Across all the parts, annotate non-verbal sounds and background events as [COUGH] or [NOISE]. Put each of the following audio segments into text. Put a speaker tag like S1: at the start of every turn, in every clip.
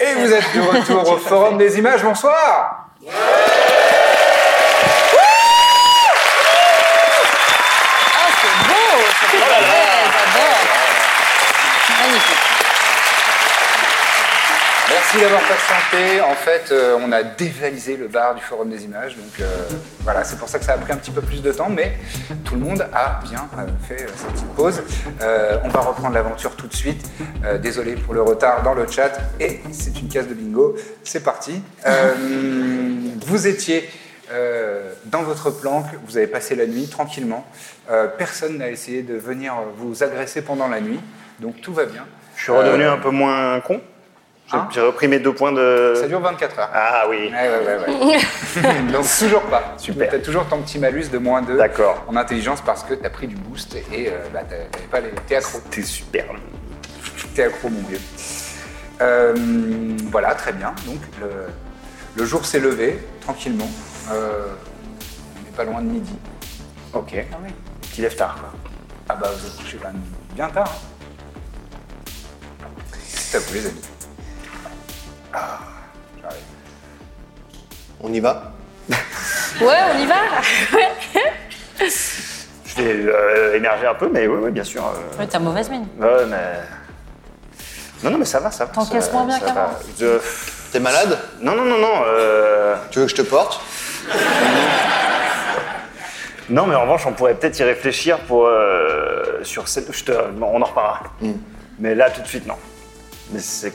S1: Et vous êtes de retour au Forum des images, bonsoir
S2: Ah, c'est beau c'est parfait, J'adore Magnifique.
S1: Merci d'avoir patienté. En fait, euh, on a dévalisé le bar du Forum des images, donc euh, voilà, c'est pour ça que ça a pris un petit peu plus de temps, mais tout le monde a bien euh, fait euh, cette petite pause. Euh, on va reprendre l'aventure tout de suite. Euh, désolé pour le retard dans le chat, et c'est une case de bingo, c'est parti. Euh, vous étiez euh, dans votre planque, vous avez passé la nuit tranquillement, Euh, personne n'a essayé de venir vous agresser pendant la nuit, donc tout va bien.
S3: Je suis redevenu
S2: Euh.
S3: un peu moins con. J'ai
S1: hein
S3: j'ai repris mes deux points de.
S1: Ça dure 24 heures.
S3: Ah oui.
S1: Ouais, ouais, ouais,
S3: [LAUGHS]
S1: ouais. Donc toujours pas.
S3: Super.
S1: Tu as toujours ton petit malus de moins 2
S3: D'accord.
S1: en intelligence parce que tu as pris du boost et euh, bah, t'as- t'avais pas les... t'es accro.
S3: T'es super.
S1: T'es accro, mon vieux. Euh, voilà, très bien. Donc le, le jour s'est levé tranquillement. Euh, on n'est pas loin de midi.
S3: Ok. Petit lève tard. quoi.
S1: Ah bah vous êtes couché quand même bien tard. C'est à vous les amis. Ah, j'arrive.
S4: On y va
S2: Ouais, on y va
S3: Je vais euh, émerger un peu, mais oui, oui, bien sûr. euh,
S2: Ouais, t'as mauvaise mine.
S3: ouais, mais- Non, non, mais ça va, ça va.
S2: T'en
S3: ça-
S2: casses moins bien
S3: ça
S2: qu'avant.
S3: va. Je-
S4: T'es malade
S3: Non, non, non, non. euh,
S4: Tu veux que je te porte
S3: Non, mais en revanche, on pourrait peut-être y réfléchir pour. euh, Sur cette. je te- bon, on en reparlera.
S2: Mm.
S3: Mais là, tout de suite, non. Mais c'est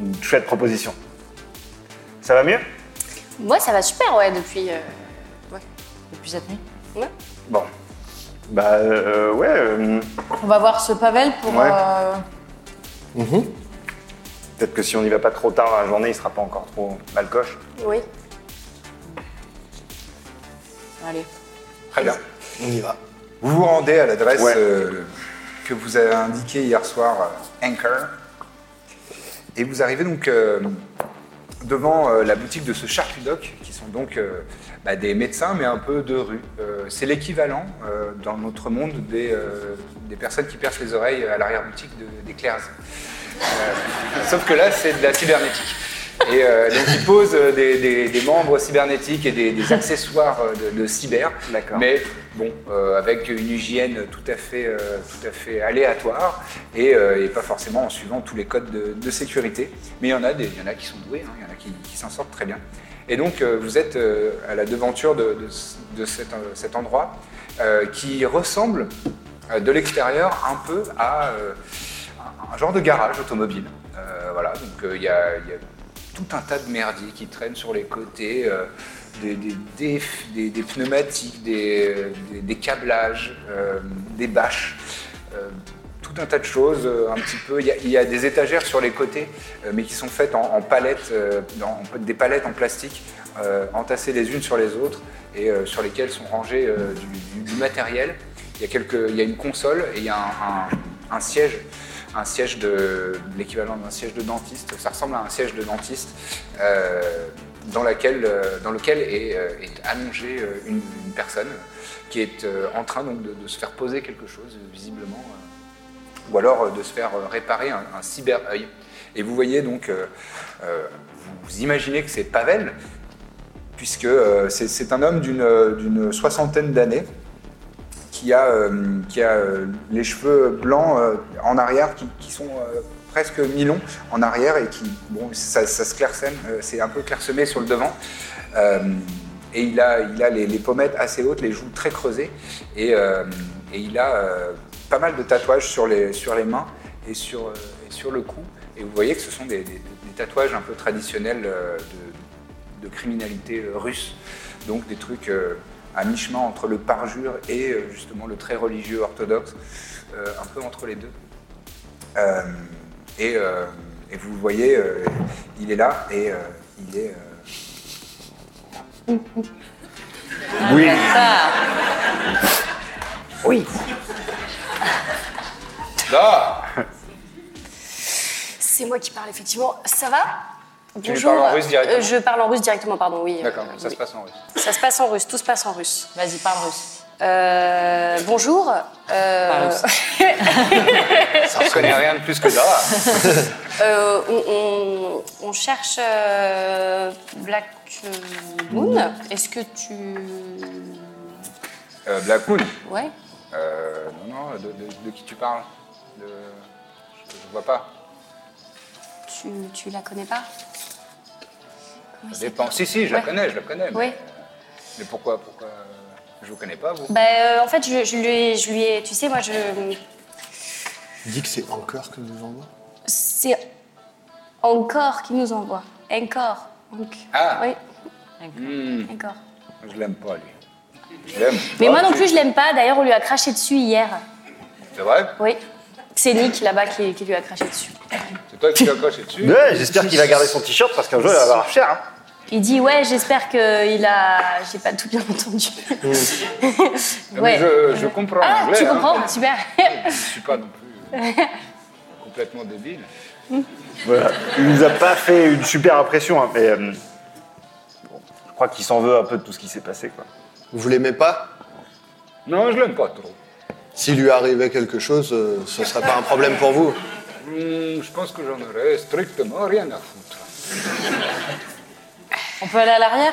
S3: une chouette proposition. Ça va mieux
S5: Moi, ça va super, ouais, depuis. euh, ouais.
S2: Depuis cette nuit.
S5: Ouais.
S3: Bon. Bah, euh, ouais. euh,
S2: On va voir ce Pavel pour.
S3: Ouais.
S2: euh,
S3: Peut-être que si on n'y va pas trop tard dans la journée, il sera pas encore trop mal coche.
S5: Oui.
S2: Allez.
S1: Très bien.
S4: On y va.
S1: Vous vous rendez à l'adresse
S3: Ouais.
S1: euh, que vous avez indiquée hier soir, euh, Anchor. Et vous arrivez donc euh, devant euh, la boutique de ce charcutoc, qui sont donc euh, bah, des médecins, mais un peu de rue. Euh, c'est l'équivalent euh, dans notre monde des, euh, des personnes qui percent les oreilles à l'arrière-boutique de- des Clairs. Sauf que là, c'est de la cybernétique. Et euh, donc, ils posent euh, des, des- des membres cybernétiques et des, des accessoires euh, de, de cyber.
S3: D'accord.
S1: Mais bon, euh, avec une hygiène tout à fait, euh, tout à fait aléatoire et, euh, et pas forcément en suivant tous les codes de, de sécurité. Mais il y, en a des- il y en a qui sont doués, hein, il y en a qui, qui s'en sortent très bien. Et donc, euh, vous êtes euh, à la devanture de, de- de cet, euh, cet endroit euh, qui ressemble euh, de l'extérieur un peu à. euh, un- un genre de garage automobile. Euh, voilà, donc euh, il y, a il y a tout un tas de merdier qui traînent sur les côtés, euh, des, des- des- des- des pneumatiques, des, des- des câblages, euh, des bâches. euh, tout un tas de choses, euh, un petit peu. Il y a- Il y, a des étagères sur les côtés, euh, mais qui sont faites en, en palettes, euh, en- des palettes en plastique, euh, entassées les unes sur les autres, et euh, sur lesquelles sont rangés euh, du, du- du matériel. Il y, a quelques, il y a une console et il y a un, un- un siège, un siège de l'équivalent d'un siège de dentiste. Ça ressemble à un siège de dentiste euh, dans, laquelle, euh, dans lequel est, euh, est allongée euh, une, une personne qui est euh, en train donc, de, de se faire poser quelque chose, visiblement. euh, ou alors euh, de se faire euh, réparer un, un cyber-œil. Et vous voyez donc, euh, euh, vous, vous imaginez que c'est Pavel, puisque euh, c'est c'est un homme d'une euh, d'une soixantaine d'années qui a, euh, qui a euh, les cheveux blancs euh, en arrière qui, qui sont euh, presque mi-longs en arrière et qui, bon, ça, ça se clairsème, euh, c'est un peu clairsemé sur le devant. Euh, et il a, il a les, les pommettes assez hautes, les joues très creusées et, euh, et il a euh, pas mal de tatouages sur les, sur les mains et sur, euh, et sur le cou. Et vous voyez que ce sont des, des- des tatouages un peu traditionnels euh, de, de criminalité euh, russe. Donc des trucs euh, à mi-chemin entre le parjure et euh, justement le très religieux orthodoxe, euh, un peu entre les deux. Euh, et, euh, et vous le voyez, euh, il est là et euh, il est. euh,
S3: Oui.
S2: Ça,
S1: Là
S5: C'est moi qui parle, effectivement. Ça va
S1: Tu lui parles en russe directement
S5: Euh, je parle en russe directement, pardon, oui.
S1: D'accord,
S5: Euh,
S1: ça se
S5: oui.
S1: passe en russe.
S5: Ça se passe en russe, tout se passe en russe.
S2: vas-y, parle russe.
S5: Euh, bonjour. euh,
S2: Parle russe.
S1: Ça ne connaît rien de plus que ça.
S5: [LAUGHS] euh, on, on- on cherche euh, Black Moon. Est-ce que tu.
S1: [LAUGHS] Euh, Black Moon
S5: Ouais.
S1: Euh, non, non, de, de- de qui tu parles De- Je ne vois pas.
S5: Tu, tu la connais pas
S1: Ça dépend. Si, si, je la
S5: Ouais.
S1: connais, je la connais.
S5: Oui.
S1: Mais, mais pourquoi, pourquoi euh, Je vous connais pas, vous
S5: Bah, euh, en fait, je, je lui ai, je lui ai- Tu sais, moi, je.
S4: Dis que c'est encore que devant moi.
S5: C'est encore qui nous envoie. Encore. Donc,
S1: Ah.
S5: Oui,
S1: Hmm,
S5: encore.
S1: Je l'aime pas, lui. Je l'aime.
S5: Mais
S1: pas,
S5: moi non
S1: tu-
S5: plus, je l'aime pas. D'ailleurs, on lui a craché dessus hier.
S1: C'est vrai
S5: Oui. C'est Nick là-bas qui, qui lui a craché dessus.
S1: C'est toi qui l'as coché dessus
S3: Ouais, j'espère qu'il va garder son t-shirt parce qu'un jour il va avoir cher. hein.
S5: Il dit ouais, j'espère que il a, j'ai pas tout bien entendu. [LAUGHS]
S1: Non, mais Hmm. je, je comprends
S5: Ah,
S1: l'anglais.
S5: tu
S1: hein.
S5: comprends, super.
S1: Je
S5: [LAUGHS]
S1: suis pas non plus euh, complètement débile.
S3: Voilà. Il nous a pas fait une super impression, hein, mais euh, bon, je crois qu'il s'en veut un peu de tout ce qui s'est passé. Quoi.
S4: Vous l'aimez pas
S1: Non, je l'aime pas trop.
S4: S'il lui arrivait quelque chose, euh, ce serait pas un problème pour vous.
S1: Hmm, je pense que j'en aurais strictement rien à foutre.
S2: On peut aller à l'arrière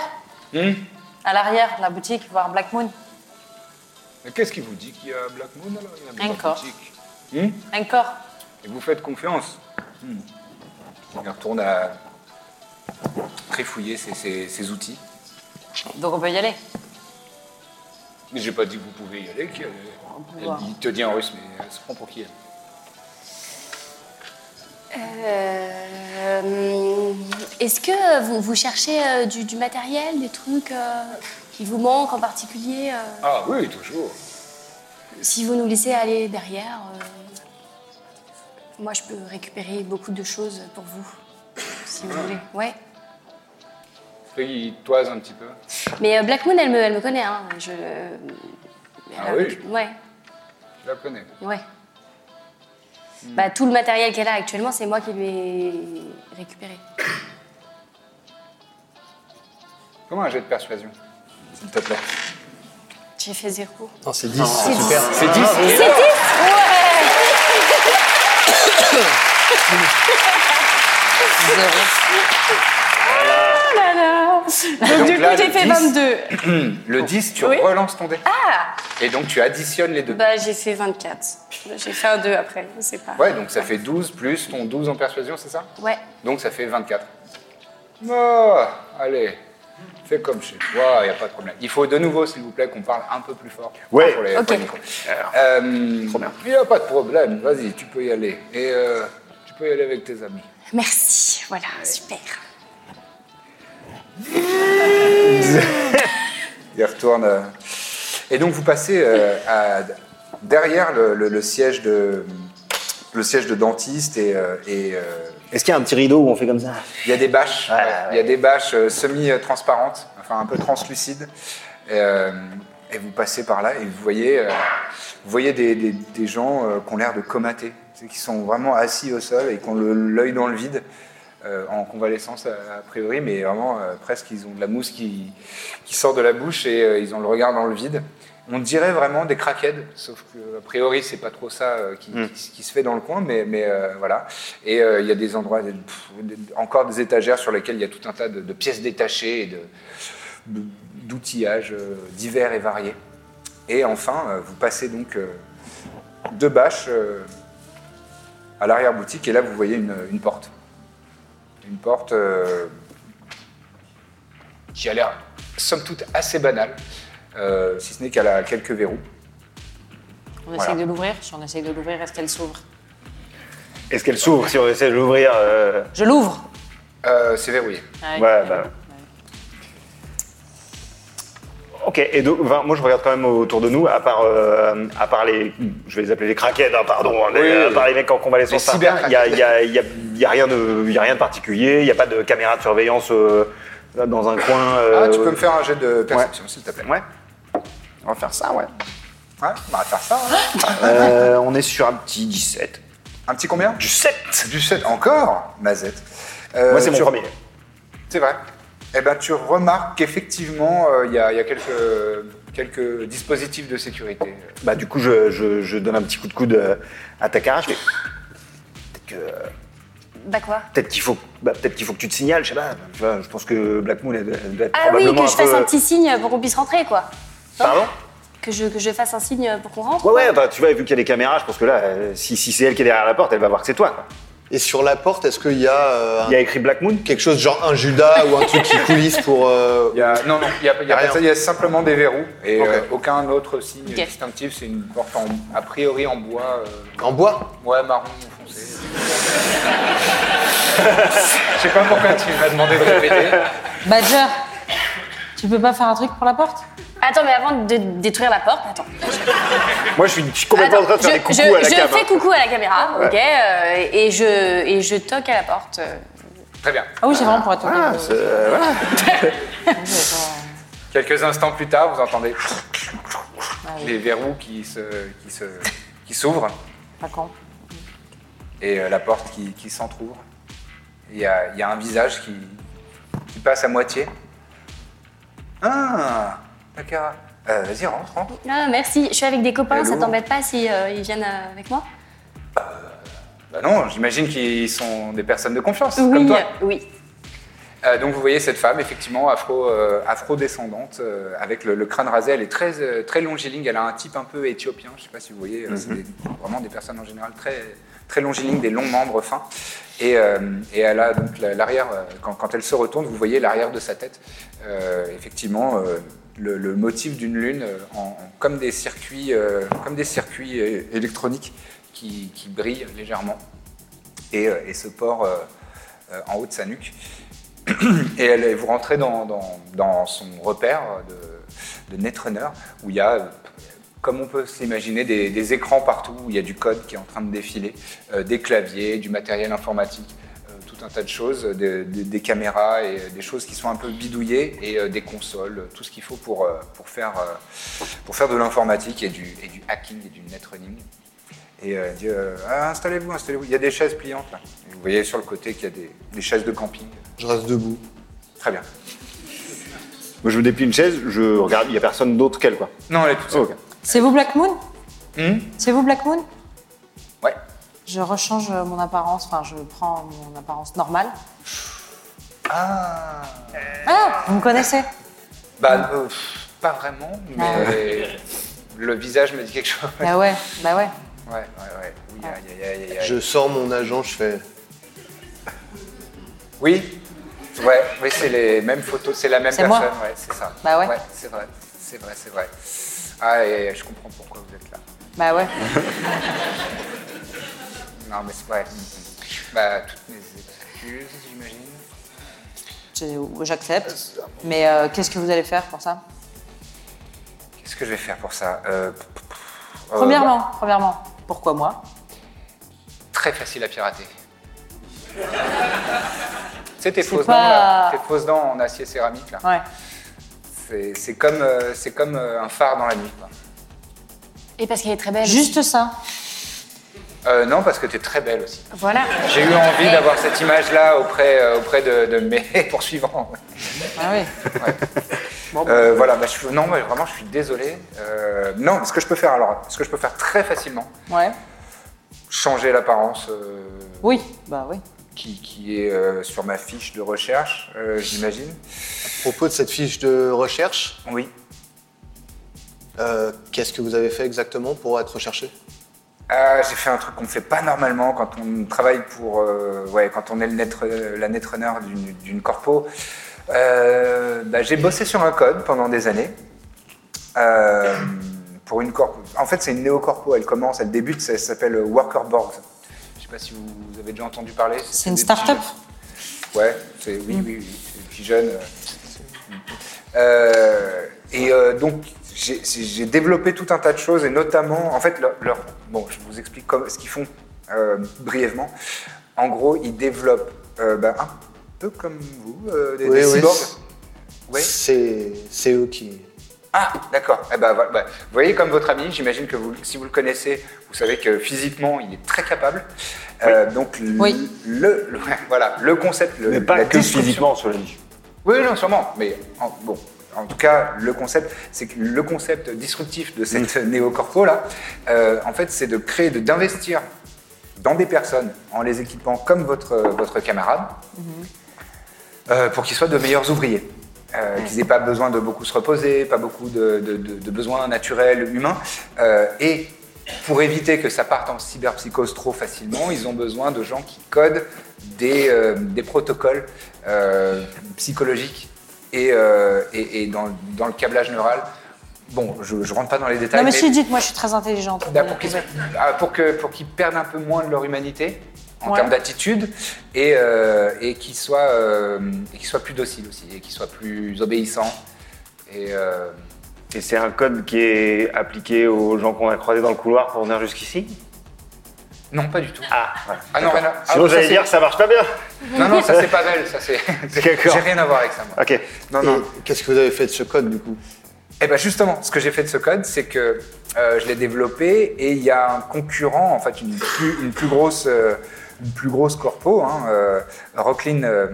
S1: Hmm
S2: À l'arrière, la boutique, voir Black Moon.
S1: Mais qu'est-ce qui vous dit qu'il y a Black Moon alors Il y a
S2: Un
S1: des
S2: corps.
S1: boutiques. Hmm
S2: Encore.
S1: Et vous faites confiance. Hmm. Il retourne à trifouiller ses, ses- ses outils.
S2: Donc on peut y aller.
S1: Mais j'ai pas dit que vous pouvez y aller. qu'il y a-
S2: peut
S1: Elle
S2: voir.
S1: dit- Il te dit en russe, mais elle se prend pour qui elle
S5: Euh, Est-ce que vous, vous cherchez euh, du, du matériel, des trucs euh, qui vous manquent en particulier euh,
S1: Ah oui, toujours.
S5: Si vous nous laissez aller derrière, euh, moi je peux récupérer beaucoup de choses pour vous, si vous voulez. Ouais.
S1: Et il toise un petit peu.
S5: Mais euh, Black Moon, elle me, elle me connaît. Hein. Je...
S1: Ah
S5: elle a-
S1: oui
S5: Ouais,
S1: Je la connais.
S5: ouais. Bah, tout le matériel qu'elle a actuellement, c'est moi qui lui ai récupéré.
S1: Comment un jet de persuasion S'il te plaît.
S5: J'ai fait zéro.
S4: Non, c'est 10. C'est super.
S1: C'est 10
S5: C'est Ouais Oh là là Donc,
S1: donc
S5: [LAUGHS] du
S1: là,
S5: coup, j'ai
S1: le
S5: fait
S1: 10.
S5: 22.
S1: Le 10, tu
S5: Oui.
S1: relances ton dé. Ah. Et donc tu additionnes les deux.
S5: Bah, j'ai fait 24. J'ai fait un 2 après, c'est pas.
S1: Ouais, donc ça fait 12 plus ton 12 en persuasion, c'est ça
S5: Ouais.
S1: Donc ça fait 24. Oh, allez, fais comme chez toi, il n'y a pas de problème. Il faut de nouveau, s'il vous plaît, qu'on parle un peu plus fort.
S3: Ouais.
S1: Pour les-
S5: Ok.
S1: pour les micros. Euh,
S3: Trop bien.
S1: Il n'y a pas de problème, vas-y, tu peux y aller. Et euh, tu peux y aller avec tes amis.
S5: Merci, voilà, super.
S1: Il retourne. euh. Et donc vous passez euh, à- derrière le, le- le siège de, le siège de dentiste et... euh, et, euh,
S3: Est-ce qu'il y a un petit rideau où on fait comme ça
S1: Il y a des bâches,
S3: Ouais,
S1: ouais.
S3: ouais.
S1: il y a des bâches euh, semi-transparentes, enfin un peu translucides. Euh, et vous passez par là et vous voyez, euh, vous voyez des, des- des gens euh, qui ont l'air de comater, tu sais, qui sont vraiment assis au sol et qui ont le- l'œil dans le vide, euh, en convalescence a, a priori, euh, mais vraiment euh, presque ils ont de la mousse qui, qui sort de la bouche et euh, ils ont le regard dans le vide. On dirait vraiment des craquettes, sauf que a priori c'est pas trop ça euh, qui,
S3: Mm.
S1: qui- qui se fait dans le coin, mais, mais, euh, voilà. Et euh, il y a des endroits, des- pff, des- encore des étagères sur lesquelles il y a tout un tas de, de pièces détachées et de- de- d'outillages euh, divers et variés. Et enfin, euh, vous passez donc euh, deux bâches euh, à l'arrière-boutique et là vous voyez une, une porte. Une porte euh, qui a l'air somme toute assez banale, euh, si ce n'est qu'elle a quelques verrous.
S2: On
S1: Voilà.
S2: essaye de l'ouvrir. Si on essaye de l'ouvrir, est-ce qu'elle s'ouvre
S3: Est-ce qu'elle s'ouvre si on essaie de l'ouvrir euh,
S2: Je l'ouvre.
S1: Euh, c'est verrouillé.
S2: Ouais,
S3: Ouais, bah. Ok, et donc, enfin, moi je regarde quand même autour de nous, à part, euh, à part les. Je vais les appeler les craquettes, hein, pardon, les-
S1: oui,
S3: à part
S1: oui.
S3: les mecs en convalescence.
S1: Les cyber
S3: Il n'y a, il y a- il y a- il y a rien de il y a rien de particulier, il n'y a pas de caméra de surveillance euh, dans un coin. euh,
S1: Ah, tu peux me faire un jet de perception, s'il te plaît.
S3: Ouais. On va faire ça, ouais.
S1: Ouais, on va faire ça. hein.
S3: [LAUGHS] Euh, on est sur un petit 17.
S1: Un petit combien
S3: Du 7
S1: Du 7 encore, Mazette. Euh,
S3: Moi c'est mon
S1: tu-
S3: premier.
S1: C'est vrai. Eh ben, tu remarques qu'effectivement, euh, il y a, il y a quelques, quelques dispositifs de sécurité.
S3: Bah du coup je, je- je donne un petit coup de coude euh, à ta carrière, je fais, Peut-être que.
S5: Bah quoi
S3: Peut-être qu'il faut, bah, peut-être qu'il faut que tu te signales, je sais pas. Tu vois, je pense que Black Moon elle, elle doit être
S5: Ah oui,
S3: probablement
S5: que je fasse
S3: peu-
S5: un petit signe pour qu'on puisse rentrer, quoi.
S3: Pardon
S5: Que je, que je fasse un signe pour qu'on rentre.
S3: Ouais, ouais. Bah, tu vois, vu qu'il y a des caméras, je pense que là, euh, si, si c'est elle qui est derrière la porte, elle va voir que c'est toi. quoi.
S4: Et sur la porte, est-ce qu'il y a euh,
S3: Il y a écrit Black Moon.
S4: quelque chose genre un Judas ou un truc qui coulisse pour. euh,
S1: Il y a- non, non, il y a, il y a
S4: Rien.
S1: pas Ah, ça, il y a simplement des verrous et
S4: Ok.
S1: euh, aucun autre signe
S2: Ok.
S1: distinctif. C'est une porte en- a priori en bois, euh,
S4: En bois
S1: ouais, marron [LAUGHS] foncé. Je sais pas pourquoi tu m'as demandé de répéter.
S2: Badger, tu peux pas faire un truc pour la porte
S5: Attends, mais avant de détruire la porte, attends.
S3: Moi, je suis, je suis complètement en train de faire
S5: je,
S3: des coucous
S5: je-
S3: à la
S5: je
S3: cave.
S5: fais
S3: hein.
S5: coucou à la caméra, ok, euh, et, je, et je toque à la porte. euh.
S1: Très bien.
S2: Ah oui, c'est vraiment pour être
S3: Ah,
S2: toqué.
S3: c'est- euh, voilà.
S1: Quelques instants plus tard, vous entendez les verrous qui se, qui se, qui s'ouvrent
S2: Pas con.
S1: et euh, la porte qui, qui s'entrouvre. Il y a, il y a un visage qui, qui passe à moitié. Ah, Takara, Euh, vas-y rentre, rentre.
S5: Ah, merci, je suis avec des copains,
S1: Hello.
S5: ça t'embête pas si euh, ils viennent euh, avec moi
S1: Bah non, j'imagine qu'ils sont des personnes de confiance,
S5: Oui,
S1: comme toi.
S5: euh, oui.
S1: Euh, donc vous voyez cette femme, effectivement, afro, euh, afro-descendante, euh, avec le, le crâne rasé. Elle est très, euh, très longiligne. Elle a un type un peu éthiopien. Je ne sais pas si vous voyez. euh, c'est des- vraiment des personnes en général très, très longilignes, des longs membres fins. Et, euh, et elle a donc la- l'arrière, euh, quand, quand elle se retourne, vous voyez l'arrière de sa tête. Euh, effectivement, euh, le, le motif d'une lune, euh, en, en- comme des circuits, euh, comme des circuits euh, électroniques qui, qui brillent légèrement. Et, euh, et ce port euh, euh, en haut de sa nuque. Et elle, vous rentrez dans, dans- dans son repère de, de Netrunner, où il y a, euh, comme on peut s'imaginer, des, des écrans partout, où il y a du code qui est en train de défiler, euh, des claviers, du matériel informatique, euh, tout un tas de choses, des- des- des caméras et euh, des choses qui sont un peu bidouillées, et euh, des consoles, euh, tout ce qu'il faut pour, euh, pour, faire, euh, pour faire de l'informatique et du, et du hacking et du netrunning. Et euh, elle dit, euh, Ah, installez-vous, installez-vous, il y a des chaises pliantes là. Et vous voyez sur le côté qu'il y a des, des chaises de camping.
S4: Je reste debout.
S1: Très bien.
S3: hein. Moi, je me déplie une chaise, je regarde, il y a personne d'autre qu'elle, quoi.
S1: Non, elle est toute seule.
S3: Ok.
S2: C'est vous Black Moon
S1: Hmm
S2: C'est vous Black Moon
S1: Ouais.
S2: Je rechange euh, mon apparence, enfin je prends mon apparence normale.
S1: Ah.
S2: Ah, vous me connaissez
S1: Bah, euh, pff, pas vraiment,
S2: Ah.
S1: mais le visage me dit quelque chose. Ouais,
S2: Bah ouais, Ah. bah ouais.
S1: ouais, ouais. Oui, aïe, aïe, aïe, aïe, aïe.
S4: Je sors mon agent, je fais.
S1: oui, ouais, oui, c'est les mêmes photos, c'est la même
S2: C'est
S1: personne,
S2: moi.
S1: ouais, c'est ça.
S2: Bah ouais.
S1: c'est vrai, c'est vrai, c'est vrai. Ah, et je comprends pourquoi vous êtes là.
S2: Bah ouais.
S1: Non, mais c'est vrai. Bah, toutes mes excuses, j'imagine.
S2: Je- J'accepte. Mais euh, qu'est-ce que vous allez faire pour ça
S1: Qu'est-ce que je vais faire pour ça Euh, pff, pff, pff, euh,
S2: Premièrement, premièrement, pourquoi moi
S1: bah, très facile à
S2: [LAUGHS]
S1: pirater. C'est tes fausses
S2: pas-
S1: dents là, tes fausses dents en acier céramique là.
S2: Ouais.
S1: C'est- C'est comme, euh, c'est comme euh, un phare dans la nuit. quoi.
S5: Et parce qu'elle est très belle.
S2: Juste ça.
S1: Euh, non, parce que t'es très belle aussi.
S5: Voilà.
S1: J'ai eu envie d'avoir cette [LAUGHS] image là auprès, euh, auprès de, de mes poursuivants.
S2: Ah oui.
S1: Euh, voilà, bah, je, non, mais vraiment, je suis désolé. Euh, non, ce que je peux faire alors, ce que je peux faire très facilement,
S2: Ouais.
S1: changer l'apparence euh,
S2: Oui, bah oui.
S1: qui, qui est euh, sur ma fiche de recherche, euh, j'imagine.
S4: propos de cette fiche de recherche,
S1: Oui.
S4: euh, qu'est-ce que vous avez fait exactement pour être recherché
S1: Ah, j'ai fait un truc qu'on ne fait pas normalement quand on travaille pour. euh, ouais, quand on est le net- euh, la netrunner d'une- d'une corpo. Euh, bah, j'ai bossé sur un code pendant des années. Euh, pour une corpo. En fait, c'est une néocorpo. Elle commence, elle débute, ça s'appelle Workerboard. Je ne sais pas si vous avez déjà entendu parler.
S2: C'est une
S1: des petits
S2: start-up
S1: jeunes. Ouais, c'est, oui, oui, oui, c'est des petits jeunes. euh, euh, et euh, donc, j'ai- j'ai j'ai développé tout un tas de choses, et notamment, en fait, leur, leur- bon, je vous explique comme- ce qu'ils font euh, brièvement. En gros, ils développent, euh, ben, un peu comme vous, euh, des,
S4: Oui,
S1: des
S4: oui.
S1: cyborgs. Oui.
S4: C'est c'est eux qui.
S1: Ah, d'accord. Eh ben, voilà, bah, vous voyez, comme votre ami, j'imagine que vous, si vous le connaissez, vous savez que physiquement, il est très capable. Euh, donc, l-
S2: Oui.
S1: le, [LAUGHS] le- voilà, le concept, le,
S3: Mais pas
S1: la
S3: que
S1: description-
S3: physiquement, Solange.
S1: oui, non, sûrement. Mais en- bon, en tout cas, le concept, c'est que le concept disruptif de cette néocorpo là, euh, en fait, c'est de créer, de d'investir dans des personnes en les équipant comme votre votre camarade,
S2: Mhm.
S1: euh, pour qu'ils soient de meilleurs ouvriers. euh, qu'ils n'aient pas besoin de beaucoup se reposer, pas beaucoup de, de- de- de besoins naturels, humains. Euh, et pour éviter que ça parte en cyberpsychose trop facilement, ils ont besoin de gens qui codent des, euh, des protocoles euh, psychologiques et, euh, et- et dans, dans le câblage neural. Bon, je ne rentre pas dans les détails.
S2: Non, mais
S1: mais-
S2: si, dites, moi je suis très intelligente.
S1: Là, pour qu'ils ah, pour que- pour qu'ils perdent un peu moins de leur humanité en
S2: Ouais.
S1: termes d'attitude et, euh, et qu'ils soient, euh, et qu'ils soient plus dociles aussi et qu'ils soient plus obéissants. Et, euh,
S3: Et c'est un code qui est appliqué aux gens qu'on a croisés dans le couloir pour venir jusqu'ici
S1: non, pas du tout.
S3: Ah, voilà.
S1: Ah non, rien à- ah,
S3: Sinon,
S1: ça,
S3: j'allais
S1: c'est-
S3: dire que ça marche pas bien.
S1: Non, non, ça c'est pas belle, ça c'est. [LAUGHS]
S3: D'accord.
S1: J'ai rien à voir avec ça, moi.
S3: Ok.
S1: Non, Ah
S4: Et
S1: non.
S4: Qu'est-ce que vous avez fait de ce code du coup
S1: Eh ben justement, ce que j'ai fait de ce code, c'est que euh, je l'ai développé et il y a un concurrent, en fait, une plus, une plus grosse, euh, une plus grosse corpo, hein, euh, Rocklin, euh,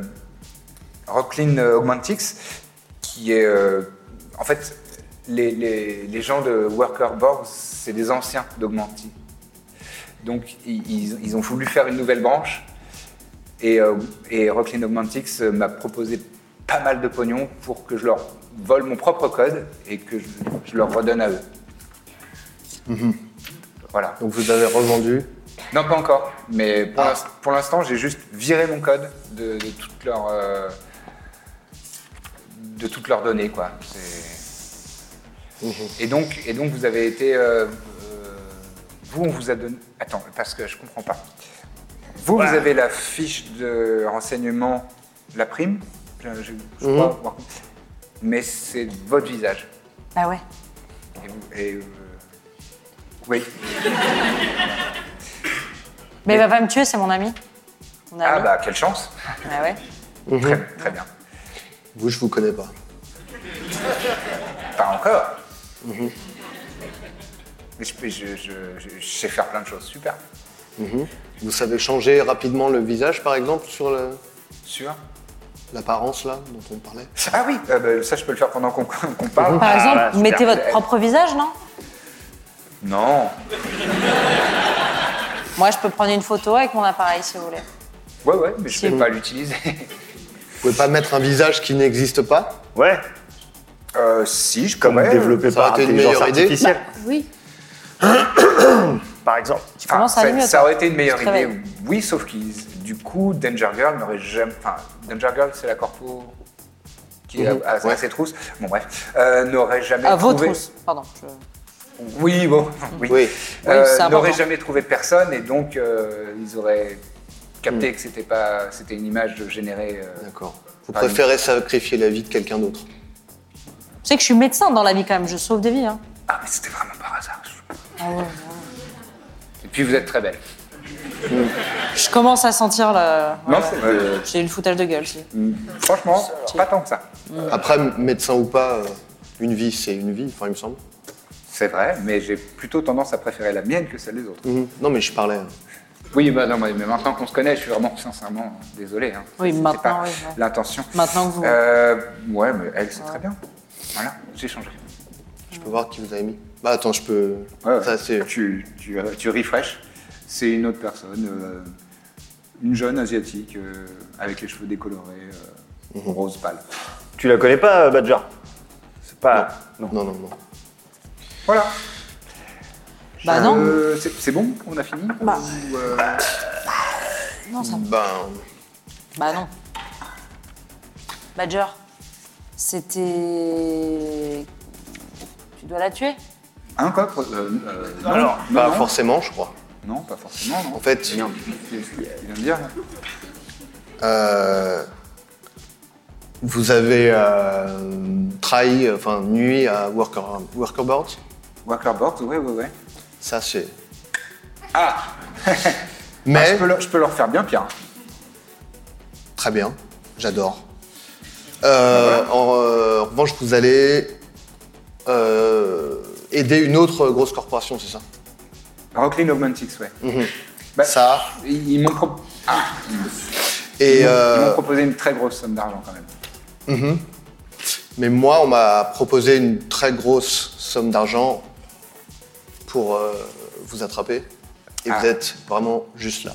S1: Rocklin euh, Augmantix, qui est, euh, en fait, les, les- les gens de Workerboard, c'est des anciens d'Augmenti. Donc ils, ils- ils ont voulu faire une nouvelle branche et, euh, et Rocklin Augmantix euh, m'a proposé pas mal de pognon pour que je leur vole mon propre code et que je, je leur redonne à eux. Voilà.
S4: Mhm. Donc vous avez revendu. Ah.
S1: Non, pas encore, mais pour l'inst- pour l'instant, j'ai juste viré mon code de, de toutes leurs euh, de toutes leurs données, quoi. C'est-
S4: Mhm.
S1: Et donc, et donc, vous avez été, euh, euh, vous, on vous a donné. Attends, parce que je comprends pas. Vous, vous avez la fiche de renseignement, la prime, je, je- je
S2: Mhm.
S1: crois, voir- mais c'est votre visage.
S2: Ah ouais.
S1: Et vous- et, euh, oui.
S2: Mais il va pas me tuer, c'est mon ami. Mon
S1: Ah
S2: ami.
S1: bah quelle chance.
S2: Ah ouais.
S1: Très, très bien.
S4: Vous, je vous connais pas.
S1: Pas encore.
S2: Mhm.
S1: Mais je, peux- je- je- je- je sais faire plein de choses. Super.
S4: Vous savez changer rapidement le visage par exemple sur le-
S1: Sûr.
S4: l'apparence là dont on parlait
S1: Ah oui, euh, bah, ça je peux le faire pendant qu'on qu'on parle. Euh,
S2: Par exemple,
S1: Ah,
S3: voilà, super.
S2: mettez votre propre visage, non
S1: Non.
S2: Moi, je peux prendre une photo avec mon appareil si vous voulez.
S1: Ouais, ouais, mais je
S2: Si.
S1: vais pas l'utiliser. [LAUGHS]
S4: Vous pouvez pas mettre un visage qui n'existe pas
S3: Ouais.
S1: Euh, si, je
S3: Comme
S1: pourrais.
S3: développé
S4: ça aurait
S3: par
S4: été une
S3: intelligence
S4: meilleure idée.
S3: artificielle,
S5: Oui.
S3: par exemple.
S2: Tu
S1: Enfin,
S2: commences à aller
S1: Ah, ça,
S2: mieux.
S1: ça
S2: toi.
S1: aurait été une meilleure
S2: Tu te réveilles.
S1: idée. Oui, sauf qu'ils, du coup, Danger Girl n'aurait jamais. Enfin, Danger Girl, c'est la corpo qui est à- à, à ses trousses. Bon, bref. Euh, n'aurait jamais.
S2: Mmh. À vos
S1: trouvé-
S2: trousses, Ah, pardon. je-
S1: Oui, bon, oui. Euh,
S4: Oui.
S2: Oui, c'est
S1: n'auraient
S2: important.
S1: jamais trouvé personne et donc euh, ils auraient capté que c'était pas, c'était une image générée. euh,
S4: D'accord. Vous
S1: Par une-
S4: préférez sacrifier la vie de quelqu'un d'autre
S2: Tu sais que je suis médecin dans la vie quand même, je sauve des vies. Hein.
S1: Ah, mais c'était vraiment par hasard.
S2: Ah
S1: Et puis vous êtes très belle.
S2: Je commence à sentir le.
S1: Non,
S2: Ouais,
S1: c'est-
S2: ouais.
S1: euh,
S2: J'ai eu le foutage de gueule. si.
S1: Mmh. franchement, pas tant que ça.
S4: Après, médecin ou pas, euh, une vie, c'est une vie, enfin, il me semble.
S1: C'est vrai, mais j'ai plutôt tendance à préférer la mienne que celle des autres.
S4: Non, mais je parlais. euh,
S1: Oui, bah non, mais mais maintenant qu'on se connaît, je suis vraiment sincèrement désolé. hein.
S2: Oui,
S1: C'était
S2: maintenant,
S1: pas
S2: oui, ouais.
S1: L'intention.
S2: Maintenant que vous-
S1: Euh, ouais, mais elle, c'est très bien. Voilà, j'échangerai.
S4: Je peux voir qui vous avez mis. Bah attends, je peux.
S1: Ouais, ouais.
S4: Ça, c'est.
S1: tu, tu, euh, tu refresh, c'est une autre personne, euh, une jeune asiatique euh, avec les cheveux décolorés, euh,
S4: Mhm.
S1: rose pâle.
S3: Tu la connais pas, euh, Badger C'est pas. Non.
S4: Non, non, non.
S1: Voilà.
S2: Bah
S1: Euh,
S2: non,
S1: c'est- C'est bon On a fini
S2: Bah.
S1: Ou, euh,
S2: non, ça
S4: Ben.
S2: Bah non. Badger, c'était. Tu dois la tuer
S1: Hein, quoi euh, euh, non,
S3: Alors,
S1: non,
S4: Pas
S1: non.
S4: forcément, je crois.
S1: Non, pas forcément. non.
S4: En fait,
S1: il vient, il vient de dire. là.
S4: Euh, vous avez euh, trahi, euh, enfin, nuit à worker, Workerboard.
S1: Walker Board, ouais, ouais, ouais.
S4: Ça, c'est.
S1: Ah Ah,
S4: Mais.
S1: je, peux leur, je peux leur faire bien pire.
S4: Très bien, j'adore. Euh, en, euh, en revanche, vous allez euh, aider une autre grosse corporation, c'est ça
S1: Rocklin Augmentix, ouais. Bah,
S4: Mhm. Ça.
S1: Ils, ils m'ont pro- ah,
S4: Et,
S1: ils m'ont- ils m'ont
S4: euh,
S1: proposé une très grosse somme d'argent quand même.
S4: mais moi, on m'a proposé une très grosse somme d'argent pour euh, vous attraper. Et
S1: Ah.
S4: vous êtes vraiment juste là.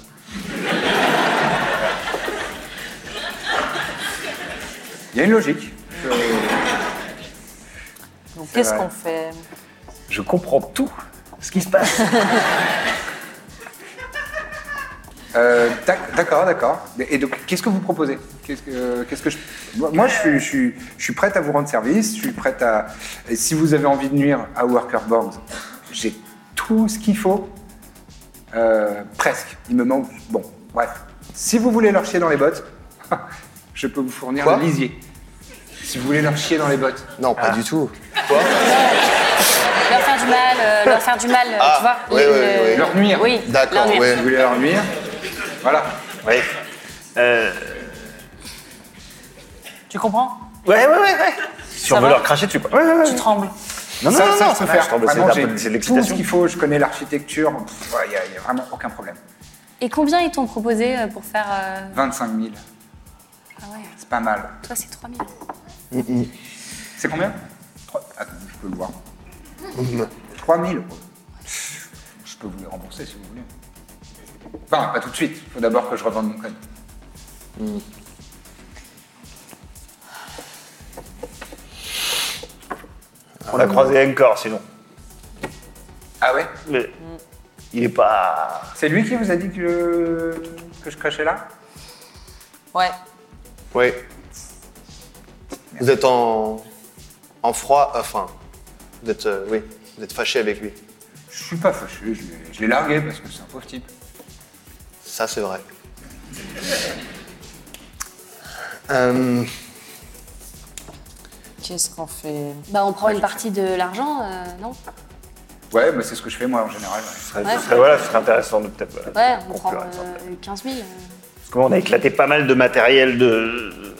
S1: Il y a une logique. Je-
S2: Donc qu'est-ce
S1: vrai.
S2: qu'on fait
S3: Je comprends tout ce qui se passe.
S1: [LAUGHS] Euh, d'ac- d'accord, d'accord. Et donc, qu'est-ce que vous proposez Qu'est-ce que, euh, qu'est-ce que je... Moi, moi, je suis, je, suis, je suis prête à vous rendre service. Je suis prête à. et si vous avez envie de nuire à Workerboards, j'ai tout ce qu'il faut. Euh, presque. Il me manque. Bon, bref. Si vous voulez leur chier dans les bottes, [LAUGHS] je peux vous fournir
S4: Quoi
S1: le lisier. Si vous voulez leur chier dans les bottes. Ah.
S4: Non, pas du tout.
S5: Leur faire du mal, euh, leur faire du mal, euh,
S4: Ah,
S5: tu vois.
S4: ouais,
S5: les-
S4: ouais, ouais.
S1: Leur nuire.
S5: Oui,
S4: D'accord,
S5: leur nuire.
S4: ouais.
S1: Si vous voulez leur nuire, voilà.
S3: Ouais. Euh,
S2: Tu comprends
S3: ouais, ouais, ouais, ouais. Si
S2: Ça
S3: on veut
S2: va
S3: leur cracher dessus, quoi. Ouais, ouais, ouais.
S2: Tu trembles.
S3: Non, non,
S1: ça,
S3: non,
S1: ça,
S3: non,
S1: je peux
S3: non,
S1: faire.
S3: je t'en veux,
S1: Vraiment,
S3: c'est de la-
S1: j'ai
S3: c'est de
S1: tout ce
S3: l'excitation.
S1: qu'il faut. Je connais l'architecture. Pff, ouais, Il n'y a, il y a vraiment aucun problème.
S5: Et combien ils t'ont proposé euh, pour faire. euh,
S1: 25 000,
S5: Ah ouais,
S1: c'est pas mal.
S5: toi c'est 3000.
S1: C'est combien Trois- Attends, je peux le voir. 3 000. Pff, Je peux vous les rembourser si vous voulez. Enfin, pas tout de suite. Il faut d'abord que je revende mon code.
S3: On l'a croisé encore, sinon.
S1: Ah ouais
S3: Mais il est pas.
S1: C'est lui qui vous a dit que je, que je crachais là
S2: Ouais.
S4: Oui. Vous êtes en, en froid, enfin, vous êtes, euh, oui, vous êtes fâché avec lui.
S1: Je suis pas fâché. Je l'ai- je l'ai largué parce que c'est un pauvre type.
S4: Ça, c'est vrai. Euh,
S2: Qu'est-ce qu'on fait
S5: Bah on prend une partie de l'argent, euh, non
S1: Ah Ouais, mais c'est ce que je fais moi en général.
S3: Ce
S1: ouais.
S3: serait,
S5: Ouais.
S3: ce serait- voilà, ce serait intéressant de peut-être.
S1: bah,
S5: Ouais,
S3: voilà,
S5: on prend
S3: conclure
S5: euh,
S3: avec ça.
S5: 15 000. euh.
S3: Parce que moi, on a éclaté pas mal de matériel de.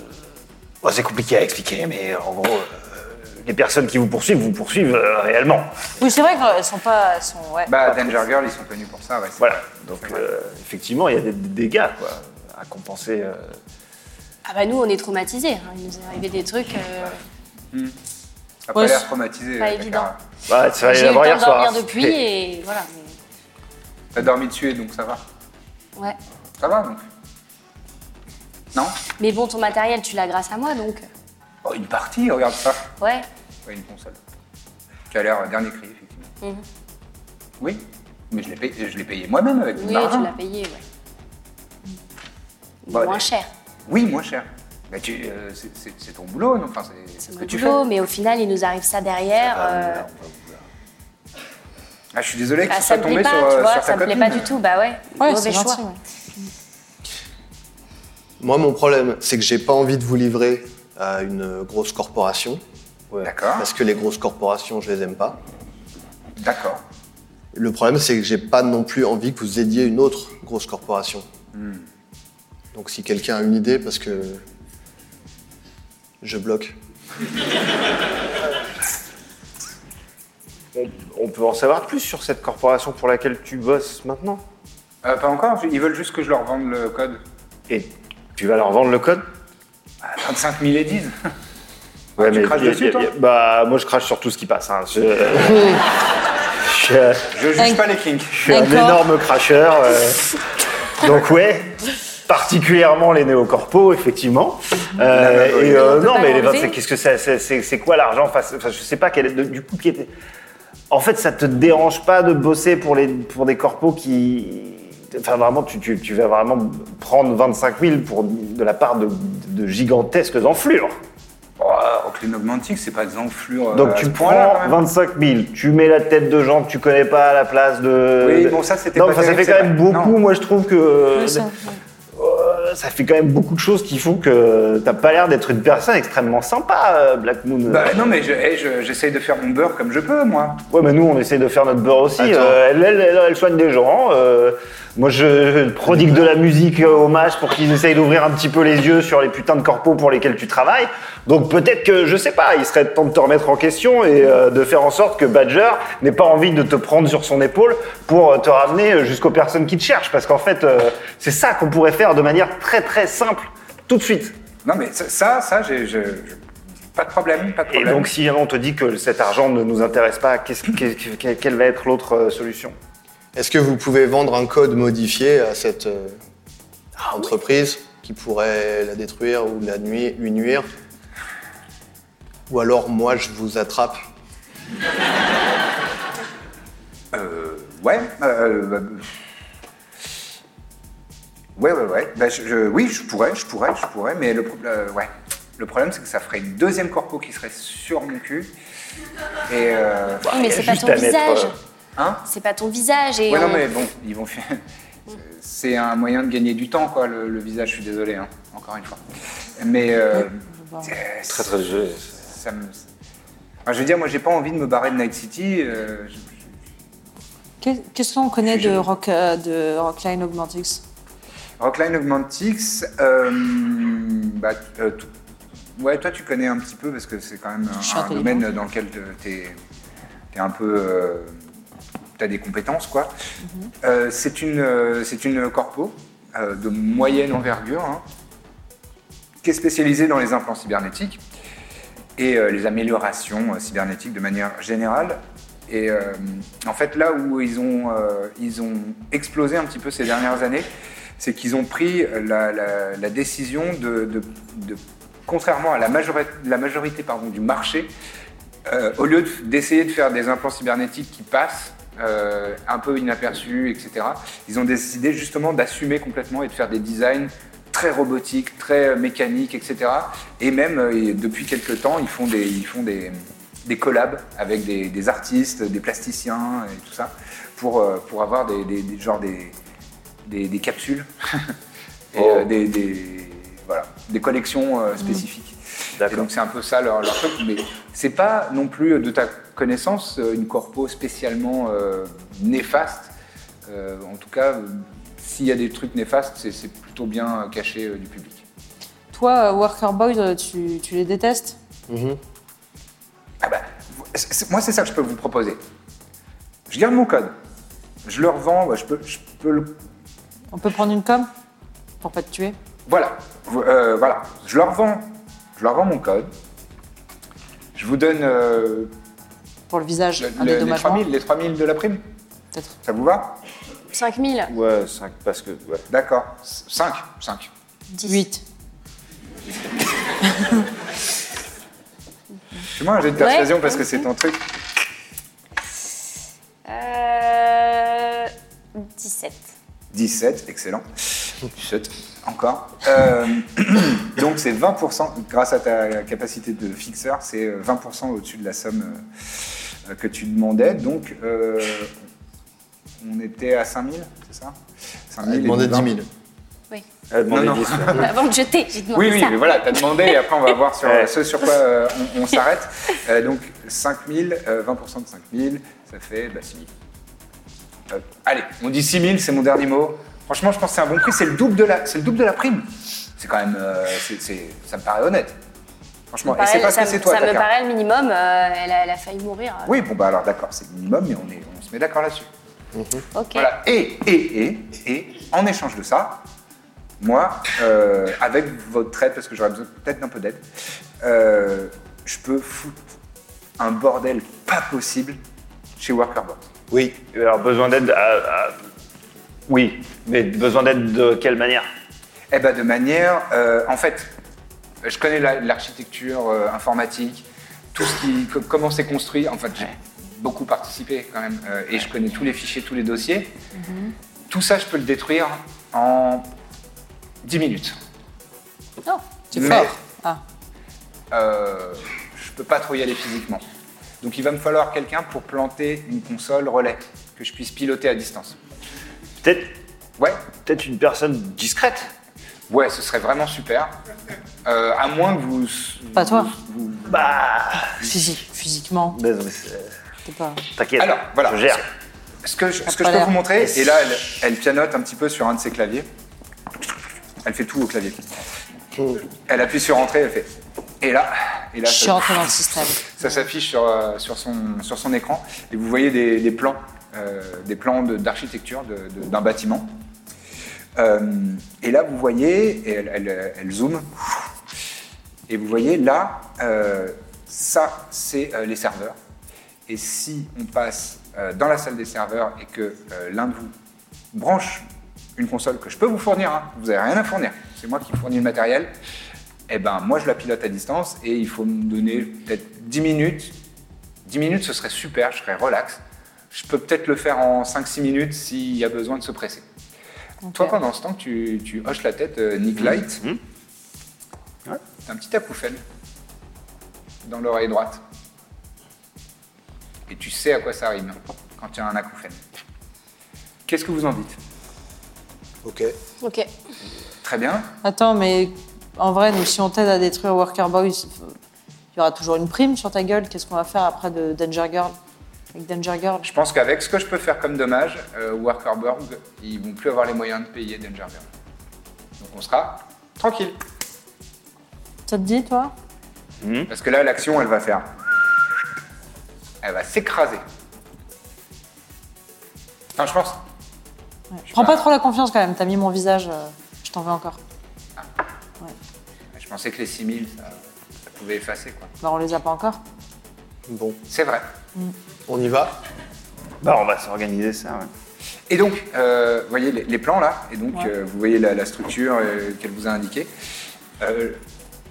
S3: Bon, c'est compliqué à expliquer, mais en gros, euh, les personnes qui vous poursuivent, vous poursuivent euh, réellement.
S2: Oui, c'est vrai qu'elles sont pas. elles sont, ouais.
S1: Bah, Danger Girl, ils sont connus pour ça. Ouais, c'est
S3: Voilà.
S1: vrai.
S3: Donc,
S1: C'est vrai.
S3: euh, effectivement, il y a des des dégâts quoi, à compenser. euh.
S5: Ah bah nous on est traumatisés, hein, il nous est arrivé des trucs. euh,
S1: T'as
S2: Ouais,
S1: pas l'air
S2: c'est
S1: traumatisé.
S5: pas
S1: euh,
S5: évident.
S1: Dakar.
S3: Bah, c'est vrai,
S5: J'ai eu
S3: la
S5: le temps
S3: voir
S5: de
S3: hier soir,
S5: dormir
S1: [LAUGHS]
S3: hein.
S5: depuis et voilà. mais-
S1: T'as dormi dessus et donc ça va.
S5: Ouais.
S1: Ça va donc Non
S5: Mais bon, ton matériel, tu l'as grâce à moi, donc
S1: Oh, Une partie, regarde ça.
S5: ouais.
S1: Ouais, une console. Tu as l'air euh, dernier cri, effectivement.
S5: Mhm.
S1: Oui, mais je l'ai payé, je l'ai payé moi-même avec mon
S5: Oui,
S1: argent.
S5: tu l'as payé, ouais.
S1: Bon,
S5: Moins
S1: allez.
S5: cher.
S1: Oui, moins cher. Bah, tu, euh, c'est- c'est c'est ton boulot, non enfin, c'est- c'est ce que
S5: Mon
S1: tu fais.
S5: boulot, mais au final, il nous arrive ça derrière. euh,
S1: Ah, je suis désolé que
S5: bah,
S1: ce
S5: ça
S1: soit
S5: me plaît
S1: tombé
S5: pas,
S1: sur, euh,
S5: tu vois,
S1: sur ta
S5: ça me plaît pas
S1: copine.
S5: du tout. Bah ouais, mauvais choix.
S2: gentil, ouais.
S4: moi, mon problème, c'est que j'ai pas envie de vous livrer à une grosse corporation,
S1: D'accord,
S4: parce que les grosses corporations, je les aime pas.
S1: d'accord.
S4: Le problème, c'est que j'ai pas non plus envie que vous aidiez une autre grosse corporation. Donc, si quelqu'un a une idée, parce que je bloque.
S3: On, on peut en savoir plus sur cette corporation pour laquelle tu bosses maintenant.
S1: Euh, pas encore, ils veulent juste que je leur vende le code.
S3: Et tu vas leur vendre le code
S1: Ah, 25 000 et 10
S3: Ouais,
S1: Ah, tu craches
S3: y a-
S1: dessus,
S3: y a-
S1: toi
S3: y a- Bah, moi, je crache sur tout ce qui passe. hein. Je, je-
S1: Je juge
S2: Un-
S1: pas les kinks.
S3: je suis un
S2: D'accord.
S3: énorme cracheur. euh. Donc, ouais, particulièrement les néocorpos, effectivement. Euh, et euh,
S5: On peut
S3: non,
S5: pas
S3: mais les
S5: l'enlever.
S3: 25, qu'est-ce que c'est c'est- C'est c'est quoi l'argent face- enfin, Je sais pas quel est le- du coup qui était. En fait, ça te dérange pas de bosser pour, les, pour des corpos qui. Enfin, vraiment, tu, tu- tu vas vraiment prendre 25 000 pour, de la part de, de gigantesques enflures.
S1: Oh, Auckland Augmenting, c'est pas des enflures. euh,
S3: Donc
S1: à
S3: tu
S1: ce
S3: prends
S1: point-là, quand même.
S3: 25 000, tu mets la tête de gens que tu connais pas à la place de.
S1: Oui,
S3: de-
S1: bon, ça, c'était
S3: Non,
S1: pas
S3: enfin, ça
S1: terrible,
S3: fait
S1: c'est
S3: quand même
S1: vrai.
S3: beaucoup.
S1: Non.
S3: Moi, je trouve que
S2: Ouais, ça, ouais.
S3: Euh, ça fait quand même beaucoup de choses qui font que t'as pas l'air d'être une personne extrêmement sympa, euh, Black Moon.
S1: Bah, non, mais je- eh, je- j'essaye de faire mon beurre comme je peux, moi.
S3: Ouais, mais nous, on essaie de faire notre beurre aussi.
S4: Attends.
S3: Euh, elle, elle, elle- elle soigne des gens. euh, moi, je, je prodigue de la musique euh, aux matchs pour qu'ils essayent d'ouvrir un petit peu les yeux sur les putains de corpos pour lesquels tu travailles. Donc peut-être que, je sais pas, il serait temps de te remettre en question et euh, de faire en sorte que Badger n'ait pas envie de te prendre sur son épaule pour euh, te ramener euh, jusqu'aux personnes qui te cherchent. Parce qu'en fait, euh, c'est ça qu'on pourrait faire de manière très très simple, tout de suite.
S1: Non, mais ça, ça, ça, j'ai- je- je- pas de problème, pas de
S3: Et
S1: problème.
S3: donc, si on te dit que cet argent ne nous intéresse pas, qu'est-ce- qu'est- qu'est- quelle va être l'autre euh, solution
S4: Est-ce que vous pouvez vendre un code modifié à cette euh, entreprise qui pourrait la détruire ou la nuire, lui nuire Ou alors moi je vous attrape
S3: Ah,
S1: Euh, ouais, euh, bah, ouais, ouais, ouais. Bah, je- je- oui, je pourrais, je pourrais, je pourrais, mais le, pro- euh, ouais. le problème, c'est que ça ferait une deuxième corpo qui serait sur mon cul. Et. euh,
S5: Oui, mais
S3: Il y a
S5: c'est pas
S3: juste
S5: ton
S3: à mettre,
S5: visage.
S3: euh,
S1: hein
S5: C'est pas ton visage. Et
S1: Ouais, non,
S5: on-
S1: mais bon, ils vont faire. C'est un moyen de gagner du temps, quoi, le, le visage, je suis désolé, hein, encore une fois. Mais. euh, euh,
S3: Très très joli.
S1: ça me- Enfin, je veux dire, moi, j'ai pas envie de me barrer de Night City. euh, je-
S2: Qu'est- Qu'est-ce qu'on connaît de, rock, euh, de Rockline Augmentix
S1: Rockline Augmentix, euh, bah, euh, tout- ouais, toi tu connais un petit peu parce que c'est quand même
S2: Je suis
S1: un, un
S2: intelligente.
S1: domaine dans lequel tu es, un peu. tu as des compétences quoi. Euh, c'est une, euh, c'est une corpo euh, de moyenne envergure hein, qui est spécialisée dans les implants cybernétiques et euh, les améliorations euh, cybernétiques de manière générale. Et euh, en fait, là où ils ont, euh, ils ont explosé un petit peu ces dernières années, c'est qu'ils ont pris la, la- la décision de, de- de- contrairement à la majorité, la majorité pardon, du marché, euh, au lieu de- d'essayer de faire des implants cybernétiques qui passent euh, un peu inaperçus, etc., ils ont décidé justement d'assumer complètement et de faire des designs très robotiques, très euh, mécaniques, etc. Et même, euh, et depuis quelques temps, ils font des, ils font des, des collabs avec des, des artistes, des plasticiens et tout ça, pour, euh, pour avoir des, des, des- genre des, des, des capsules [LAUGHS] et euh, des, des- voilà, des collections euh, spécifiques. Et
S3: D'accord.
S1: donc c'est un peu ça leur, leur truc, mais c'est pas non plus, euh, de ta connaissance, euh, une corpo spécialement euh, néfaste. Euh, en tout cas, euh, s'il y a des trucs néfastes, c'est- c'est plutôt bien euh, caché euh, du public.
S2: Toi, euh, Worker Boy, euh, tu, tu les détestes
S1: Ah bah, c'est- c'est- moi, c'est ça que je peux vous proposer. Je garde mon code. Je le revends, ouais, je peux, je peux le...
S2: On peut prendre une com pour pas te tuer
S1: Voilà, Vous- euh, voilà. Je leur vends, je leur vends mon code. Je vous donne euh,
S2: Pour le visage,
S1: le- le-
S2: un
S1: les
S2: dédommagement
S1: 3000, les 3000 de la prime.
S2: peut-être.
S1: Ça vous va
S5: 5000,
S3: Ouais, 5 parce que. Ouais.
S1: D'accord. 5, 5.
S5: 10.
S2: 8.
S1: Fais-moi un jet de persuasion parce que c'est ton truc.
S5: Euh,
S1: [LAUGHS]
S5: 17.
S1: 17, excellent. 17, encore. Euh, [CLEARS THROAT] donc c'est 20%, grâce à ta capacité de fixeur, c'est euh, 20% au-dessus de la somme euh, euh, que tu demandais. Donc euh, on était à 5000, c'est ça 5000
S4: Elle
S1: et
S4: demandait 10
S1: 20.
S4: 000.
S3: Elle a demandé
S1: Non, non.
S3: 10, ouais.
S5: Avant de jeter, j'ai demandé
S1: Oui, oui,
S5: ça.
S1: mais voilà, t'as demandé et après on va voir sur
S3: Ouais.
S1: ce sur quoi euh, on,
S5: [LAUGHS]
S1: on s'arrête. Euh, donc euh, 5000, 20% de 5000, ça fait bah, 6000. Euh, allez, on dit 6000, c'est mon dernier mot. Franchement, je pense que c'est un bon prix, c'est le double de la, c'est le double de la prime. C'est quand même, euh, c'est- c'est- ça me paraît honnête. Franchement, et c'est
S5: Pareil,
S1: parce
S5: ça
S1: que
S5: me-
S1: c'est toi,
S5: Ça me
S1: Takar.
S5: paraît le minimum. euh, elle, a, elle a failli mourir.
S1: Oui, bon bah alors d'accord, c'est le minimum, mais on, est, on se met d'accord là-dessus.
S5: Ok.
S1: Voilà. Et, et, et, et, en échange de ça, moi, euh, avec votre aide, parce que j'aurais besoin peut-être d'un peu d'aide, euh, je peux foutre un bordel pas possible chez Workerboard.
S4: Oui.
S3: Alors, besoin d'aide à- à- Oui, mais besoin d'aide de quelle manière
S1: Eh ben de manière, euh, en fait, je connais la- l'architecture euh, informatique, tout ce qui, co- comment c'est construit. En fait, j'ai beaucoup participé quand même, euh, et je connais tous les fichiers, tous les dossiers. Tout ça, je peux le détruire en 10 minutes.
S2: Non, tu es
S1: Mais-
S2: fort. Ah.
S1: Euh, je peux pas trop y aller physiquement. Donc il va me falloir quelqu'un pour planter une console relais que je puisse piloter à distance.
S3: Peut-être
S1: Ouais,
S3: peut une personne discrète
S1: ouais, ce serait vraiment super. Euh, à moins que vous.
S2: Pas toi.
S1: vous- vous-
S2: Physique, physiquement,
S3: Bah, Mais- mais c'est-
S2: t'es pas.
S3: T'inquiète,
S1: Alors, voilà.
S3: je gère.
S1: Ce que je, ce
S2: Ça
S1: que
S2: a
S1: je
S2: pas
S1: peux
S2: l'air.
S1: vous montrer, et là, elle, elle pianote un petit peu sur un de ses claviers. Elle fait tout au clavier. Elle appuie sur entrée, elle fait. Et là, et là,
S2: Je suis
S1: ça,
S2: rentrée dans le système.
S1: ça s'affiche sur, euh, sur, son, sur son écran. Et vous voyez des, des plans, euh, des plans de- d'architecture de- de- d'un bâtiment. Euh, et là, vous voyez, et elle, elle- elle zoome, et vous voyez là, euh, ça, c'est euh, les serveurs. Et si on passe euh, dans la salle des serveurs et que euh, l'un de vous branche une console que je peux vous fournir, hein, vous n'avez rien à fournir, c'est moi qui fournis le matériel, eh ben moi je la pilote à distance et il faut me donner peut-être 10 minutes. 10 minutes, ce serait super, je serais relax. Je peux peut-être le faire en 5-6 minutes s'il y a besoin de se presser. Toi, pendant ce temps, tu, tu hoches la tête, euh, Nick Light. T'as un petit acouphène dans l'oreille droite. Et tu sais à quoi ça rime quand tu as un acouphène. Qu'est-ce que vous en dites
S4: Ok.
S5: Ok.
S1: Très bien.
S2: Attends, mais en vrai, nous, si on t'aide à détruire Worker Boys, il y aura toujours une prime sur ta gueule. Qu'est-ce qu'on va faire après de Danger Girl Avec Danger Girl
S1: Je pense qu'avec ce que je peux faire comme dommage, euh, Workerborg, ils vont plus avoir les moyens de payer Danger Girl. Donc on sera tranquille.
S2: Ça te dit, toi
S1: Parce que là, l'action, elle va faire. Elle va s'écraser. Enfin, je pense. Je
S2: Prends
S1: sais
S2: pas trop la confiance quand même, t'as mis mon visage, euh, je t'en veux encore.
S1: Je pensais que les 6000, ça, ça pouvait effacer, quoi.
S2: Bah, on les a pas encore.
S4: Bon,
S1: C'est vrai.
S4: on y va.
S3: Bah, on va s'organiser ça. ouais.
S1: Et donc, euh, vous voyez les, les plans là, et donc euh, vous voyez la, la structure euh, qu'elle vous a indiquée. Euh,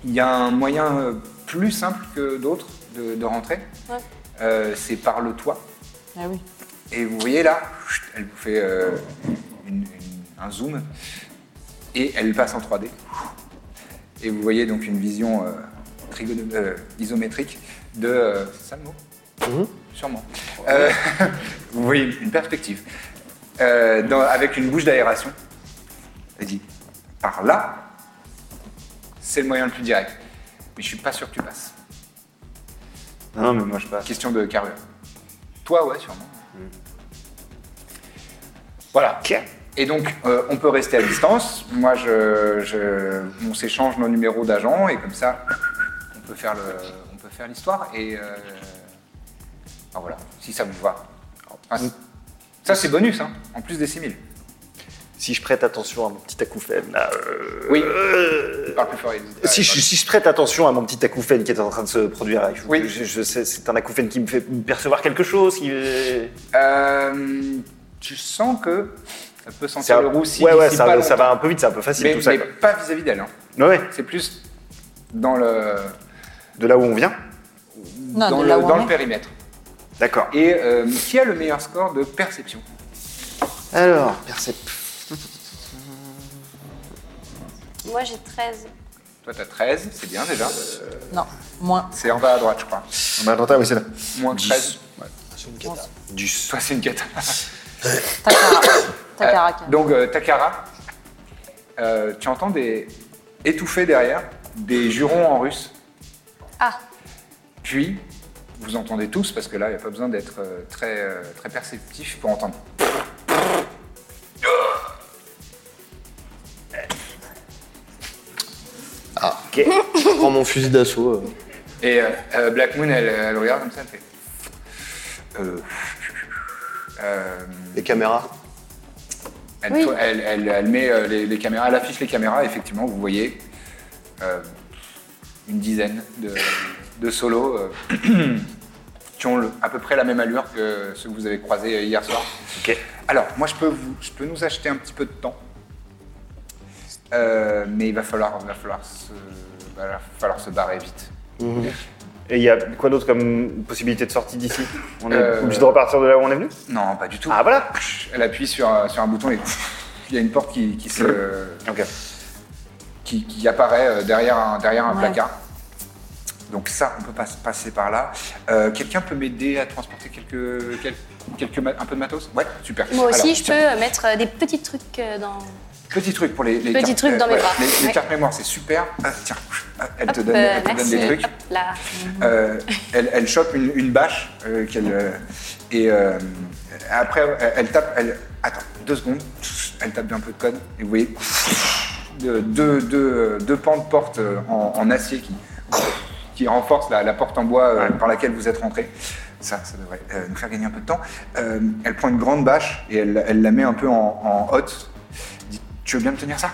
S1: Il y a un moyen euh, plus simple que d'autres de, de rentrer.
S5: Ouais.
S1: Euh, C'est par le toit.
S2: Ah oui.
S1: Et vous voyez là, chut, elle vous fait euh, une- une- un zoom et elle passe en 3D. Et vous voyez donc une vision euh, trigono- euh, isométrique de. euh, c'est ça le mot
S3: Mhm.
S1: Sûrement. Euh, [LAUGHS] vous voyez une perspective euh, dans- avec une bouche d'aération. Elle dit par là, c'est le moyen le plus direct. Mais je suis pas sûr que tu passes.
S3: Non, mais moi je passe.
S1: Question de carrure. Toi, ouais, sûrement. Voilà. Et donc, euh, on peut rester à distance. Moi, je, je- on s'échange nos numéros d'agent et comme ça, on peut faire le, on peut faire l'histoire. Et euh, alors voilà, si ça vous va. Enfin, c'est- ça, c'est bonus, hein, en plus des 6000.
S3: Si je prête attention à mon petit acouphène, là. euh,
S1: Oui.
S3: euh,
S1: Parle plus fort. Elise.
S3: si, je, si je prête attention à mon petit acouphène qui est en train de se produire, là, je-
S1: Oui.
S3: je- je sais, c'est un acouphène qui me fait percevoir quelque chose. qui-
S1: Euh, tu sens que ça peut
S3: C'est
S1: sentir
S3: un-
S1: le roussi.
S3: ouais, ouais,
S1: d'ici
S3: ça,
S1: pas
S3: ça va
S1: longtemps.
S3: un peu vite, c'est un peu facile
S1: Mais,
S3: tout ça.
S1: mais
S3: quoi.
S1: pas vis-à-vis d'elle. hein.
S3: Ouais,
S1: C'est plus dans le,
S3: de là où on vient.
S2: Non,
S1: dans
S2: de
S1: le,
S2: là où on
S1: dans le
S2: est.
S1: périmètre.
S3: D'accord.
S1: Et euh, qui a le meilleur score de perception
S3: Alors, percep.
S5: Moi j'ai 13.
S1: Toi, t'as 13, c'est bien déjà.
S2: Non, moins.
S1: C'est en bas à droite, je crois.
S3: On a un attentat, oui, c'est là.
S1: Moins que 13.
S3: Du
S1: Toi, c'est une cata.
S2: Takara. Takara. quand même.
S1: Donc, euh, Takara, euh, tu entends des étouffés derrière, des jurons en russe.
S5: Ah,
S1: Puis, vous entendez tous, parce que là, il n'y a pas besoin d'être euh, très, euh, très perceptif pour entendre.
S4: Je prends mon fusil d'assaut. euh.
S1: Et euh, euh, Black Moon, elle, elle regarde comme ça, elle fait. Euh, euh,
S4: Les caméras.
S1: Elle,
S5: Oui.
S1: elle- elle- elle met euh, les, les caméras, elle affiche les caméras, effectivement, vous voyez euh, une dizaine de, de solos euh, [CLEARS THROAT] qui ont le- à peu près la même allure que ceux que vous avez croisés euh, hier soir.
S3: Ok.
S1: Alors, moi, je peux, vous, je peux nous acheter un petit peu de temps, Euh, mais il va falloir, va falloir, se, va falloir se barrer vite.
S3: Et il y a quoi d'autre comme possibilité de sortie d'ici On est
S1: Euh,
S3: obligé de repartir de là où on est venu
S1: Non, pas du tout.
S3: Ah voilà
S1: Elle appuie sur, un- sur un bouton et il y a une porte qui, qui se,
S3: Ok.
S1: qui, qui apparaît euh, derrière un, derrière un
S2: Ouais.
S1: placard. Donc ça, on peut pas passer par là. Euh, Quelqu'un peut m'aider à transporter quelques, quel- quelques ma- un peu de matos Ouais, super.
S5: Moi aussi,
S1: Alors,
S5: je peux
S1: tiens,
S5: euh, mettre euh, des petits trucs euh, dans.
S1: Petit truc pour les, les
S5: Petit
S1: cartes- euh,
S5: truc dans mes bras.
S1: Les, les
S5: Ouais.
S1: cartes mémoire, c'est super. Ah, tiens, ah, elle te
S5: Hop,
S1: donne,
S5: euh,
S1: elle te donne
S5: merci.
S1: des trucs.
S5: Hop, là.
S1: Euh, elle, elle chope une, une bâche euh, qu'elle euh, et euh, après elle, elle tape. Elle, attends deux secondes. Elle tape un peu de code et vous voyez de- deux, deux- deux pans de porte euh, en, en acier qui qui renforcent la, la porte en bois euh, par laquelle vous êtes rentré. Ça, ça devrait euh, nous faire gagner un peu de temps. Euh, elle prend une grande bâche et elle, elle la met un peu en, en haute. Dit, tu veux bien me tenir ça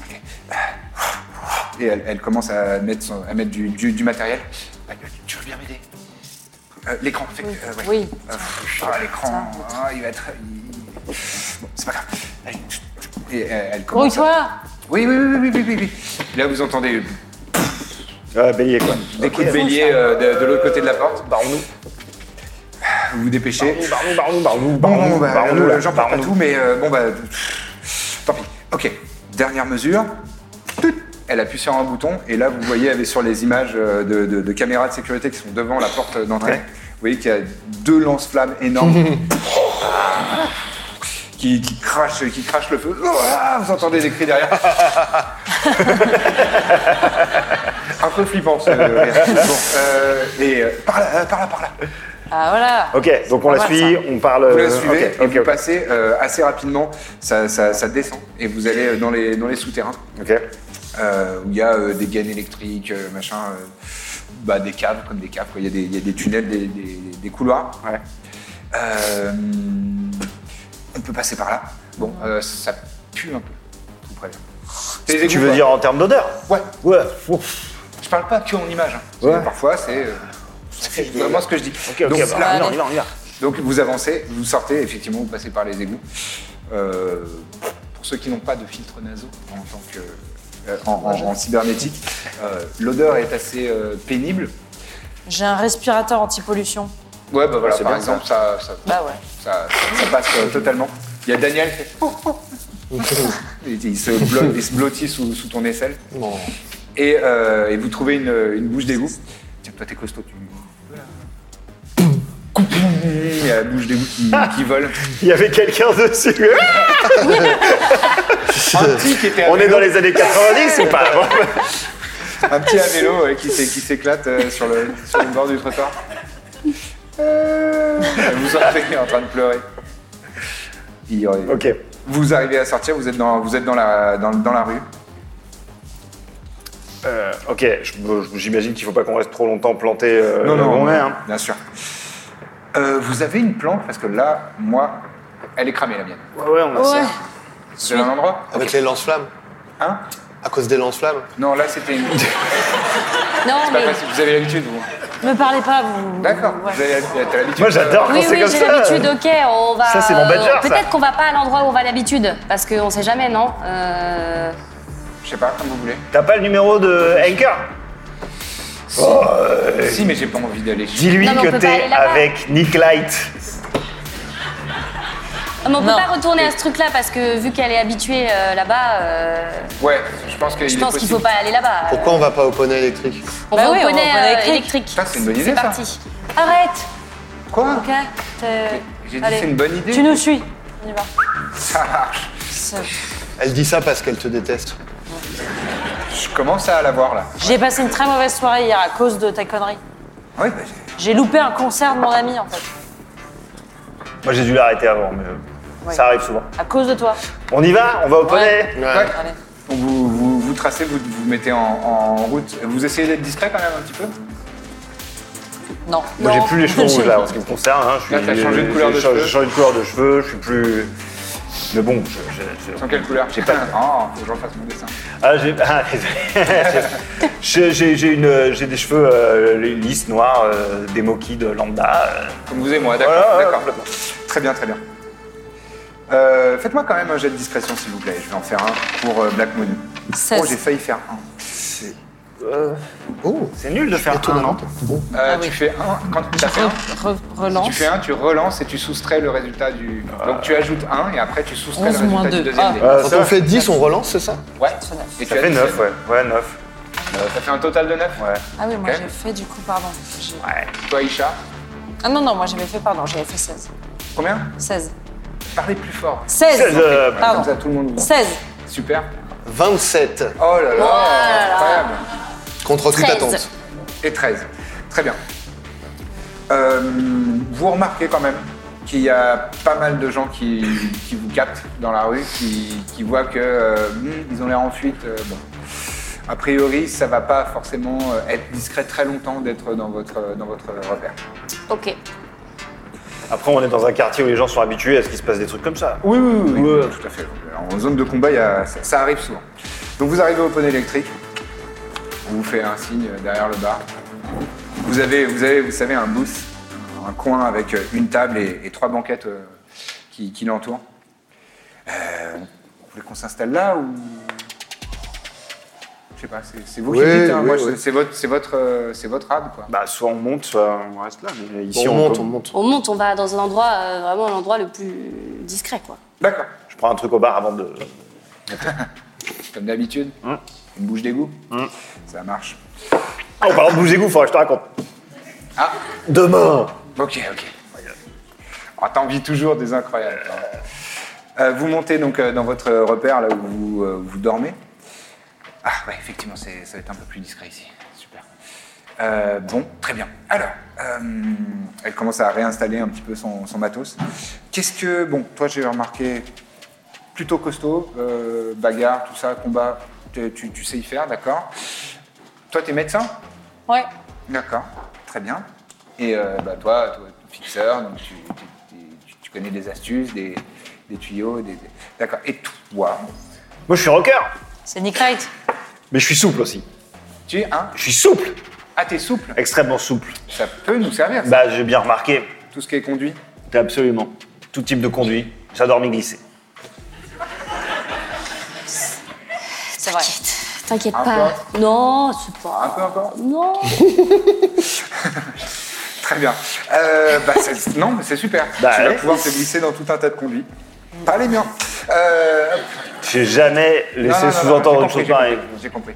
S1: Ok. Et elle, elle commence à mettre, son- à mettre du, du- du matériel. Ah, Tu veux bien m'aider Euh, L'écran, fait- euh, ouais.
S2: Oui.
S1: Euh, ah, l'écran, ah, il va être. il- Bon, c'est pas grave. Allez. Et euh, elle, elle commence. à-
S2: Grouille-toi
S1: Oui, oui, oui, oui, oui, oui, oui. Là, vous entendez
S3: Ah, bélier quoi.
S1: des coups de bélier euh, de, de l'autre côté de la porte.
S3: Barre-nous.
S1: Vous vous dépêchez.
S3: Barre-nous, barre-nous, barre-nous,
S1: Bon, bon,
S3: barre-nous,
S1: bah,
S3: barre-nous,
S1: euh,
S3: là,
S1: j'en parle pas
S3: barre-nous.
S1: tout, mais euh, bon, bah. pff, Tant pis. Ok, dernière mesure. Tout. Elle appuie sur un bouton, et là, vous voyez, avec sur les images euh, de, de- de caméras de sécurité qui sont devant la porte d'entrée, vous voyez qu'il y a deux lance-flammes énormes qui, qui, crachent, qui crachent le feu. Ouah, Vous entendez des cris derrière. un peu flippant ce rire. Bon, euh, et euh, par là, euh, par là, par là.
S2: Ah voilà.
S3: Ok, donc on
S2: Pas
S3: la
S2: mal,
S3: suit,
S2: ça.
S3: on parle.
S1: Vous la
S3: euh,
S1: suivez
S3: ok,
S1: et
S3: ok,
S1: vous passez euh, assez rapidement, ça, ça- ça descend et vous allez euh, dans les, dans les souterrains
S3: ok. Ok.
S1: euh, où il y a euh, des gaines électriques, euh, machin, euh, bah, des caves comme des caves, quoi. il y, a des- il y a des tunnels, des, des- des couloirs.
S3: Ouais.
S1: Euh, on peut passer par là. Bon, euh, ça pue un peu, tout près. T'es
S3: Tu
S1: dégoût,
S3: veux
S1: quoi.
S3: dire en termes d'odeur
S1: Ouais,
S3: Ouais. Ouf.
S1: je parle pas que en image. hein. Parce que
S3: Ouais.
S1: Parfois, c'est euh, c'est vraiment ce que je dis.
S3: Ok, ok,
S1: Donc,
S3: bah,
S1: là,
S3: on y va, on y va, on y va.
S1: Donc vous avancez, vous sortez, effectivement, vous passez par les égouts. Euh, pour ceux qui n'ont pas de filtre nasaux en tant que euh, en, en- en cybernétique, euh, l'odeur est assez euh, pénible.
S2: J'ai un respirateur anti-pollution.
S1: Ouais, bah voilà,
S3: c'est
S1: par
S3: bien,
S1: exemple, ça, ça,
S2: Bah ouais.
S1: ça- ça passe euh, totalement. Il y a Daniel qui fait Oh, [LAUGHS] oh. il, il se blo- il se blottit sous, sous ton aisselle. Et, euh, et vous trouvez une, une bouche d'égout. Tiens, toi, t'es costaud, tu. Il y a la bouche d'égout qui, qui vole.
S3: Il y avait
S1: [LAUGHS]
S3: quelqu'un dessus.
S1: Un petit qui était à
S3: On est
S1: vélo.
S3: dans les années 90 ou pas [LAUGHS] Bon.
S1: Un petit à vélo ouais, qui s'é- qui s'éclate euh, sur, le, sur le bord du trottoir. Euh, vous sortez en train de pleurer. Il y aurait-
S3: Ok.
S1: Vous arrivez à sortir, vous êtes dans, vous êtes dans, la, dans, dans la rue.
S3: Euh, ok, je- j'imagine qu'il faut pas qu'on reste trop longtemps planté euh, là où on est. hein.
S1: Bien sûr. Euh, vous avez une plante parce que là, moi, elle est cramée la mienne.
S3: Ouais, ouais, on a ça.
S2: Ouais.
S1: Vous avez un endroit
S4: Avec les lance-flammes
S1: Hein
S4: À cause des lance-flammes
S1: Non, là c'était une.
S2: Non,
S1: Pas
S2: mais
S1: facile, vous avez l'habitude, vous.
S2: me parlez pas, vous.
S1: D'accord,
S2: Ouais.
S1: vous avez t'as l'habitude. euh,
S3: Moi j'adore quand
S5: Oui,
S3: c'est
S5: oui,
S3: comme
S5: j'ai
S3: ça.
S5: l'habitude, ok, on va. euh,
S3: Ça, c'est mon badger, ça.
S5: Peut-être qu'on va pas à l'endroit où on va d'habitude, parce qu'on sait jamais, non Euh,
S1: Je sais pas, comme vous voulez.
S3: T'as pas le numéro de Anker Euh,
S1: Si, mais j'ai pas envie d'aller.
S3: Dis-lui
S5: Non, mais on
S3: que
S5: peut pas
S3: t'es
S5: aller là-bas.
S3: avec Nick Light.
S5: Mais on peut
S2: Non.
S5: pas retourner à ce truc-là, parce que vu qu'elle est habituée euh, là-bas, euh,
S1: Ouais, je pense qu'il
S5: je
S1: est
S5: pense qu'il faut
S1: possible.
S5: pas aller là-bas.
S4: Pourquoi on va pas au poney électrique
S5: On
S2: Bah
S5: va
S2: oui,
S5: au
S2: on va au
S5: poney
S2: poney
S5: euh,
S2: électrique.
S5: électrique.
S1: Ça, c'est une bonne idée,
S5: C'est
S1: ça.
S5: parti.
S2: Arrête.
S1: Quoi
S2: Ok. t'es-
S1: J'ai dit
S2: Allez.
S1: c'est une bonne idée.
S2: Tu nous suis. On y va.
S1: Ça marche.
S2: Ça-
S4: Elle dit ça parce qu'elle te déteste.
S1: Je commence à la voir là.
S2: J'ai passé une très mauvaise soirée hier à cause de ta connerie.
S1: Oui, bah, j'ai-
S2: J'ai loupé un concert de mon ami en fait,
S3: Moi j'ai dû l'arrêter avant, mais euh,
S2: Ouais.
S3: ça arrive souvent.
S2: à cause de toi.
S3: On y va On va au poney
S4: Ouais.
S1: Ouais.
S2: Allez.
S1: Donc vous, vous, vous tracez, vous vous mettez en, en route. Vous essayez d'être discret quand même un petit peu
S2: Non.
S3: Moi j'ai
S2: Non.
S5: [LAUGHS]
S3: plus les cheveux rouges là en ce qui me concerne. hein, je suis,
S1: Là, t'as changé de couleur de
S3: j'ai changé-
S1: cheveux.
S3: changé de couleur de cheveux, je suis plus. Mais bon, je, je- je-
S1: Sans quelle couleur
S3: J'ai pas-
S1: Ah, faut que je refasse mon dessin.
S3: Ah, j'ai [LAUGHS] ah, j'ai- j'ai- j'ai une- j'ai des cheveux euh, lisses, noirs, euh, des moquis de lambda. euh,
S1: Comme vous et moi, d'accord.
S3: Voilà, ouais,
S1: d'accord.
S3: complètement.
S1: Très bien, très bien. Euh, Faites-moi quand même un jet de discrétion, s'il vous plaît. Je vais en faire un pour euh, Black Moon.
S2: Seize.
S1: Oh, j'ai failli faire un.
S4: Oh,
S3: C'est nul de faire un. non
S4: étonnante. Bon.
S1: Euh,
S2: Ah
S1: tu
S2: oui.
S1: fais un. Quand tu as fait un,
S2: [LAUGHS] Re- re-
S1: si tu
S2: relance.
S1: fais un, tu relances et tu soustrais le résultat du.
S3: Ah.
S1: Donc tu ajoutes un et après tu soustrais le
S2: 11 moins
S1: résultat du
S2: deux.
S1: deuxième.
S2: Ah.
S1: dé.
S3: Euh,
S4: Quand
S3: ça,
S4: on fait 10, on relance, c'est ça
S1: Ouais.
S2: Ça
S1: Et
S2: fait neuf.
S3: ça
S1: tu as
S3: fait 9,
S1: 17.
S3: ouais. Ouais, 9.
S1: Euh, Ça fait un total de 9
S3: Ouais.
S2: Ah oui, moi
S1: Ok.
S2: j'ai fait du coup, pardon. j'ai-
S1: Toi, Isha,
S2: Ah non, non, moi j'avais fait, pardon, j'avais fait 16.
S1: combien
S2: 16.
S1: Parlez plus fort.
S2: 16
S3: Euh,
S1: Ouais,
S2: Pardon.
S1: Comme ça, tout le monde. voit.
S2: 16
S1: Super.
S4: 27
S1: Oh là là, incroyable.
S4: contre toute
S2: 13.
S4: attente.
S1: et 13. Très bien. Euh, vous remarquez quand même qu'il y a pas mal de gens qui, qui vous captent dans la rue, qui, qui voient que euh, hmm, ils ont l'air en fuite. euh, bon. A priori, ça va pas forcément euh, être discret très longtemps d'être dans votre, dans votre repère.
S5: Ok.
S3: Après, on est dans un quartier où les gens sont habitués à ce qu'il se passe des trucs comme ça.
S1: Oui, oui, oui, oui, tout à fait. En zone de combat, il y a- ça, ça arrive souvent. Donc vous arrivez au poney électrique, on vous fait un signe derrière le bar. Vous avez, vous avez, vous savez, un booth, un coin avec euh, une table et, et trois banquettes euh, qui, qui l'entourent. Euh, vous voulez qu'on s'installe là ou Je sais pas, c'est- c'est vous qui
S4: Oui,
S1: dites. hein.
S4: oui,
S1: Moi,
S4: oui.
S1: je- c'est votre, c'est votre, euh, c'est votre rade, quoi.
S3: Bah, soit on monte, soit on reste là. Mais ici,
S4: on, monte,
S3: peut-
S4: on monte.
S5: On monte, on va dans un endroit, euh, vraiment l'endroit le plus discret, quoi.
S1: D'accord.
S3: Je prends un truc au bar avant de.
S1: Comme d'habitude, une bouche d'égout, ça marche.
S3: Ah, on parle de bouger goût, faudrait que je te raconte.
S1: Ah.
S3: Demain
S1: Ok, ok. Oh, T'envies toujours des incroyables. hein. Euh, vous montez donc euh, dans votre repère, là où vous, euh, vous dormez. Ah ouais, effectivement, c'est- ça va être un peu plus discret ici. Super. Euh, bon, très bien. Alors, euh, elle commence à réinstaller un petit peu son, son matos. Qu'est-ce que... Bon, toi, j'ai remarqué plutôt costaud, euh, bagarre, tout ça, combat, tu, tu- tu sais y faire, d'accord. Toi, t'es médecin
S2: Ouais.
S1: D'accord, très bien. Et euh, bah, toi, toi, fixeur, donc tu, tu- tu- tu connais des astuces, des, des tuyaux, des. des- D'accord. Et toi,
S3: Moi, je suis rocker,
S2: C'est Nick
S1: [LAUGHS]
S2: Knight.
S3: mais je suis souple aussi.
S1: tu es un.
S3: Je suis souple
S1: Ah, t'es souple
S3: Extrêmement souple.
S1: Ça peut nous servir, ça,
S3: Bah, j'ai bien remarqué.
S1: tout ce qui est conduit.
S3: Absolument. Tout type de conduit. J'adore m'y glisser.
S2: C'est vrai.
S5: T'inquiète
S1: Un
S5: pas. Non, c'est
S1: Un
S5: pas.
S1: peu encore
S5: Non.
S1: [LAUGHS] Très bien. Euh, bah, c'est- non, mais c'est super.
S3: Bah,
S1: tu vas
S3: allez.
S1: pouvoir te glisser dans tout un tas de conduits. Parlez bien. Euh,
S3: J'ai jamais
S1: Non, non,
S3: laissé
S1: non, non,
S3: sous-entendre
S1: j'ai compris,
S3: une chose
S1: j'ai
S3: pareille.
S1: compris, J'ai compris.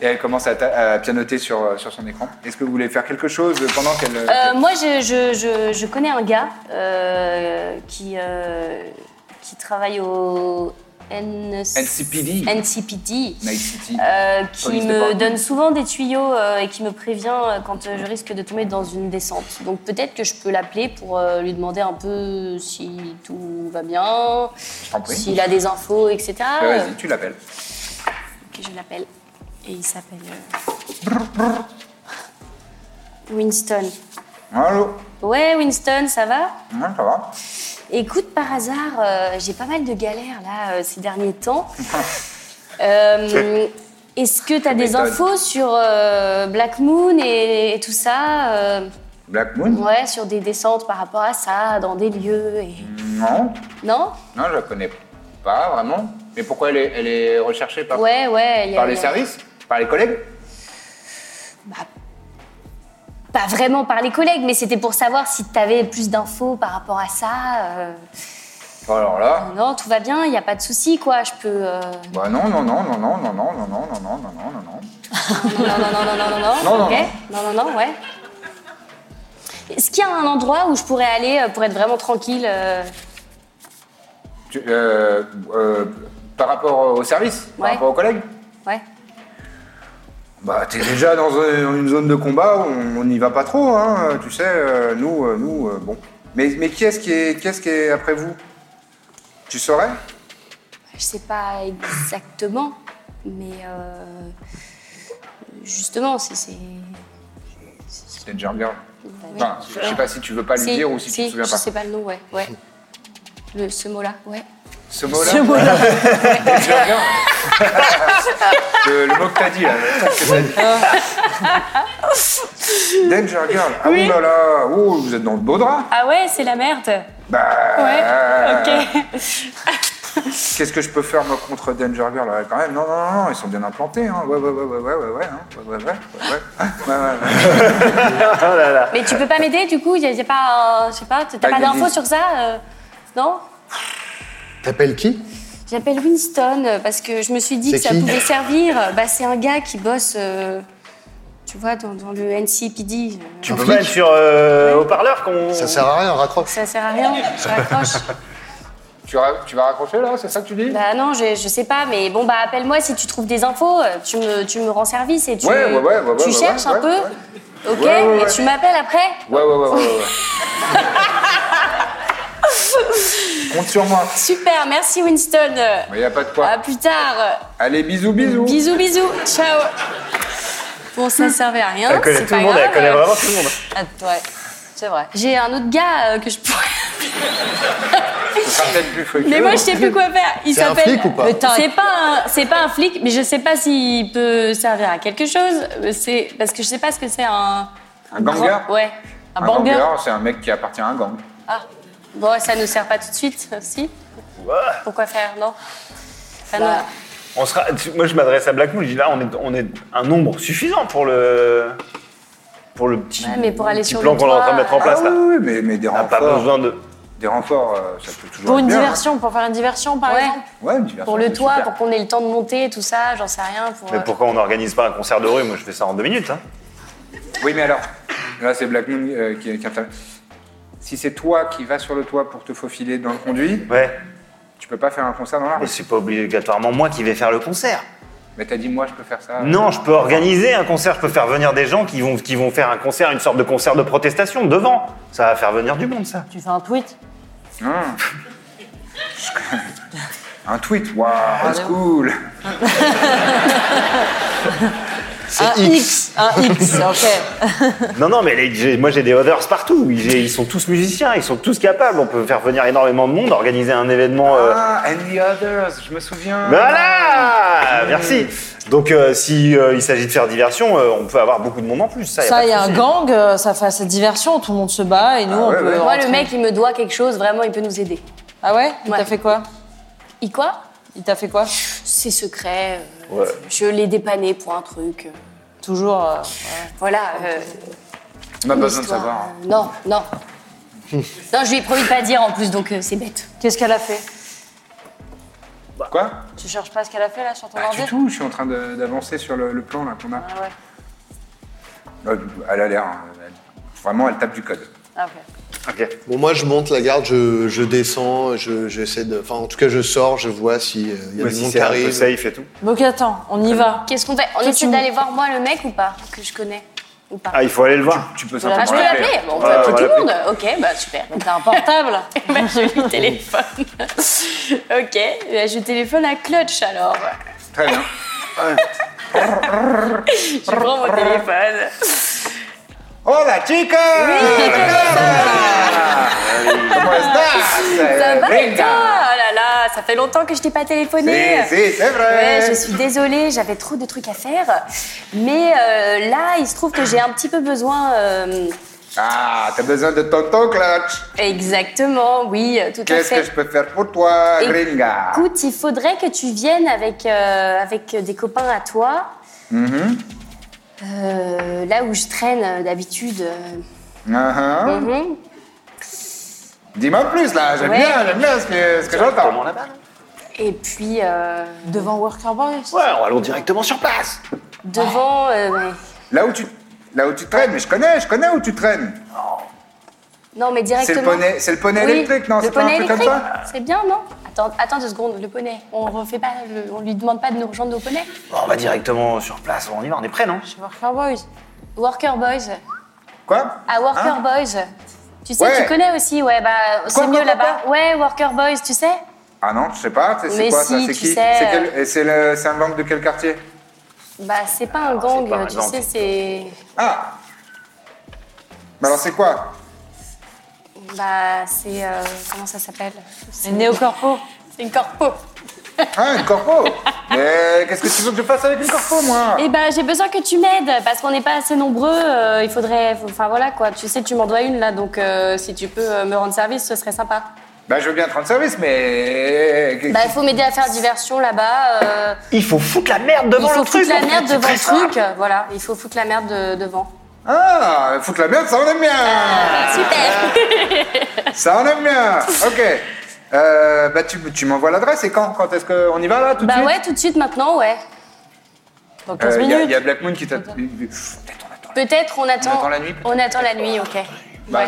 S1: Et elle commence à, ta- à pianoter sur, euh, sur son écran. Est-ce que vous voulez faire quelque chose pendant qu'elle.
S5: Euh, moi, je, je- je- je connais un gars euh, qui, euh, qui travaille au N-
S1: NCPD.
S5: NCPD.
S1: Night City.
S5: euh, qui
S1: Police
S5: me
S1: Department.
S5: donne souvent des tuyaux euh, et qui me prévient euh, quand euh, je risque de tomber dans une descente. Donc peut-être que je peux l'appeler pour euh, lui demander un peu si tout va bien,
S1: Je t'en prie.
S5: s'il a des infos, etc.
S1: Bah, Vas-y, tu l'appelles.
S5: que je l'appelle. Et il s'appelle. euh, Winston.
S1: Allô
S5: Ouais, Winston, ça va
S1: Ouais, Ça va
S5: Écoute, par hasard, euh, j'ai pas mal de galères là euh, ces derniers temps. [LAUGHS] Euh, Est-ce que t'as des
S1: m'étonnes.
S5: infos sur euh, Black Moon et, et tout ça euh,
S1: Black Moon
S5: Ouais, sur des descentes par rapport à ça, dans des lieux et.
S1: Hmm. Non,
S5: Non
S1: non, je la connais pas vraiment. Mais pourquoi elle est, elle est recherchée par,
S5: Ouais, ouais. y
S1: Ah.
S5: a-
S1: par les
S5: y a-
S1: services Par les collègues
S5: Pas vraiment par les collègues, mais c'était pour savoir si t'avais plus d'infos par rapport à ça. euh.
S1: Alors là.
S5: Non, tout va bien, il n'y a pas de souci, quoi. Je peux. euh,
S1: Bah non, non, non, non, non, non, non, non, non, non, non, non, non, non, non.
S5: Non, non, non, non, non, non, non.
S1: Non, non,
S5: ok. Non, non, non, ouais. Est-ce qu'il y a un endroit où je pourrais aller euh, pour être vraiment tranquille euh,
S1: Tu- euh, euh, par rapport aux services Par
S5: Ouais.
S1: rapport aux collègues
S5: Ouais.
S1: Bah t'es déjà dans un- une zone de combat, on n'y va pas trop, hein, tu sais, euh, nous, euh, nous, euh, bon. Mais, mais qui est-ce qui est, qui est-ce qui est après vous Tu saurais
S5: Je sais pas exactement, mais euh, justement, c'est. c'est-
S1: C'était Danger Girl. Enfin, je sais pas si tu veux pas lui
S5: Si,
S1: dire ou si, tu
S5: si,
S1: te souviens
S5: je
S1: pas.
S5: sais pas le nom, ouais. ouais. le, ce mot-là, ouais.
S1: Ce mot-là,
S2: Ce mot-là.
S5: [LAUGHS]
S1: le, le mot que t'as dit là. le truc que t'as
S5: [LAUGHS]
S1: dit. Danger Girl. Ah
S5: Oui.
S1: oui. là là, oh, vous êtes dans le beau drap.
S5: Ah ouais, c'est la merde.
S1: Bah,
S5: Ouais, ok.
S1: Qu'est-ce que je peux faire moi contre Danger Girl là, quand même Non, non, non, non, ils sont bien implantés. Hein. Ouais, ouais, ouais, ouais, ouais, ouais, ouais, hein. ouais, ouais, ouais, ouais, Hein? ouais, ouais, ouais.
S5: Mais tu peux pas m'aider du coup Il n'y a, pas, un- je sais pas, t'as
S1: Ah,
S5: pas
S1: il y a
S5: d'infos
S1: des-
S5: sur ça euh, Non
S4: T'appelles qui
S5: J'appelle Winston euh, parce que je me suis dit que
S4: C'est
S5: ça
S4: qui
S5: pouvait servir. Bah, c'est un gars qui bosse, euh, tu vois, dans, dans le NCPD. euh,
S3: Tu
S4: Un
S3: peux
S4: flic
S3: pas être sur euh, haut-parleur qu'on.
S4: Ça sert à rien, raccroche.
S5: Ça sert à rien, je raccroche.
S1: [LAUGHS] Tu, ra- tu vas raccrocher là, c'est ça que tu dis
S5: bah non, je, je sais pas, mais bon, bah appelle-moi si tu trouves des infos, euh, tu me, tu me rends service et tu,
S1: Ouais, ouais, ouais, ouais,
S5: tu
S1: ouais,
S5: cherches
S1: ouais,
S5: un
S1: ouais,
S5: peu, ok,
S1: Ouais, ouais, ouais.
S5: et tu m'appelles après
S1: Ouais, ouais, ouais, ouais, ouais. ouais. Compte sur moi.
S5: Super, merci Winston.
S1: Il n'y a pas de quoi.
S5: À plus tard.
S1: Allez, bisous, bisous.
S5: Ah.
S1: Hum.
S5: Bisous, bisous. Ciao. Bon, ça servait à rien.
S3: Elle connaît
S5: c'est
S3: tout le
S5: pas
S3: monde, elle
S5: grave.
S3: connaît vraiment tout le monde.
S2: Ah, ouais, c'est vrai.
S5: J'ai un autre gars euh, que je pourrais.
S1: Ce sera peut-être plus fructueux.
S5: Mais moi, je sais plus quoi faire. Il
S4: C'est un
S5: s'appelle.
S4: flic ou pas
S2: Mais t'as-
S5: C'est pas un, c'est pas un flic, mais je sais pas s'il peut servir à quelque chose. Euh, C'est parce que je sais pas ce que c'est un.
S1: Un ganger
S5: Ouais. Un,
S1: Un
S5: banger.
S1: ganger, c'est un mec qui appartient à un gang.
S5: Ah. Bon, ça nous sert pas tout de suite, si. Pourquoi faire Non. Enfin, non.
S2: Bah,
S3: On sera, tu- moi, je m'adresse à Blackmool. Je dis là, on est, on est un nombre suffisant pour le, pour le petit,
S5: Ouais, mais pour aller
S3: petit
S5: sur
S3: plan
S5: le
S3: qu'on est en train
S5: toit,
S3: de mettre en place
S1: Ah
S3: là.
S1: oui, oui, mais, mais des
S3: On n'a pas
S1: renforts,
S3: besoin de.
S1: des renforts, euh, ça peut toujours
S2: Pour
S1: être
S2: une
S1: bien,
S2: diversion, pour faire une diversion, par
S5: Ouais.
S2: exemple.
S1: hein. Ouais, une diversion,
S5: Pour le
S1: c'est
S5: toit,
S1: super.
S5: pour qu'on ait le temps de monter, tout ça, j'en sais rien. Pour,
S3: Mais pourquoi on n'organise pas un concert de rue Moi, je fais ça en deux minutes. hein.
S1: Oui, mais alors, là, c'est Black Moon euh, qui, qui intervient. Si c'est toi qui vas sur le toit pour te faufiler dans le conduit,
S3: Ouais.
S1: tu peux pas faire un concert dans la
S3: Mais
S1: rue.
S3: c'est pas obligatoirement moi qui vais faire le concert.
S1: Mais t'as dit, moi, je peux faire ça.
S3: Non, je peux organiser un concert. Je peux faire venir des gens qui vont, qui vont faire un concert, une sorte de concert de protestation devant. Ça va faire venir du monde,
S5: [LAUGHS]
S3: ça.
S2: Tu fais un tweet.
S1: Hein. Un tweet, waouh, c'est cool.
S2: Un Ah, X. Un
S1: [LAUGHS]
S2: X, ok.
S3: Non, non, mais les- j'ai- moi j'ai des others partout. J'ai- Ils sont tous musiciens, ils sont tous capables. On peut faire venir énormément de monde, organiser un événement. euh,
S1: Ah, and the others, je me souviens. Ah.
S3: Voilà Merci Donc, s'il si euh, il s'agit de faire diversion, euh, on peut avoir beaucoup de monde en plus. Ça, y a
S2: Ça,
S3: pas
S2: il
S3: de
S2: y a un
S3: souci.
S2: gang, euh, ça fait cette diversion, tout le monde se bat et nous, on
S1: Ah ouais,
S2: peut.
S1: ouais.
S5: euh, Moi,
S2: rentrer.
S5: le mec, il me doit quelque chose, vraiment, il peut nous aider.
S2: Ah ouais Il
S5: Ouais.
S2: t'a fait quoi
S5: Il quoi
S2: Il t'a fait quoi
S5: C'est secret. euh,
S3: Ouais.
S5: Je l'ai dépanné pour un truc. euh,
S2: Toujours. euh,
S5: Voilà. euh,
S1: On a
S5: une
S1: besoin de
S5: histoire,
S1: savoir. hein.
S5: euh, non, non. non, je lui ai promis de pas dire en plus, donc euh, c'est bête.
S2: Qu'est-ce qu'elle a fait
S1: Quoi
S2: Tu cherches pas ce qu'elle a fait là sur ton
S1: Pas
S2: ordi
S1: du tout, je suis en train de- d'avancer sur le, le plan là qu'on a. Ouais, Elle a l'air. euh, elle- Vraiment, elle tape du code.
S2: Ah, ok.
S3: Ok.
S4: Bon, moi, je monte la garde, je, je descends, je- j'essaie de. Enfin, en tout cas, je sors, je vois s'il y a
S3: Ouais,
S4: du
S3: si
S4: monde
S3: c'est
S4: qui
S3: un peu
S4: arrive.
S3: safe et tout.
S2: Donc attends, on y va.
S5: Qu'est-ce qu'on fait On
S2: Qu'est-ce
S5: essaie
S2: que tu-
S5: d'aller voir moi le mec ou pas Que je connais Ou pas
S3: Ah, il faut aller le voir.
S1: Tu peux
S2: l'as-
S5: Ah,
S1: simplement
S5: je peux l'appeler Bon, On peut
S3: Ouais,
S5: appeler
S3: on
S5: tout
S3: va
S5: le monde Ok, bah super.
S2: Donc t'as un portable
S5: bah, je lui téléphone. [LAUGHS] ok, bah, je téléphone à Clutch alors.
S1: Très bien.
S5: Je prends mon téléphone.
S1: Oh la chica
S3: Euh,
S1: Comment
S5: [LAUGHS] Ça
S1: estás
S5: va et toi
S1: Venga.
S5: Oh là là, ça fait longtemps que je t'ai pas téléphoné.
S1: Si, si, c'est vrai.
S5: Ouais, je suis désolée, j'avais trop de trucs à faire. Mais euh, là, il se trouve que j'ai un petit peu besoin. euh,
S1: Ah, t'as besoin de tonton clutch.
S5: exactement, oui, euh, tout à
S1: Qu'est-ce que je
S5: fait.
S1: peux faire pour toi, gringa
S5: Écoute, il faudrait que tu viennes avec, euh, avec des copains à toi.
S1: Mm-hmm.
S5: Euh, là où je traîne euh, d'habitude. euh,
S1: Uh-huh.
S5: mhm.
S1: Dis-moi plus là, j'aime
S5: Ouais.
S1: bien, j'aime bien ce que, ce que j'entends.
S5: Et puis, euh,
S2: devant Worker Boys.
S3: Ouais, on va aller directement sur place.
S5: devant. euh, ouais.
S1: Là où tu là où tu traînes, mais je connais, je connais où tu traînes.
S5: Non, mais
S1: C'est
S5: directement.
S1: le poney, c'est le poney
S5: Oui,
S1: électrique, non
S5: le
S1: C'est pas un
S5: poney
S1: truc comme
S5: électrique,
S1: ça
S5: C'est bien, non attends, attends deux secondes, le poney. On refait pas, le- on lui demande pas de nous rejoindre nos poneys.
S3: Bon, on va directement sur place. On y va, on est prêts, non
S2: Chez Worker Boys.
S5: Worker Boys.
S1: Quoi
S5: À Worker
S1: Hein
S5: Boys. Tu sais,
S1: Ouais.
S5: tu connais aussi, ouais, bah, c'est
S1: Quoi,
S5: mieux
S1: quoi,
S5: là-bas. Ouais, Worker Boys, tu sais
S1: Ah non, je sais pas, c'est c'est
S5: Mais
S1: quoi
S5: si,
S1: ça C'est
S5: tu
S1: qui
S5: sais,
S1: C'est quel- et c'est le- c'est un gang de quel quartier
S5: Bah, c'est pas un gang,
S3: c'est pas un
S5: tu
S3: gang.
S5: sais, c'est.
S1: Ah Bah alors c'est quoi
S5: Bah, c'est. euh, comment ça s'appelle C'est
S2: Un néocorpo.
S5: C'est une corpo.
S1: Ah, une corpo [LAUGHS] Mais qu'est-ce que tu veux que je fasse avec une corpo, moi
S5: Eh ben, j'ai besoin que tu m'aides parce qu'on n'est pas assez nombreux. euh, il faudrait. Enfin, voilà quoi. Tu sais, tu m'en dois une là, donc euh, si tu peux euh, me rendre service, ce serait sympa.
S1: Bah, je veux bien te rendre service, mais.
S5: Bah, il faut m'aider à faire diversion là-bas. euh,
S3: Il faut foutre la merde
S5: il
S3: devant
S5: faut
S3: le truc.
S5: foutre la
S3: en
S5: merde
S3: fait,
S5: devant
S3: c'est
S5: le
S3: très simple.
S5: truc. Voilà, il faut foutre la merde de- devant.
S1: Ah, foutre la merde, ça on aime bien
S3: Ah.
S5: Super
S1: Ça on aime bien Ok. Euh, bah, tu, tu m'envoies l'adresse et quand Quand est-ce qu'on y va là tout de
S5: Bah
S1: suite
S5: ouais, tout de suite maintenant, ouais.
S2: Dans 15
S1: Euh, Il y, a- il
S2: minutes.
S1: y a Black Moon qui t'a. Peut-être on attend.
S5: Peut-être on attend.
S1: attend la nuit, peut-être.
S5: On attend la nuit, ok.
S1: Bah,
S5: ouais.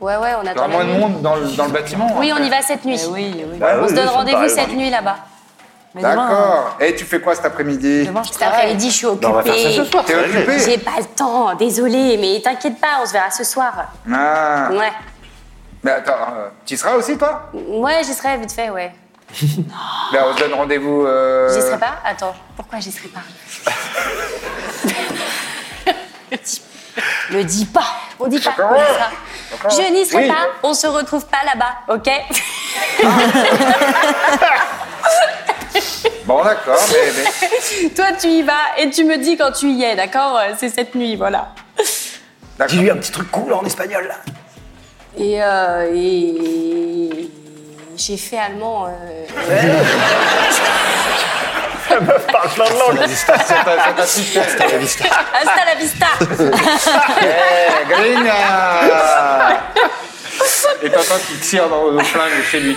S5: ouais, ouais, on
S1: il y aura
S5: attend
S1: moins
S5: la
S1: de
S5: nuit.
S1: monde dans le, dans le bâtiment.
S5: Oui,
S1: hein.
S5: on y va cette nuit.
S2: Eh oui, oui.
S3: Bah
S5: On
S3: oui,
S5: se
S3: oui,
S5: donne
S3: ça me
S5: rendez-vous
S3: paraît
S5: cette
S3: logique.
S5: nuit là-bas.
S2: Mais demain, euh,
S1: D'accord. Et tu fais quoi cet après-midi
S2: Demain, je
S5: Cet après-midi, je suis
S3: Bah, on va faire ça
S5: occupée.
S3: ce soir.
S1: T'es
S3: c'est réglé.
S1: occupé
S5: J'ai pas le temps, désolée, mais t'inquiète pas, on se verra ce soir.
S1: Ah.
S5: Ouais.
S1: Mais attends, euh, tu y seras aussi toi
S5: Ouais, j'y serai vite fait, ouais.
S1: Bah, on se donne rendez-vous. euh,
S5: J'y serai pas Attends, pourquoi j'y serai pas [LAUGHS] Le dis pas On dit pas
S1: D'accord.
S5: on dit pas.
S1: D'accord.
S5: Je n'y serai
S1: Oui.
S5: pas, on se retrouve pas là-bas, ok
S1: Bon, d'accord, mais, mais-
S5: Toi, tu y vas et tu me dis quand tu y es, d'accord Euh, C'est cette nuit, voilà.
S1: D'accord.
S3: Dis-lui un petit truc cool en espagnol [LAUGHS] là.
S5: Et, euh, et... j'ai fait allemand. euh,
S3: Parle plein de langues.
S1: Ça t'a- ça t'a suffi.
S5: [LAUGHS] Hasta la [LAUGHS] vista
S1: Eh, euh. Grina Et papa qui tire dans le flingue chez [LAUGHS] lui.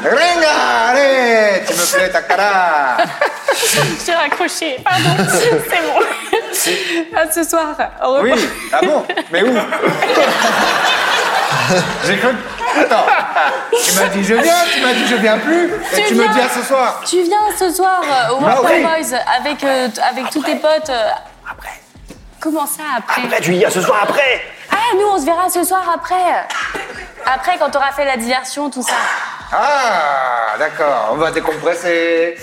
S1: Gringa, allez, tu me plais ta cara.
S5: Je suis raccrochée, [LAUGHS] pardon, c'est bon. À ce soir, au revoir.
S1: Oui, ah bon, mais où [LAUGHS] J'ai cru. Attends, tu m'as dit je viens, tu m'as dit je viens plus, et
S5: Tu
S1: tu me
S5: viens.
S1: dis à ce soir.
S5: Tu viens ce soir euh, au World
S1: Bah oui.
S5: Boys avec, euh, t- avec tous tes potes. euh,
S3: Après.
S5: Comment ça après
S3: Après, tu y as ce soir après.
S5: Ah, nous on se verra ce soir après. Après, quand t'auras fait la diversion, tout ça.
S1: Ah, d'accord, on va décompresser.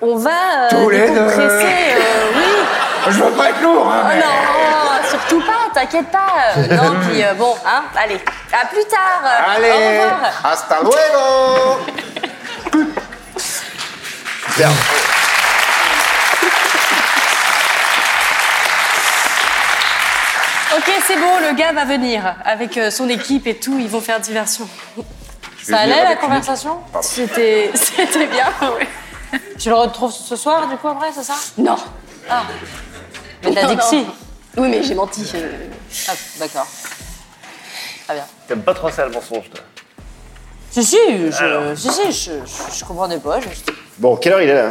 S5: On va euh,
S1: Tous les deux.
S5: décompresser, euh, oui.
S1: Je veux pas être lourd, hein,
S5: Oh
S1: mais-
S5: non, surtout pas, t'inquiète pas. Euh, Non, puis euh, bon, hein, allez. À plus tard. euh, Au
S1: Allez,
S5: revoir.
S1: hasta luego
S4: Bien.
S5: Ok, c'est bon, le gars va venir avec euh, son équipe et tout, ils vont faire diversion.
S1: vais
S2: Ça allait
S1: venir
S2: la
S1: avec une-
S2: conversation
S5: C'était [LAUGHS] c'était bien, oui.
S2: Tu le retrouves ce soir, du coup, après, c'est ça Ah.
S5: Non.
S2: Mais t'as
S5: Non,
S2: dit que
S5: non.
S2: si.
S5: Oui, mais j'ai menti. euh,
S2: Ah, d'accord. Très bien.
S3: T'aimes pas trop ça le mensonge toi.
S2: Si, si, je, si, si, je, je, je comprenais pas. je-
S1: Euh,
S6: Bon, quelle heure il est là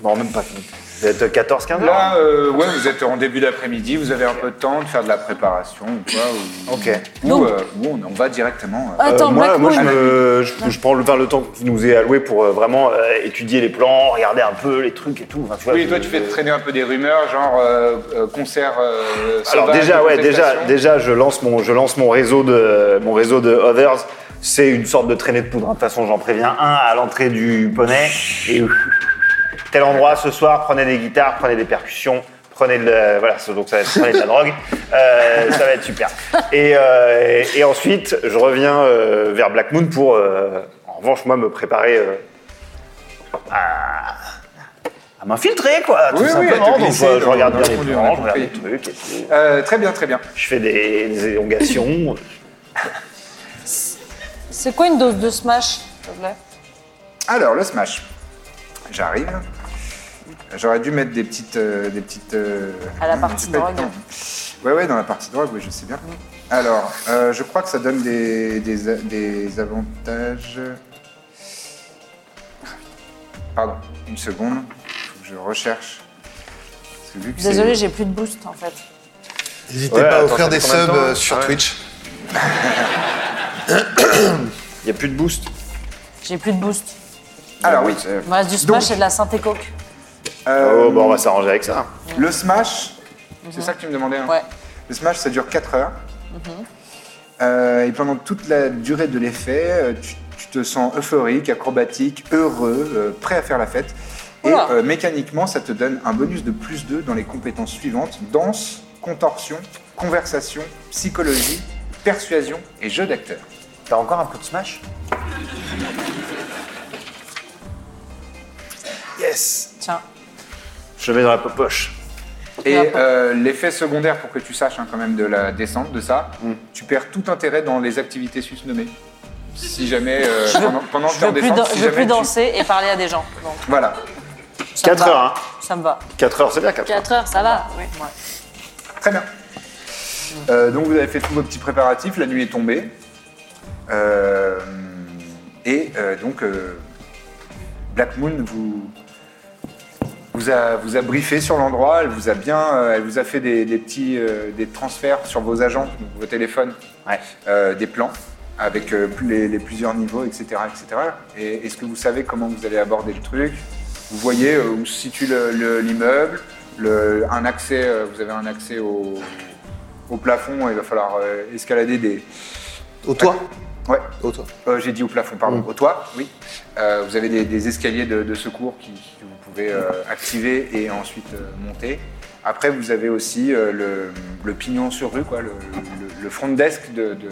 S3: Bon, même pas fini. Vous êtes 14-15 heures.
S1: Là, euh, ouais, vous êtes en début d'après-midi, vous avez un peu de temps de faire de la préparation ou quoi. Ou,
S3: Ok.
S1: ou,
S2: Donc-
S1: euh, ou on, on va directement. euh,
S2: Attends,
S3: moi,
S2: Black
S3: moi je,
S2: Moon.
S3: me- je- je prends le, vers le temps qui nous est alloué pour euh, vraiment euh, étudier les plans, regarder un peu les trucs et tout. Enfin, tu vois,
S1: oui,
S3: je-
S1: toi, tu fais traîner un peu des rumeurs, genre euh, euh, concert. euh,
S3: Alors
S1: sauvage,
S3: déjà, ouais, déjà,
S1: contestation.
S3: déjà, je lance mon, je lance mon réseau de, mon réseau de others. C'est une sorte de traînée de poudre. hein. De toute façon, j'en préviens un à l'entrée du poney. Et tel endroit ce soir, prenez des guitares, prenez des percussions, prenez de, la- voilà, ça- donc ça va être, prenez de la drogue. Euh, ça va être super. Et, euh, et- et ensuite, je reviens euh, vers Black Moon pour, euh, en revanche, moi, me préparer. euh, à à m'infiltrer quoi tout
S1: Oui, oui, à te
S3: simplement donc
S1: glisser
S3: euh, je
S1: dans-
S3: regarde
S1: dans
S3: bien
S1: le
S3: les
S1: fond du-
S3: plans je
S1: dans le
S3: regarde les
S1: pays.
S3: trucs et tout.
S1: Euh, très bien, très bien.
S3: Je fais des, des élongations. [LAUGHS]
S2: C'est quoi une dose de smash, s'il te plaît
S1: Alors, le smash. J'arrive. J'aurais dû mettre des petites. euh, des petites euh,
S2: À la
S1: j'ai
S2: partie
S1: pas eu le
S2: drogue.
S1: temps. Ouais, ouais, dans la partie drogue, oui, je sais bien. Alors, euh, je crois que ça donne des, des, des avantages. Pardon, une seconde. Faut que je recherche. Vu que c'est-
S2: Désolé, j'ai plus de boost en fait.
S4: N'hésitez
S3: Ouais,
S4: pas à
S3: attends,
S4: offrir
S3: ça
S4: des
S3: fait combien de
S4: subs
S3: temps,
S4: euh,
S3: hein
S4: sur
S3: Ah ouais.
S4: Twitch.
S3: Il n'y a plus de boost.
S2: J'ai plus de boost.
S1: Alors oui.
S3: c'est-
S2: Il me reste du smash et de la synthé coke.
S1: Euh,
S3: Oh, bah on va s'arranger avec ça.
S1: Le smash, c'est ça que tu me demandais. hein
S2: Ouais. Mhm.
S1: Le smash, ça dure 4 heures. Euh, et pendant toute la durée de l'effet, euh, tu, tu te sens euphorique, acrobatique, heureux, euh, prêt à faire la fête. Et
S2: Oula.
S1: euh, mécaniquement, ça te donne un bonus de plus 2 dans les compétences suivantes danse, contorsion, conversation, psychologie, persuasion et jeu d'acteur.
S6: T'as encore un coup de smash
S3: Yes
S2: Tiens.
S3: Je le mets dans la poche.
S1: Et
S2: D'accord.
S1: euh, l'effet secondaire, pour que tu saches hein, quand même de la descente de ça, tu perds tout intérêt dans les activités susnommées. Si jamais, euh, pendant, pendant que
S2: Je
S1: t'es en
S2: veux plus,
S1: descente,
S2: dan-
S1: si
S2: je veux
S1: jamais
S2: plus
S1: tu-
S2: danser et parler à des gens. Donc,
S1: Voilà.
S2: ça me
S3: 4
S2: va.
S3: heures, hein
S2: Ça me va.
S3: 4 heures, c'est bien 4 heures.
S5: 4 heures, ça va.
S1: Très bien. Euh, donc vous avez fait tous vos petits préparatifs, la nuit est tombée. Euh, et euh, donc euh, Black Moon vous, vous, a, vous a briefé sur l'endroit, elle vous a bien, euh, elle vous a fait des, des petits euh, des transferts sur vos agents, donc vos téléphones,
S3: Ouais.
S1: euh, des plans avec euh, plus- les, les plusieurs niveaux, etc. etc. Et est-ce que vous savez comment vous allez aborder le truc Vous voyez euh, où se situe le- le- l'immeuble, le- un accès, euh, vous avez un accès au, au plafond, et il va falloir euh, escalader des...
S4: Au toit
S1: Ouais,
S4: Au toit.
S1: euh, j'ai dit au plafond, pardon, au toit, oui. Euh, vous avez des, des escaliers de, de secours qui, que vous pouvez euh, activer et ensuite euh, monter. Après, vous avez aussi euh, le, le pignon sur rue, quoi, le, le- le front desk de- de-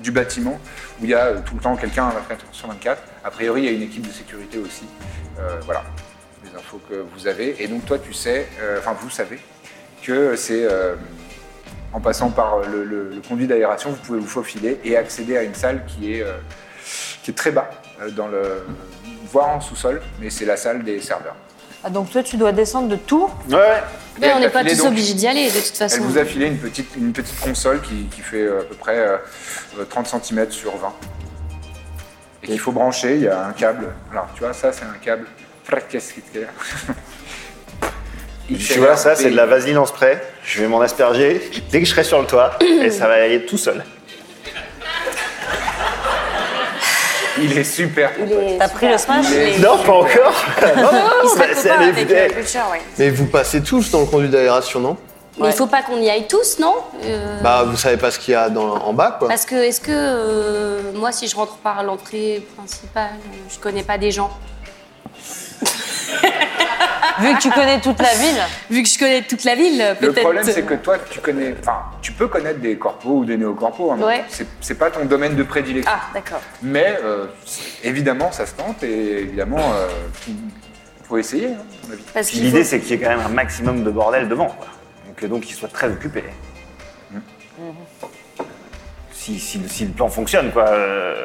S1: du bâtiment, où il y a euh, tout le temps quelqu'un à 24 sur 24. A priori, il y a une équipe de sécurité aussi. Euh, voilà, les infos que vous avez. Et donc, toi, tu sais, euh, enfin, vous savez que c'est. euh, en passant par le, le- le conduit d'aération, vous pouvez vous faufiler et accéder à une salle qui est, euh, qui est très bas, euh, dans le, voire en sous-sol, mais c'est la salle des serveurs.
S2: Ah, donc toi, tu dois descendre de tout
S3: Ouais, ouais.
S1: Et
S5: on
S1: elle
S5: n'est
S1: t'a
S5: pas
S1: filé,
S5: tous
S1: donc,
S5: obligés d'y aller de toute
S1: Elle
S5: façon.
S1: vous a filé une petite, une petite console qui, qui fait euh, à peu près euh, euh, 30 cm sur 20. Et qu'il faut brancher, il y a un câble. Alors tu vois, ça c'est un câble.
S3: Tu vois, ça, c'est de la vaseline en spray. Je vais m'en asperger dès que je serai sur le
S2: [CLEARS THROAT]
S3: toit et ça va aller tout seul.
S1: Il est super.
S2: T'as pris le smash
S1: Mais-
S3: Non, pas encore Non, non,
S5: Il
S3: non,
S5: serait
S3: mais c'est-
S5: copain
S3: elle est-
S5: avec
S3: elle-
S5: euh, Butcher, ouais.
S4: Mais vous passez tous dans le conduit d'aération, non
S5: Mais il faut pas qu'on y aille tous, non Euh,
S4: Bah, vous savez pas ce qu'il y a dans, en bas, quoi.
S5: Parce que, est-ce que euh, moi, si je rentre par l'entrée principale, euh, je connais pas des gens
S2: Vu que tu connais toute la ville,
S5: Vu que je connais toute la ville, peut-être.
S1: Le problème, c'est
S5: [LAUGHS]
S1: que toi, tu connais, enfin, tu peux connaître des corpos ou des néocorpos. hein, mais
S5: Ouais.
S1: c'est- C'est pas ton domaine de prédilection.
S5: Ah, d'accord.
S1: Mais euh, c'est- évidemment, ça se tente et évidemment, euh, faut- faut essayer, hein, à mon avis.
S5: Parce
S3: Puis
S5: qu'il
S3: L'idée,
S5: faut-
S3: c'est qu'il y ait quand même un maximum de bordel devant, quoi. Donc, euh, donc qu'ils soient très occupés.
S2: Mm.
S3: Si, si le- si le plan fonctionne, quoi. euh,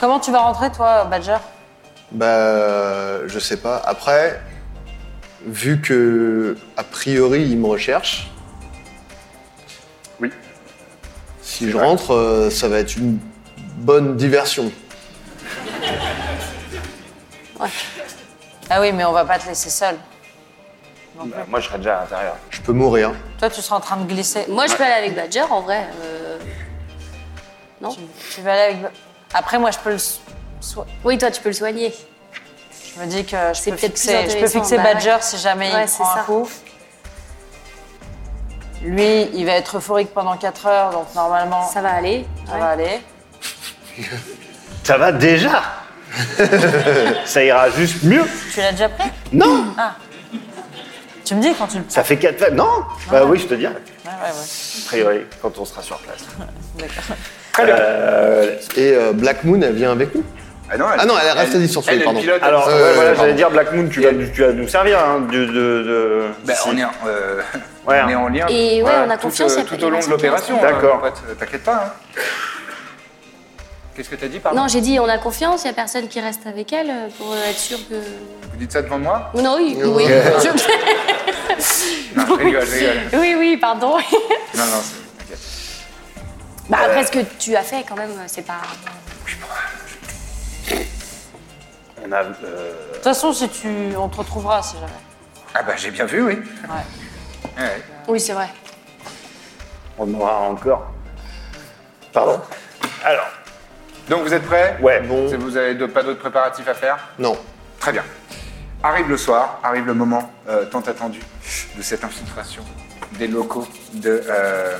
S2: comment tu vas rentrer, toi, Badger
S4: Bah, euh, je sais pas. Après, vu que, a priori, ils me recherchent.
S1: Oui.
S4: Si je rentre, euh, ça va être une bonne diversion.
S2: Ah oui, mais on va pas te laisser seul.
S3: bah, moi, je serais déjà à l'intérieur.
S4: Je peux mourir.
S2: Toi, tu seras en train de glisser.
S5: Moi, je peux aller avec Badger, en vrai. euh, Non
S2: Tu, tu vas aller avec. Après, moi, je peux le. so- so-
S5: Oui, toi, tu peux le soigner.
S2: Je me dis que je
S5: C'est
S2: peux
S5: peut-être
S2: fixer,
S5: plus
S2: je peux
S5: intéressant,
S2: fixer
S5: bah
S2: Badger
S5: ouais.
S2: si jamais
S5: Ouais,
S2: il
S5: c'est
S2: prend un
S5: ça.
S2: coup. Lui, il va être euphorique pendant 4 heures, donc normalement, ça,
S5: Ça va aller. ouais.
S2: va aller.
S3: Ça va
S2: [LAUGHS]
S3: déjà Ça ira juste mieux
S2: Tu l'as déjà pris Ah.
S3: Non
S2: Tu me dis quand tu le prends.
S3: Ça fait quatre fois. Non
S2: Ah.
S3: Bah oui, je te dis, a
S2: Ouais, ouais, ouais.
S3: priori, quand on sera sur place.
S4: Et euh, Black Moon, elle vient avec nous
S1: Ah non, elle,
S4: Ah non, elle reste à sur
S1: elle,
S4: lui,
S1: elle
S4: pardon.
S1: pilote.
S3: Alors,
S4: Euh,
S3: ouais, voilà,
S4: pardon.
S3: j'allais dire Black Moon, tu vas, nous- tu vas nous servir, hein, de... de, de-
S1: Ben,
S3: d'ici.
S1: on, est, en- euh,
S3: Ouais. hein.
S1: on est en lien.
S5: Et ouais, on a
S1: tout,
S5: confiance,
S1: euh,
S5: il y a
S1: tout
S5: pas-
S1: au long
S5: il y a
S1: de l'opération.
S3: pas de
S1: D'accord.
S3: souci.
S1: T'inquiète pas. hein. Qu'est-ce que t'as dit, pardon
S5: Non, j'ai dit, on a confiance, il n'y a personne qui reste avec elle euh, pour euh, être sûr que. Oh
S1: Vous dites ça devant moi
S5: Non, oui, oui.
S1: [LAUGHS] Non, je rigole, je rigole.
S5: oui, [LAUGHS] oui, pardon.
S1: Non, non, c'est- t'inquiète.
S5: bah, après, ce que tu as fait, quand même, c'est pas.
S3: On a, euh, euh,
S2: De toute façon, si tu... on te retrouvera si jamais.
S1: Ah bah j'ai bien vu, oui.
S2: Ouais.
S1: Ouais.
S5: Oui, c'est vrai.
S3: On aura encore. Pardon Alors,
S1: Donc vous êtes prêts
S3: ouais,
S4: Bon.
S1: C'est- Vous n'avez pas d'autres préparatifs à faire
S4: Non.
S1: Très bien. Arrive le soir, arrive le moment euh, tant attendu de cette infiltration des locaux de euh,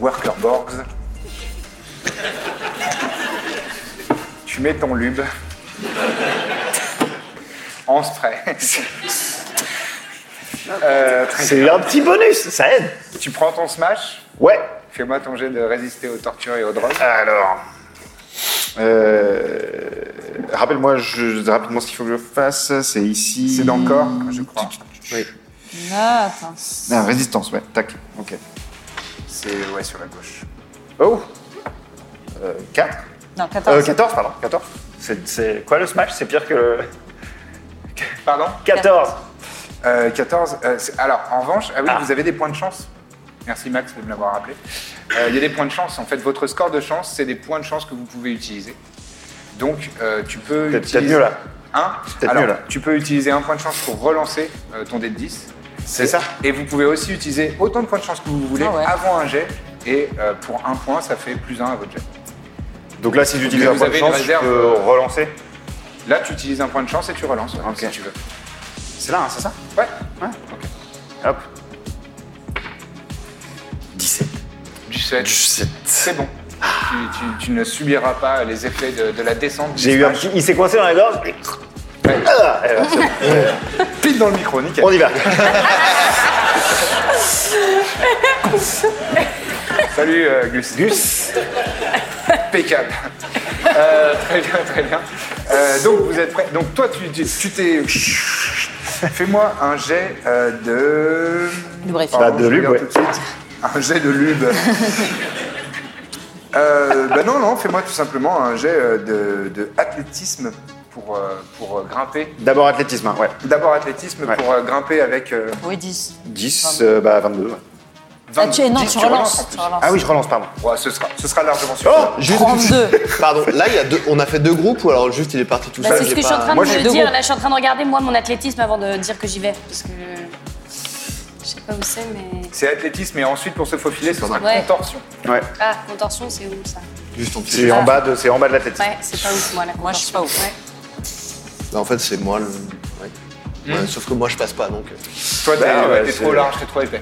S1: Workerborgs. tu mets ton lube en spray. Euh, très-
S3: c'est un petit bonus, ça aide.
S1: tu prends ton smash,
S3: Ouais.
S1: fais-moi ton jet de résister aux tortures et aux drogues.
S3: Alors. Euh, Rappelle-moi je- rapidement ce qu'il faut que je fasse. C'est ici.
S1: C'est dans le corps, je crois.
S2: Ah, attends.
S3: Ah, résistance, ouais. Tac. Ok.
S1: C'est ouais, sur la gauche. Euh,
S3: Oh 4
S2: Non, 14.
S3: 14, pardon. 14. C'est quoi le smash C'est pire que le.
S1: Pardon
S3: 14
S1: Euh, 14. euh, c'est- alors, en revanche, ah oui,
S3: Ah.
S1: vous avez des points de chance. Merci Max de me l'avoir rappelé. Euh, Il y a des points de chance. En fait, votre score de chance, c'est des points de chance que vous pouvez utiliser. Donc, euh, tu peux
S3: Peut-être-
S1: utiliser.
S3: peut-être mieux, là.
S1: Hein
S3: Peut-être
S1: Alors,
S3: mieux, là.
S1: tu peux utiliser un point de chance pour relancer euh, ton dé de 10.
S3: C'est ça
S1: Et vous pouvez aussi utiliser autant de points de chance que vous voulez
S2: Ah ouais.
S1: avant un jet. Et euh, pour un point, ça fait plus un à votre jet.
S3: Donc là, si j'utilise
S1: Mais
S3: un
S1: vous
S3: point de
S1: avez une
S3: chance, je
S1: réserve,
S3: peux
S1: euh,
S3: relancer.
S1: Là, tu utilises un point de chance et tu relances ouais,
S3: Ok.
S1: si tu veux.
S3: C'est là, hein, c'est ça
S1: Ouais.
S3: Ouais, ok. Hop. 17.
S1: Du 7.
S3: 17.
S1: C'est bon. Tu, tu- tu ne subiras pas les effets de, de la descente. du
S3: J'ai eu un
S1: smash.
S3: petit. Il s'est coincé dans la gorge. et-
S1: Ouais.
S3: Ah, eh ben, c'est bon.
S1: Pile dans le micro, nickel.
S3: On y va.
S1: [LAUGHS] Salut euh, Gus.
S3: Gus.
S1: Impeccable. Euh, très bien, très bien. Euh, donc vous êtes prêts. Donc toi, tu tu- tu t'es. Fais-moi un jet euh, de.
S2: De brief.
S1: Pardon,
S3: Bah, de
S1: je
S3: lube,
S1: regarde
S3: ouais.
S1: tout de suite. Un jet de lube. euh, bah non, non, fais-moi tout simplement un jet euh, de, de athlétisme pour, euh, pour euh, grimper.
S3: D'abord athlétisme, hein, ouais.
S1: D'abord athlétisme
S3: Ouais.
S1: pour euh, grimper avec euh,
S2: Oui, 10.
S3: 10, euh, bah 22. ouais.
S2: Ah, tu es, non,
S1: 10,
S2: tu relances.
S1: en plus.
S2: tu relances.
S3: Ah oui, je relance, pardon.
S1: Ouais, ce, sera, ce sera largement suffisant.
S3: Oh Juste.
S2: 32.
S4: [LAUGHS] Pardon, là, il y a deux, on a fait deux groupes ou alors juste il est parti tout
S5: Bah,
S4: seul
S5: c'est ce
S4: j'ai
S5: que je suis
S4: pas-
S5: en train
S3: Moi,
S5: de
S3: j'ai
S5: me
S3: deux
S5: dire.
S3: groupes.
S5: Là, je suis en train de regarder moi mon athlétisme avant de dire que j'y vais, parce que je sais pas où c'est, mais
S1: C'est athlétisme et ensuite pour se faufiler, ce sera
S5: Ouais.
S1: contorsion.
S3: Ouais.
S5: ah contorsion, c'est où ça
S4: Juste en petit.
S3: C'est en bas de, c'est en bas de l'athlétisme.
S5: Ouais, c'est pas ouf moi la
S2: Moi, je suis
S5: contorsion.
S2: pas ouf.
S5: Ouais.
S4: Bah, en fait, c'est moi le. ouais. Ouais, sauf que moi, je passe pas donc. euh,
S1: Toi, t'es
S3: Bah,
S1: ouais,
S3: ouais,
S1: t'es
S3: c'est-
S1: trop large, t'es trop épais.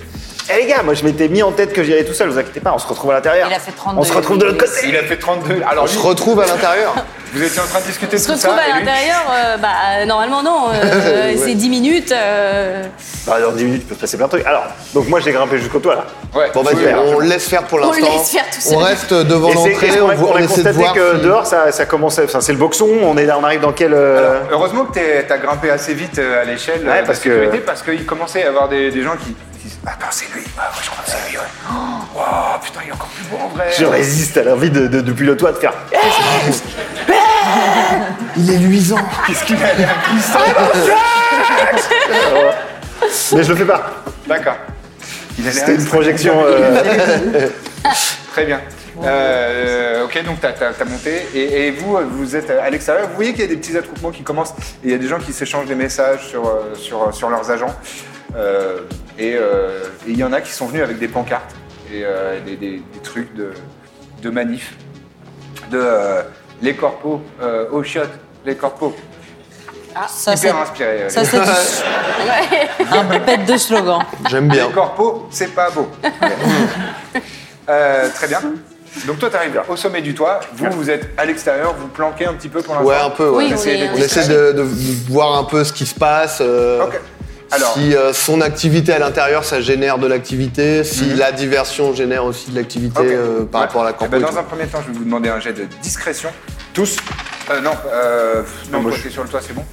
S3: Eh les gars, moi je m'étais mis en tête que j'y allais tout seul, vous inquiétez pas, on se retrouve à l'intérieur.
S2: Il a fait 32.
S3: On se retrouve de l'autre côté.
S1: Il a fait 32. Alors,
S4: On se
S1: lui,
S4: retrouve à
S3: [LAUGHS]
S4: l'intérieur.
S1: vous étiez en train de discuter de
S5: On se
S1: tout
S5: retrouve
S1: ça.
S5: à
S1: et lui-
S5: l'intérieur, euh, bah euh, normalement non, euh,
S4: Ouais.
S5: c'est 10 minutes. euh,
S3: Bah, dans 10 minutes, il peut se passer plein de trucs. Alors, donc moi j'ai grimpé jusqu'au toit là.
S1: Ouais.
S4: Bon, vas-y,
S1: Oui, alors,
S4: on laisse faire pour
S5: On
S4: l'instant.
S5: laisse faire tout
S4: On
S5: seul.
S4: reste devant
S3: Et c'est-
S4: l'entrée,
S3: et
S4: on,
S3: on,
S4: voit-
S3: a
S4: on essaie de
S3: constaté
S4: voir.
S3: que
S4: si-
S3: dehors ça, ça commençait, enfin c'est le boxon, on, est, on arrive dans quel. euh,
S1: alors, heureusement que t'es- t'as grimpé assez vite euh, à l'échelle
S3: Ouais,
S1: euh, de
S3: parce que-
S1: sécurité parce qu'il commençait à y avoir des, des gens qui disent Attends, c'est lui. Ah, ouais, je crois que c'est lui, ouais. Oh, wow, putain, il est encore plus beau en vrai.
S3: Je résiste à l'envie de, de- depuis le toit de faire.
S4: Il est luisant.
S1: Qu'est-ce qu'il a l'air puissant.
S3: Mais je le fais pas.
S1: D'accord. Il a l'air
S3: C'était une
S1: extrêmement
S3: projection.
S1: bien.
S3: euh,
S1: Très bien. Euh, ok, donc t'as as, monté et, et vous, euh, vous êtes à l'extérieur. Vous voyez qu'il y a des petits attroupements qui commencent et il y a des gens qui s'échangent des messages sur, euh, sur, sur leurs agents. Euh, et euh, et il y en a qui sont venus avec des pancartes et euh, des, des- des trucs de, de manif. De euh, les corpos euh, aux chiottes, les corpos.
S5: Ah.
S2: Ça, c'est
S1: Hyper inspiré. euh,
S2: ça,
S1: les-
S2: c'est
S1: [LAUGHS]
S2: du- un bête de slogan.
S4: J'aime bien.
S1: les corpos, c'est pas beau. Euh, très bien. Donc toi, tu arrives au sommet du toit. Vous, vous êtes à l'extérieur, vous planquez un petit peu pour l'instant.
S4: Ouais, un peu.
S5: Oui,
S4: ouais.
S5: on
S1: Essayez
S5: est-
S1: de-
S5: euh,
S4: On essaie de, de voir un peu ce qui se passe. euh,
S1: Ok. Alors,
S4: Si euh, son activité à l'intérieur, ça génère de l'activité. Si la diversion génère aussi de l'activité
S1: Mhm. ok.
S4: euh, par
S1: Ouais.
S4: rapport à la
S1: Eh ben,
S4: campagne.
S1: dans un premier temps, je vais vous demander un jet de discrétion. Tous Euh, Non, euh, non,
S3: moi,
S1: toi,
S3: je-
S1: t'es sur le toit, c'est bon.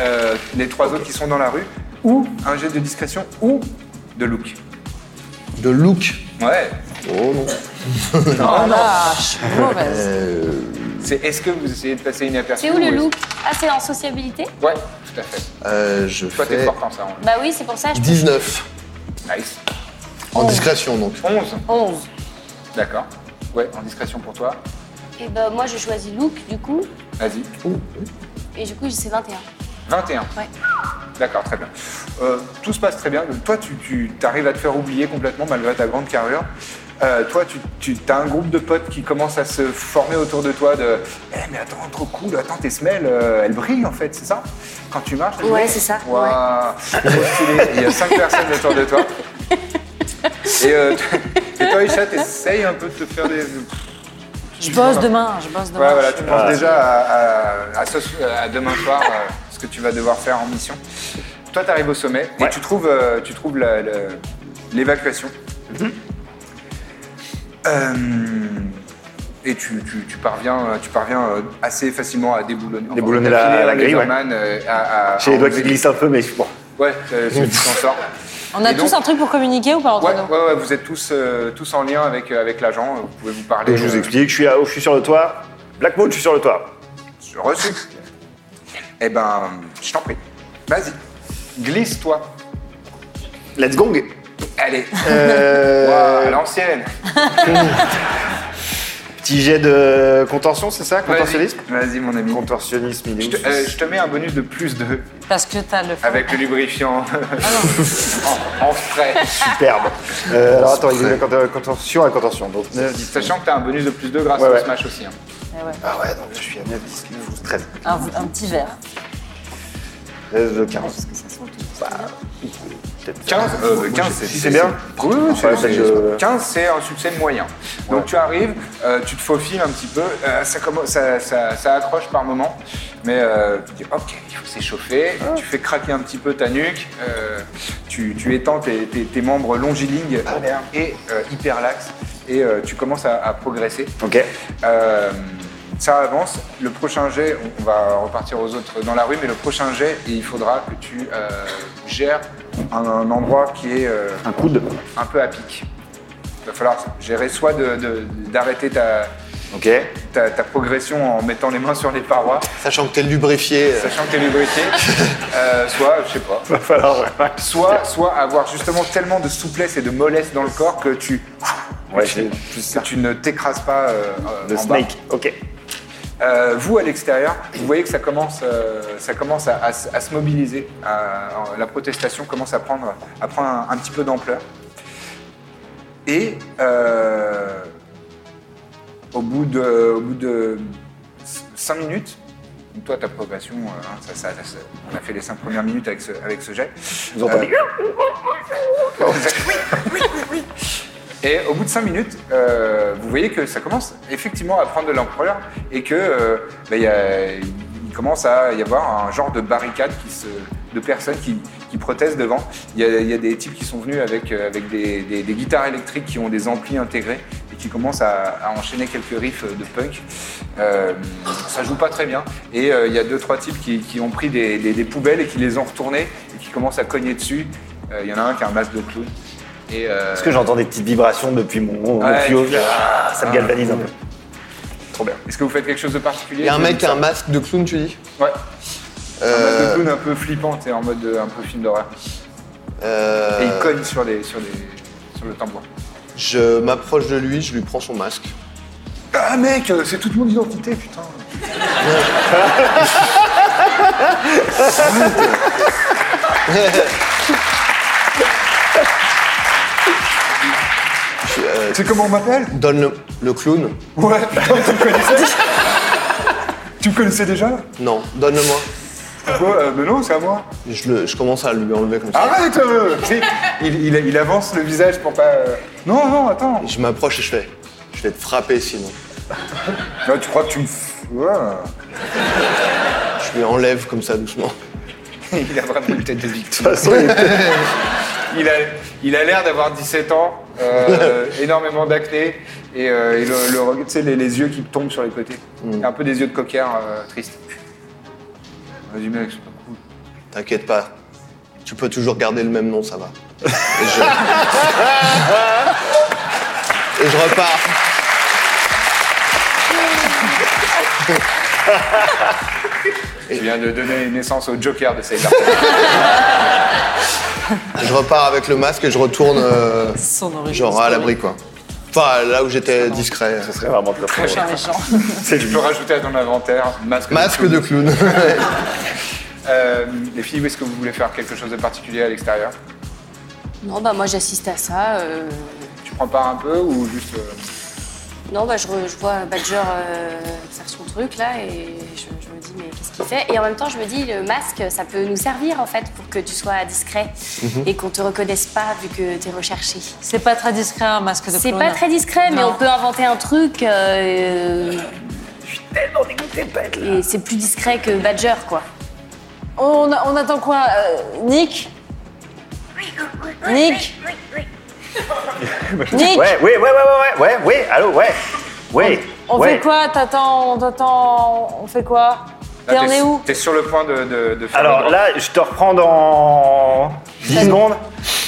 S1: Euh, les trois autres qui sont dans la rue. Ou un jet de discrétion ou de look.
S4: De look.
S1: Ouais.
S4: Oh non. Ah
S2: Oh là, je suis mauvaise.
S1: Euh, C'est est-ce que vous essayez de passer inaperçu
S5: C'est où le
S1: ou est-ce-
S5: loup Ah, c'est en sociabilité
S1: Ouais, tout à fait.
S4: Euh, je
S1: Toi, t'es
S4: fais
S1: fort en ça. hein.
S5: Bah oui, c'est pour ça. Je...
S4: 19
S1: Nice.
S4: en
S5: Oh.
S4: discrétion donc.
S1: 11.
S2: 11.
S1: D'accord. Ouais, en discrétion pour toi.
S5: Et bah moi j'ai choisi look du coup,
S1: Vas-y.
S5: et du coup c'est 21.
S1: Ouh, 21.
S5: Ouais.
S1: D'accord, très bien. Euh, tout se passe très bien. Toi, tu, tu arrives à te faire oublier complètement malgré ta grande carrure. Euh, toi, tu, as un groupe de potes qui commence à se former autour de toi de Eh, mais attends, trop cool, attends, tes semelles, euh, elles brillent en fait, c'est ça Quand tu marches, elles
S5: Ouais,
S1: brillent
S5: c'est ça,
S1: Waouh, trop stylé. Il y a cinq personnes autour de toi. Et, euh, et toi, Isha, t'essayes un peu de te faire des.
S2: Je bosse demain, je bosse demain.
S1: Ouais, voilà, tu penses
S3: Ah.
S1: déjà à, à- à ce- à demain soir euh, ce que tu vas devoir faire en mission. Toi, tu arrives au sommet et
S3: Ouais.
S1: tu trouves, euh, tu trouves la- la- l'évacuation.
S3: Mhm.
S1: Euh, et tu, tu- tu parviens, euh, tu parviens euh, assez facilement à déboulonner, enfin,
S3: Déboulonner
S1: à
S3: la-
S1: filer
S3: la
S1: un
S3: grille, ouais.
S1: laserman, euh, à- à-
S3: J'ai les doigts qui
S1: enlever-
S3: glissent un peu, mais bon.
S1: Ouais, euh, tu t'en sors.
S2: On a
S1: Et donc-
S2: tous un truc pour communiquer ou pas entre
S1: Ouais,
S2: nous
S1: ouais, ouais, vous êtes tous, euh, tous en lien avec, euh, avec l'agent, vous pouvez vous parler.
S3: Donc, je vous
S1: euh,
S3: explique, je suis, à- je suis sur le toit. Black Moon, je suis sur le toit.
S1: Reçu. Eh ben, je t'en prie. Vas-y. Glisse-toi.
S3: Let's gong
S1: Allez.
S3: Euh, [LAUGHS]
S1: Ouah, à l'ancienne.
S3: Petit jet de contorsion, c'est ça Contorsionnisme
S1: Vas-y, Vas-y, mon ami.
S3: Contorsionnisme, il est
S1: Je
S3: où,
S1: te,
S3: ce-
S1: euh, je te mets un bonus de plus 2
S2: Parce que t'as le.
S1: avec le lubrifiant
S3: Ah
S1: [LAUGHS] en, en frais.
S3: Superbe. Euh, alors attends, il est de cont- contorsion à contorsion. Donc 9, 10,
S1: Sachant que tu as un bonus de plus 2 grâce
S3: Ouais,
S1: au
S3: ouais.
S1: smash aussi. hein.
S2: Eh ouais.
S3: Ah ouais, donc je suis à 9, 10, 11, 12, 13.
S2: un, un petit verre.
S3: 16, 15.
S5: Parce que ça sent tout.
S1: 15, euh, 15 c'est
S3: Si c'est bien
S1: Oui, oui, c'est-
S3: Ouais, ça, je-
S1: 15, c'est un succès moyen. Donc tu arrives, euh, tu te faufiles un petit peu, euh, ça, commence- ça- ça- ça accroche par moment, mais euh, tu dis ok, il faut s'échauffer, tu fais craquer un petit peu ta nuque, euh, tu, tu étends tes, tes- tes membres longilignes et euh, hyperlaxes, et euh, tu commences à, à progresser.
S3: Ok.
S1: Euh, ça avance. Le prochain jet, on- on va repartir aux autres dans la rue, mais le prochain jet, il faudra que tu euh, gères un, un endroit qui est euh,
S3: Un coude.
S1: un peu à pic. Il va falloir gérer soit de- de- d'arrêter ta,
S3: Ok.
S1: ta, ta progression en mettant les mains sur les parois,
S4: Sachant que t'es lubrifié. euh,
S1: sachant que t'es
S3: [LAUGHS]
S1: lubrifié, euh, soit, je sais pas,
S3: Va falloir. ouais.
S1: soit, soit avoir justement tellement de souplesse et de mollesse dans le corps que tu,
S3: Ouais,
S1: que tu, que
S3: j'ai-
S1: tu ne t'écrases pas euh, euh,
S3: Le
S1: en bas.
S3: snake. Ok.
S1: Euh, vous, à l'extérieur, vous voyez que ça commence, euh, ça commence à, à s- à se mobiliser. à- à- la protestation commence à prendre, à prendre un, un petit peu d'ampleur. Et euh, au bout de, au bout de 5 minutes, donc toi, ta progression, euh, hein, ça- ça- ça- on a fait les 5 premières minutes avec ce, avec ce jet.
S3: Vous entendez
S1: Et au bout de 5 minutes, euh, vous voyez que ça commence effectivement à prendre de l'ampleur et que euh, bah, il y a- il commence à y avoir un genre de barricade qui se- de personnes qui, qui protestent devant. Il y, a, il y a des types qui sont venus avec, euh, avec des, des- des guitares électriques qui ont des amplis intégrés et qui commencent à, à enchaîner quelques riffs de punk. Euh, ça joue pas très bien. Et euh, il y a deux trois types qui, qui ont pris des, des- des poubelles et qui les ont retournées et qui commencent à cogner dessus. Euh, Il y en a un qui a un masque de clown. Et, euh,
S3: Est-ce que j'entends des petites vibrations depuis mon
S1: Ouais,
S3: depuis au-
S1: tu fais-
S3: Ah, Ça me galvanise un peu.
S1: Trop bien. Est-ce que vous faites quelque chose de particulier
S4: Il y a un mec qui a un masque de clown, tu dis
S1: Ouais. Un masque de
S4: Euh,
S1: clown un peu flippant, t'es en mode euh, un peu film d'horreur.
S4: euh,
S1: Et il cogne sur les, sur les, sur le tambour.
S4: Je m'approche de lui, je lui prends son masque.
S1: Ah mec, euh, c'est toute mon identité, putain.
S4: Euh,
S1: [LAUGHS] C'est comment on m'appelle
S4: donne le, le clown
S1: Ouais, putain, tu me connaissais Tu me connaissais déjà
S4: Non, donne-le-moi.
S1: Pourquoi Euh, Mais non, c'est à moi.
S4: Je, le- je commence à lui enlever comme ça.
S1: Arrête euh Tu sais, il, il- il avance le visage pour pas. euh, Non, non, attends.
S4: je m'approche et je fais. Je vais te frapper sinon.
S1: Bah, tu crois que tu me. f- Ouais.
S4: Je lui enlève comme ça doucement.
S1: [LAUGHS] Il a vraiment une tête de victime. [LAUGHS] il a il a l'air d'avoir 17 ans, euh, énormément d'acné et, euh, et le, le regard- tu sais, les, les yeux qui tombent sur les côtés. Il a un peu des yeux de coquère euh, triste. Vas-y mec, c'est pas cool.
S4: T'inquiète pas. Tu peux toujours garder le même nom, ça va. Et je, [LAUGHS] et je repars.
S1: Tu viens de donner naissance au Joker de [LAUGHS] Cyber.
S4: Je repars avec le masque et je retourne euh,
S2: Son origine.
S4: genre à l'abri quoi. Enfin là où j'étais discret.
S3: Ce serait vraiment très très
S2: Prochain méchant.
S3: C'est
S1: tu
S3: lui.
S1: peux rajouter à ton inventaire masque,
S4: Masque de clown.
S1: Euh, les filles, est-ce que vous voulez faire quelque chose de particulier à l'extérieur
S5: Non, bah moi j'assiste à ça. euh,
S1: Tu prends part un peu ou juste. euh,
S5: Non, bah je, re- je vois Badger euh, faire son truc là et je, je me dis mais qu'est-ce qu'il fait Et en même temps je me dis le masque ça peut nous servir en fait pour que tu sois discret et qu'on te reconnaisse pas vu que t'es recherché.
S2: C'est pas très discret un masque de
S5: C'est
S2: clown.
S5: pas très discret mais
S2: Non.
S5: on peut inventer un truc. euh,
S3: Eh,
S5: Et c'est plus discret que Badger quoi.
S2: On, a- on attend quoi euh, Nick Nick
S1: [LAUGHS]
S2: Nick
S3: Ouais, ouais, ouais, ouais, ouais, ouais, ouais, ouais, allô, ouais. Ouais.
S2: On
S3: ouais.
S2: fait quoi T'attends, on t'attend, on fait quoi
S1: là,
S2: T'es on est où
S1: Ah, T'es sur le point de, de- de faire.
S3: Alors
S1: le-
S3: là, je te reprends dans 10 secondes.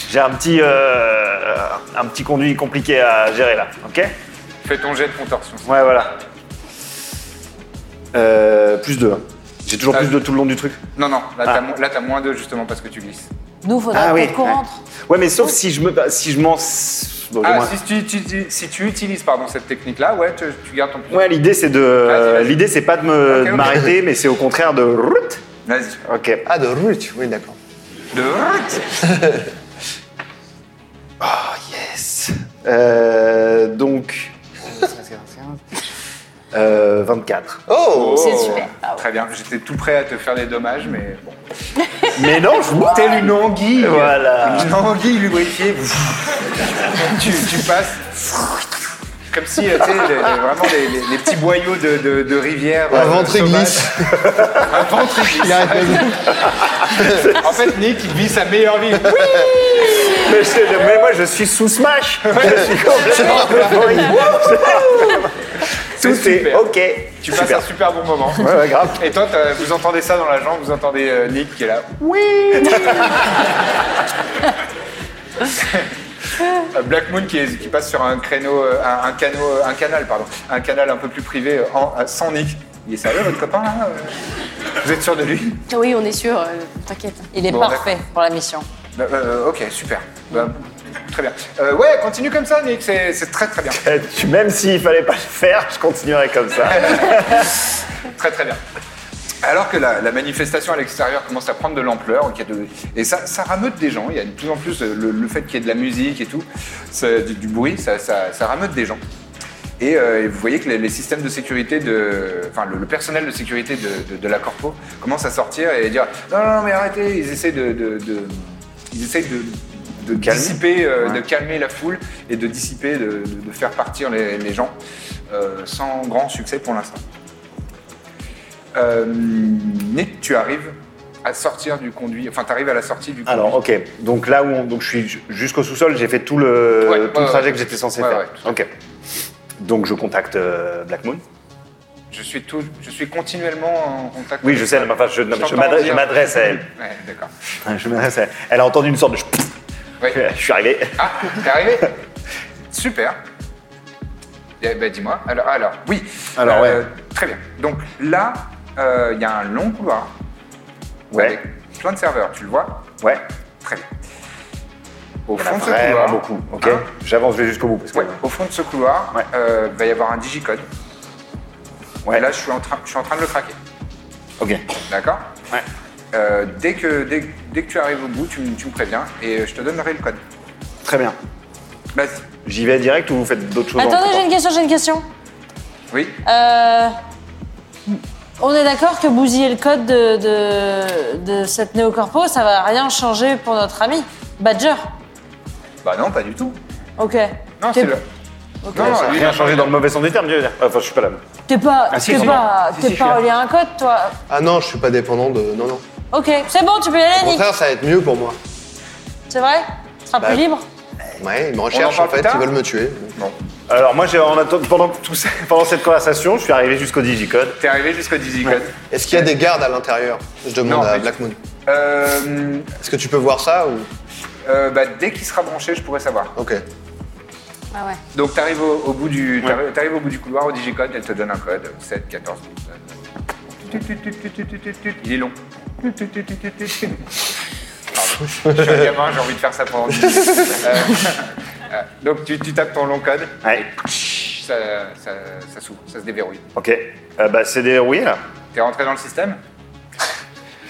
S3: J'ai un petit, euh, un petit conduit compliqué à gérer là, ok
S1: Fais ton jet de contorsion.
S3: Ouais, voilà. Euh, plus 2. J'ai toujours
S1: Ah.
S3: plus 2 tout le long du truc.
S1: Non, non, là,
S3: Ah.
S1: t'as mo- là, t'as moins 2 justement parce que tu glisses.
S2: Nous, faudrait
S3: Ah oui,
S2: peut-être qu'on
S3: ouais.
S2: rentre.
S3: Ouais, mais sauf si je me, si je m'en, bon, j'ai
S1: Ah,
S3: moins.
S1: si tu, tu- tu- si tu utilises pardon, cette technique-là, ouais, tu, tu gardes ton plus.
S3: Ouais, l'idée c'est
S1: Vas-y,
S3: de,
S1: vas-y.
S3: l'idée c'est pas de me
S1: Ok,
S3: de
S1: ok.
S3: m'arrêter, mais c'est au contraire de.
S1: Vas-y.
S3: Ok.
S4: Ah, de Ruth, oui, d'accord.
S1: De...
S3: Oh yes. Euh, donc. Euh, 24.
S4: Oh
S5: C'est super. Ah ouais.
S1: Très bien, j'étais tout prêt à te faire des dommages, mais bon.
S3: Mais non, je vois.
S1: Telle une anguille
S3: Voilà.
S1: Une anguille lubrifiée tu, tu passes comme si, euh, tu sais, les- les- vraiment les, les- les petits boyaux de, de- de rivière.
S4: Un
S1: euh,
S4: ventre
S1: sauvages.
S4: glisse.
S1: Un ventre glisse.
S4: Il arrête pas de-
S1: En fait, Nick, il vit sa meilleure vie. Oui,
S3: Mais, je- mais moi je suis sous [LAUGHS] Smash. je suis [LAUGHS] complètement.
S1: C'est
S3: Tout est
S1: super.
S3: ok.
S1: Tu passes
S3: Super.
S1: un super bon moment.
S3: Ouais, ouais, grave.
S1: Et toi, t'as- vous entendez ça dans la jambe, vous entendez euh, Nick qui est là. Oui Euh, Black Moon qui, est- qui passe sur un créneau, euh, un, un canot, euh, un canal, pardon, un canal un peu plus privé euh, en- euh, sans Nick. Il est sérieux votre copain là Euh, Vous êtes sûr de lui
S5: Oui on est sûr, euh, t'inquiète.
S2: Il est
S1: Bon,
S2: parfait pour la mission.
S1: Bah, euh, Ok, super. Bah, très bien. Euh, ouais, continue comme ça Nick, c'est c'est très très bien.
S3: Euh, tu- Même s'il fallait pas le faire, je continuerais comme ça.
S1: Très très bien. Alors que la, la manifestation à l'extérieur commence à prendre de l'ampleur, qu'il y a de- et ça, ça rameute des gens, il y a de plus en plus euh, le, le fait qu'il y ait de la musique et tout, ça- du, du bruit, ça, ça- ça rameute des gens. Et, euh, et vous voyez que les, les systèmes de sécurité, de, enfin le, le personnel de sécurité de, de- de la Corpo commence à sortir et dire non, non, non, mais arrêtez, ils essaient de, de- de- ils essaient de, de
S3: Calmer.
S1: dissiper, euh,
S3: Ouais.
S1: de calmer la foule et de dissiper, de, de- de faire partir les, les gens, euh, sans grand succès pour l'instant. Euh, Nick, tu arrives à sortir du conduit, enfin tu arrives à la sortie du conduit.
S3: Alors, oh. ok. Donc là où on- donc je suis ju- jusqu'au sous-sol, j'ai fait tout le,
S1: Ouais,
S3: tout le
S1: ouais,
S3: trajet
S1: ouais.
S3: que j'étais censé
S1: Ouais,
S3: faire.
S1: ouais, tout à
S3: ok. Donc je contacte euh, Black Moon. [LAUGHS]
S1: je, suis tout, je suis continuellement en contact
S3: Oui,
S1: avec-
S3: je sais, mais enfin, je, non, mais je
S1: t'entends
S3: m'adresse-
S1: dire.
S3: je m'adresse à elle.
S1: Ouais, d'accord.
S3: Je m'adresse à elle. Elle a entendu une sorte de.
S1: Ouais.
S3: Je suis arrivé.
S1: Ah, t'es arrivé
S3: [LAUGHS]
S1: Super. Eh ben, dis-moi. Alors, alors, oui. Euh,
S3: Alors, ouais.
S1: Très bien. Donc là, euh, il y a un long couloir
S3: Ouais.
S1: avec plein de serveurs. Tu le vois
S3: Ouais.
S1: Très bien. Au
S3: Il y en
S1: fond
S3: a
S1: de ce couloir,
S3: vraiment beaucoup. Ok.
S1: Hein
S3: J'avance, je vais jusqu'au bout. Parce que,
S1: Ouais, au fond de ce couloir,
S3: Ouais.
S1: euh, va y avoir un digicode.
S3: Ouais.
S1: Et là, je suis en train, je suis en train de le craquer.
S3: Ok.
S1: D'accord
S3: Ouais.
S1: Euh, dès, que, dès, dès que tu arrives au bout, tu, me- tu me préviens et je te donnerai le code.
S3: Très bien.
S1: Vas-y.
S3: J'y vais direct ou vous faites d'autres choses
S2: Attendez, j'ai
S3: entre-temps
S2: une question, j'ai une question.
S1: Oui
S2: Euh, on est d'accord que bousiller le code de, de, de cette néocorpo, ça va rien changer pour notre ami Badger.
S1: Bah non, pas du tout.
S2: Ok.
S1: Non,
S2: T'es-
S1: c'est le.
S2: Ok.
S1: Non, non, lui, il
S3: Rien
S1: a
S3: changé dans le mauvais sens des termes, je veux dire. Enfin, je suis pas là.
S2: T'es pas,
S3: Ah, si,
S2: t'es
S3: si,
S2: pas,
S1: si, si,
S2: t'es
S1: je suis
S2: pas
S1: là.
S2: relié à un code, toi.
S4: Ah non, je suis pas dépendant de. Non, non.
S2: Ok, c'est bon, tu peux y
S4: Au
S2: aller, Nick.
S4: contraire, ça va être mieux pour moi.
S2: C'est vrai Tu seras
S4: Bah,
S2: plus libre
S4: Ouais, ils me recherchent
S1: parle
S4: en
S1: plus
S4: fait,
S1: tard
S4: ils veulent me tuer.
S1: Non.
S3: Alors moi, j'ai en attendant pendant tout ça- pendant cette conversation, je suis arrivé jusqu'au digicode.
S1: T'es arrivé jusqu'au digicode.
S4: Est-ce qu'il y a des gardes à l'intérieur Je demande
S1: Non,
S4: à
S1: mais-
S4: Black Moon.
S1: Euh,
S4: Est-ce que tu peux voir ça ou.
S1: euh, bah, dès qu'il sera branché, je pourrai savoir.
S4: Ok.
S5: Ah ouais.
S1: Donc t'arrives au, au bout du
S3: Ouais.
S1: t'arrives- t'arrives au bout du couloir au digicode, elle te donne un code 7 14 12. Il est long. Pardon. Je suis un gamin, j'ai envie de faire ça pendant 10 minutes. Euh, [LAUGHS] euh, Donc tu, tu tapes ton long code,
S3: Ouais.
S1: ça, ça, ça s'ouvre, ça se déverrouille.
S3: Ok. Euh, bah, c'est déverrouillé là.
S1: T'es rentré dans le système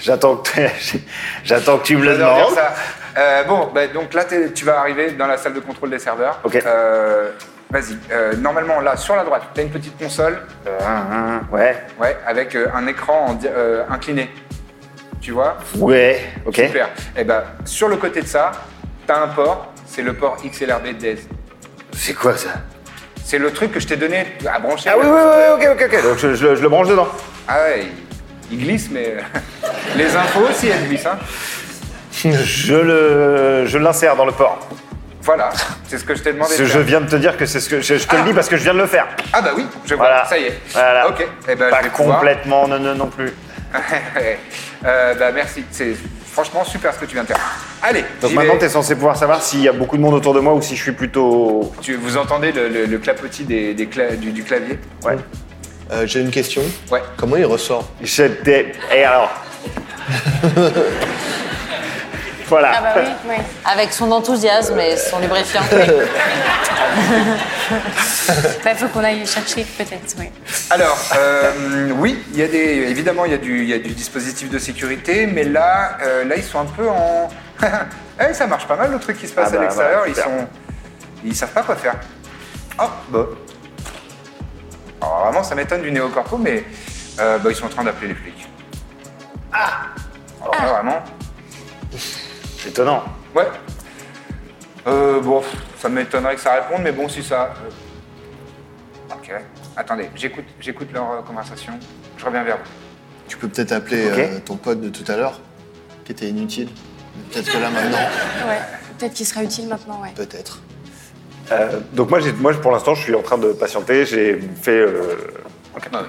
S3: J'attends que, tu- [LAUGHS] j'attends que tu me le
S1: J'adore dire
S3: demandes.
S1: ça. Euh, bon, bah, donc là, t'es- tu vas arriver dans la salle de contrôle des serveurs.
S3: Ok.
S1: Euh, Vas-y. Euh, normalement, là, sur la droite, tu as une petite console
S3: Euh, hein, hein, ouais,
S1: ouais, avec euh, un écran en di- euh, incliné. Tu vois
S3: ouais, ok.
S1: Super. Et ben, sur le côté de ça, tu as un port. C'est le port XLRB Days.
S3: C'est quoi ça
S1: C'est le truc que je t'ai donné à brancher.
S3: Ah oui, oui, oui, ok, ok, ok. Donc je, je le- je le
S1: [LAUGHS]
S3: branche dedans.
S1: Ah ouais, il, il glisse, mais euh, [LAUGHS] les infos aussi, elles glissent. hein.
S3: Je le, je l'insère dans le port.
S1: Voilà, c'est ce que je t'ai demandé.
S3: Parce
S1: de
S3: que je
S1: faire.
S3: viens de te dire que c'est ce que je, je te le dis parce que je viens de le faire.
S1: Ah bah oui, je vois,
S3: Voilà.
S1: ça y est.
S3: Voilà.
S1: Ok, eh ben,
S3: pas
S1: je vais pouvoir-
S3: complètement non, non, non plus.
S1: [LAUGHS] Euh, bah merci, c'est franchement super ce que tu viens de faire. Allez,
S3: Donc
S1: j'y
S3: maintenant,
S1: vais.
S3: t'es censé pouvoir savoir s'il y a beaucoup de monde autour de moi ou si je suis plutôt.
S1: Tu- vous entendez le, le- le clapotis des, des cla- du, du clavier
S3: Ouais.
S4: Euh, J'ai une question.
S1: Ouais.
S4: Comment il ressort
S3: J'étais. Et Eh, alors Voilà.
S5: Ah bah oui, oui.
S2: Avec son enthousiasme et son lubrifiant.
S5: [LAUGHS] Bah, faut qu'on aille chercher peut-être, oui.
S1: Alors, euh, [LAUGHS] oui, il y a des, évidemment, il y, a du- il y a du dispositif de sécurité, mais là, euh, là ils sont un peu en... [LAUGHS] Eh, ça marche pas mal le truc qui se passe
S3: Ah bah,
S1: à l'extérieur,
S3: voilà,
S1: ils
S3: super. Ah,
S1: sont... Ils savent pas quoi faire. Oh, bah... Alors vraiment, ça m'étonne du néocorpo, mais euh, bah, ils sont en train d'appeler les flics. Ah Alors là, vraiment...
S3: Étonnant.
S1: Ouais. Euh, bon, ça m'étonnerait que ça réponde, mais bon, si ça. euh, Ok. Attendez, j'écoute, j'écoute leur euh, conversation. Je reviens vers vous.
S4: Tu peux peut-être appeler
S3: Ok.
S4: euh, ton pote de tout à l'heure, qui était inutile. Mais Peut-être que là maintenant,
S5: Ouais. Peut-être qu'il sera utile maintenant, ouais.
S4: peut-être.
S3: Euh, donc moi, j'ai- moi, pour l'instant, je suis en train de patienter. J'ai fait. euh,
S1: Ah oui.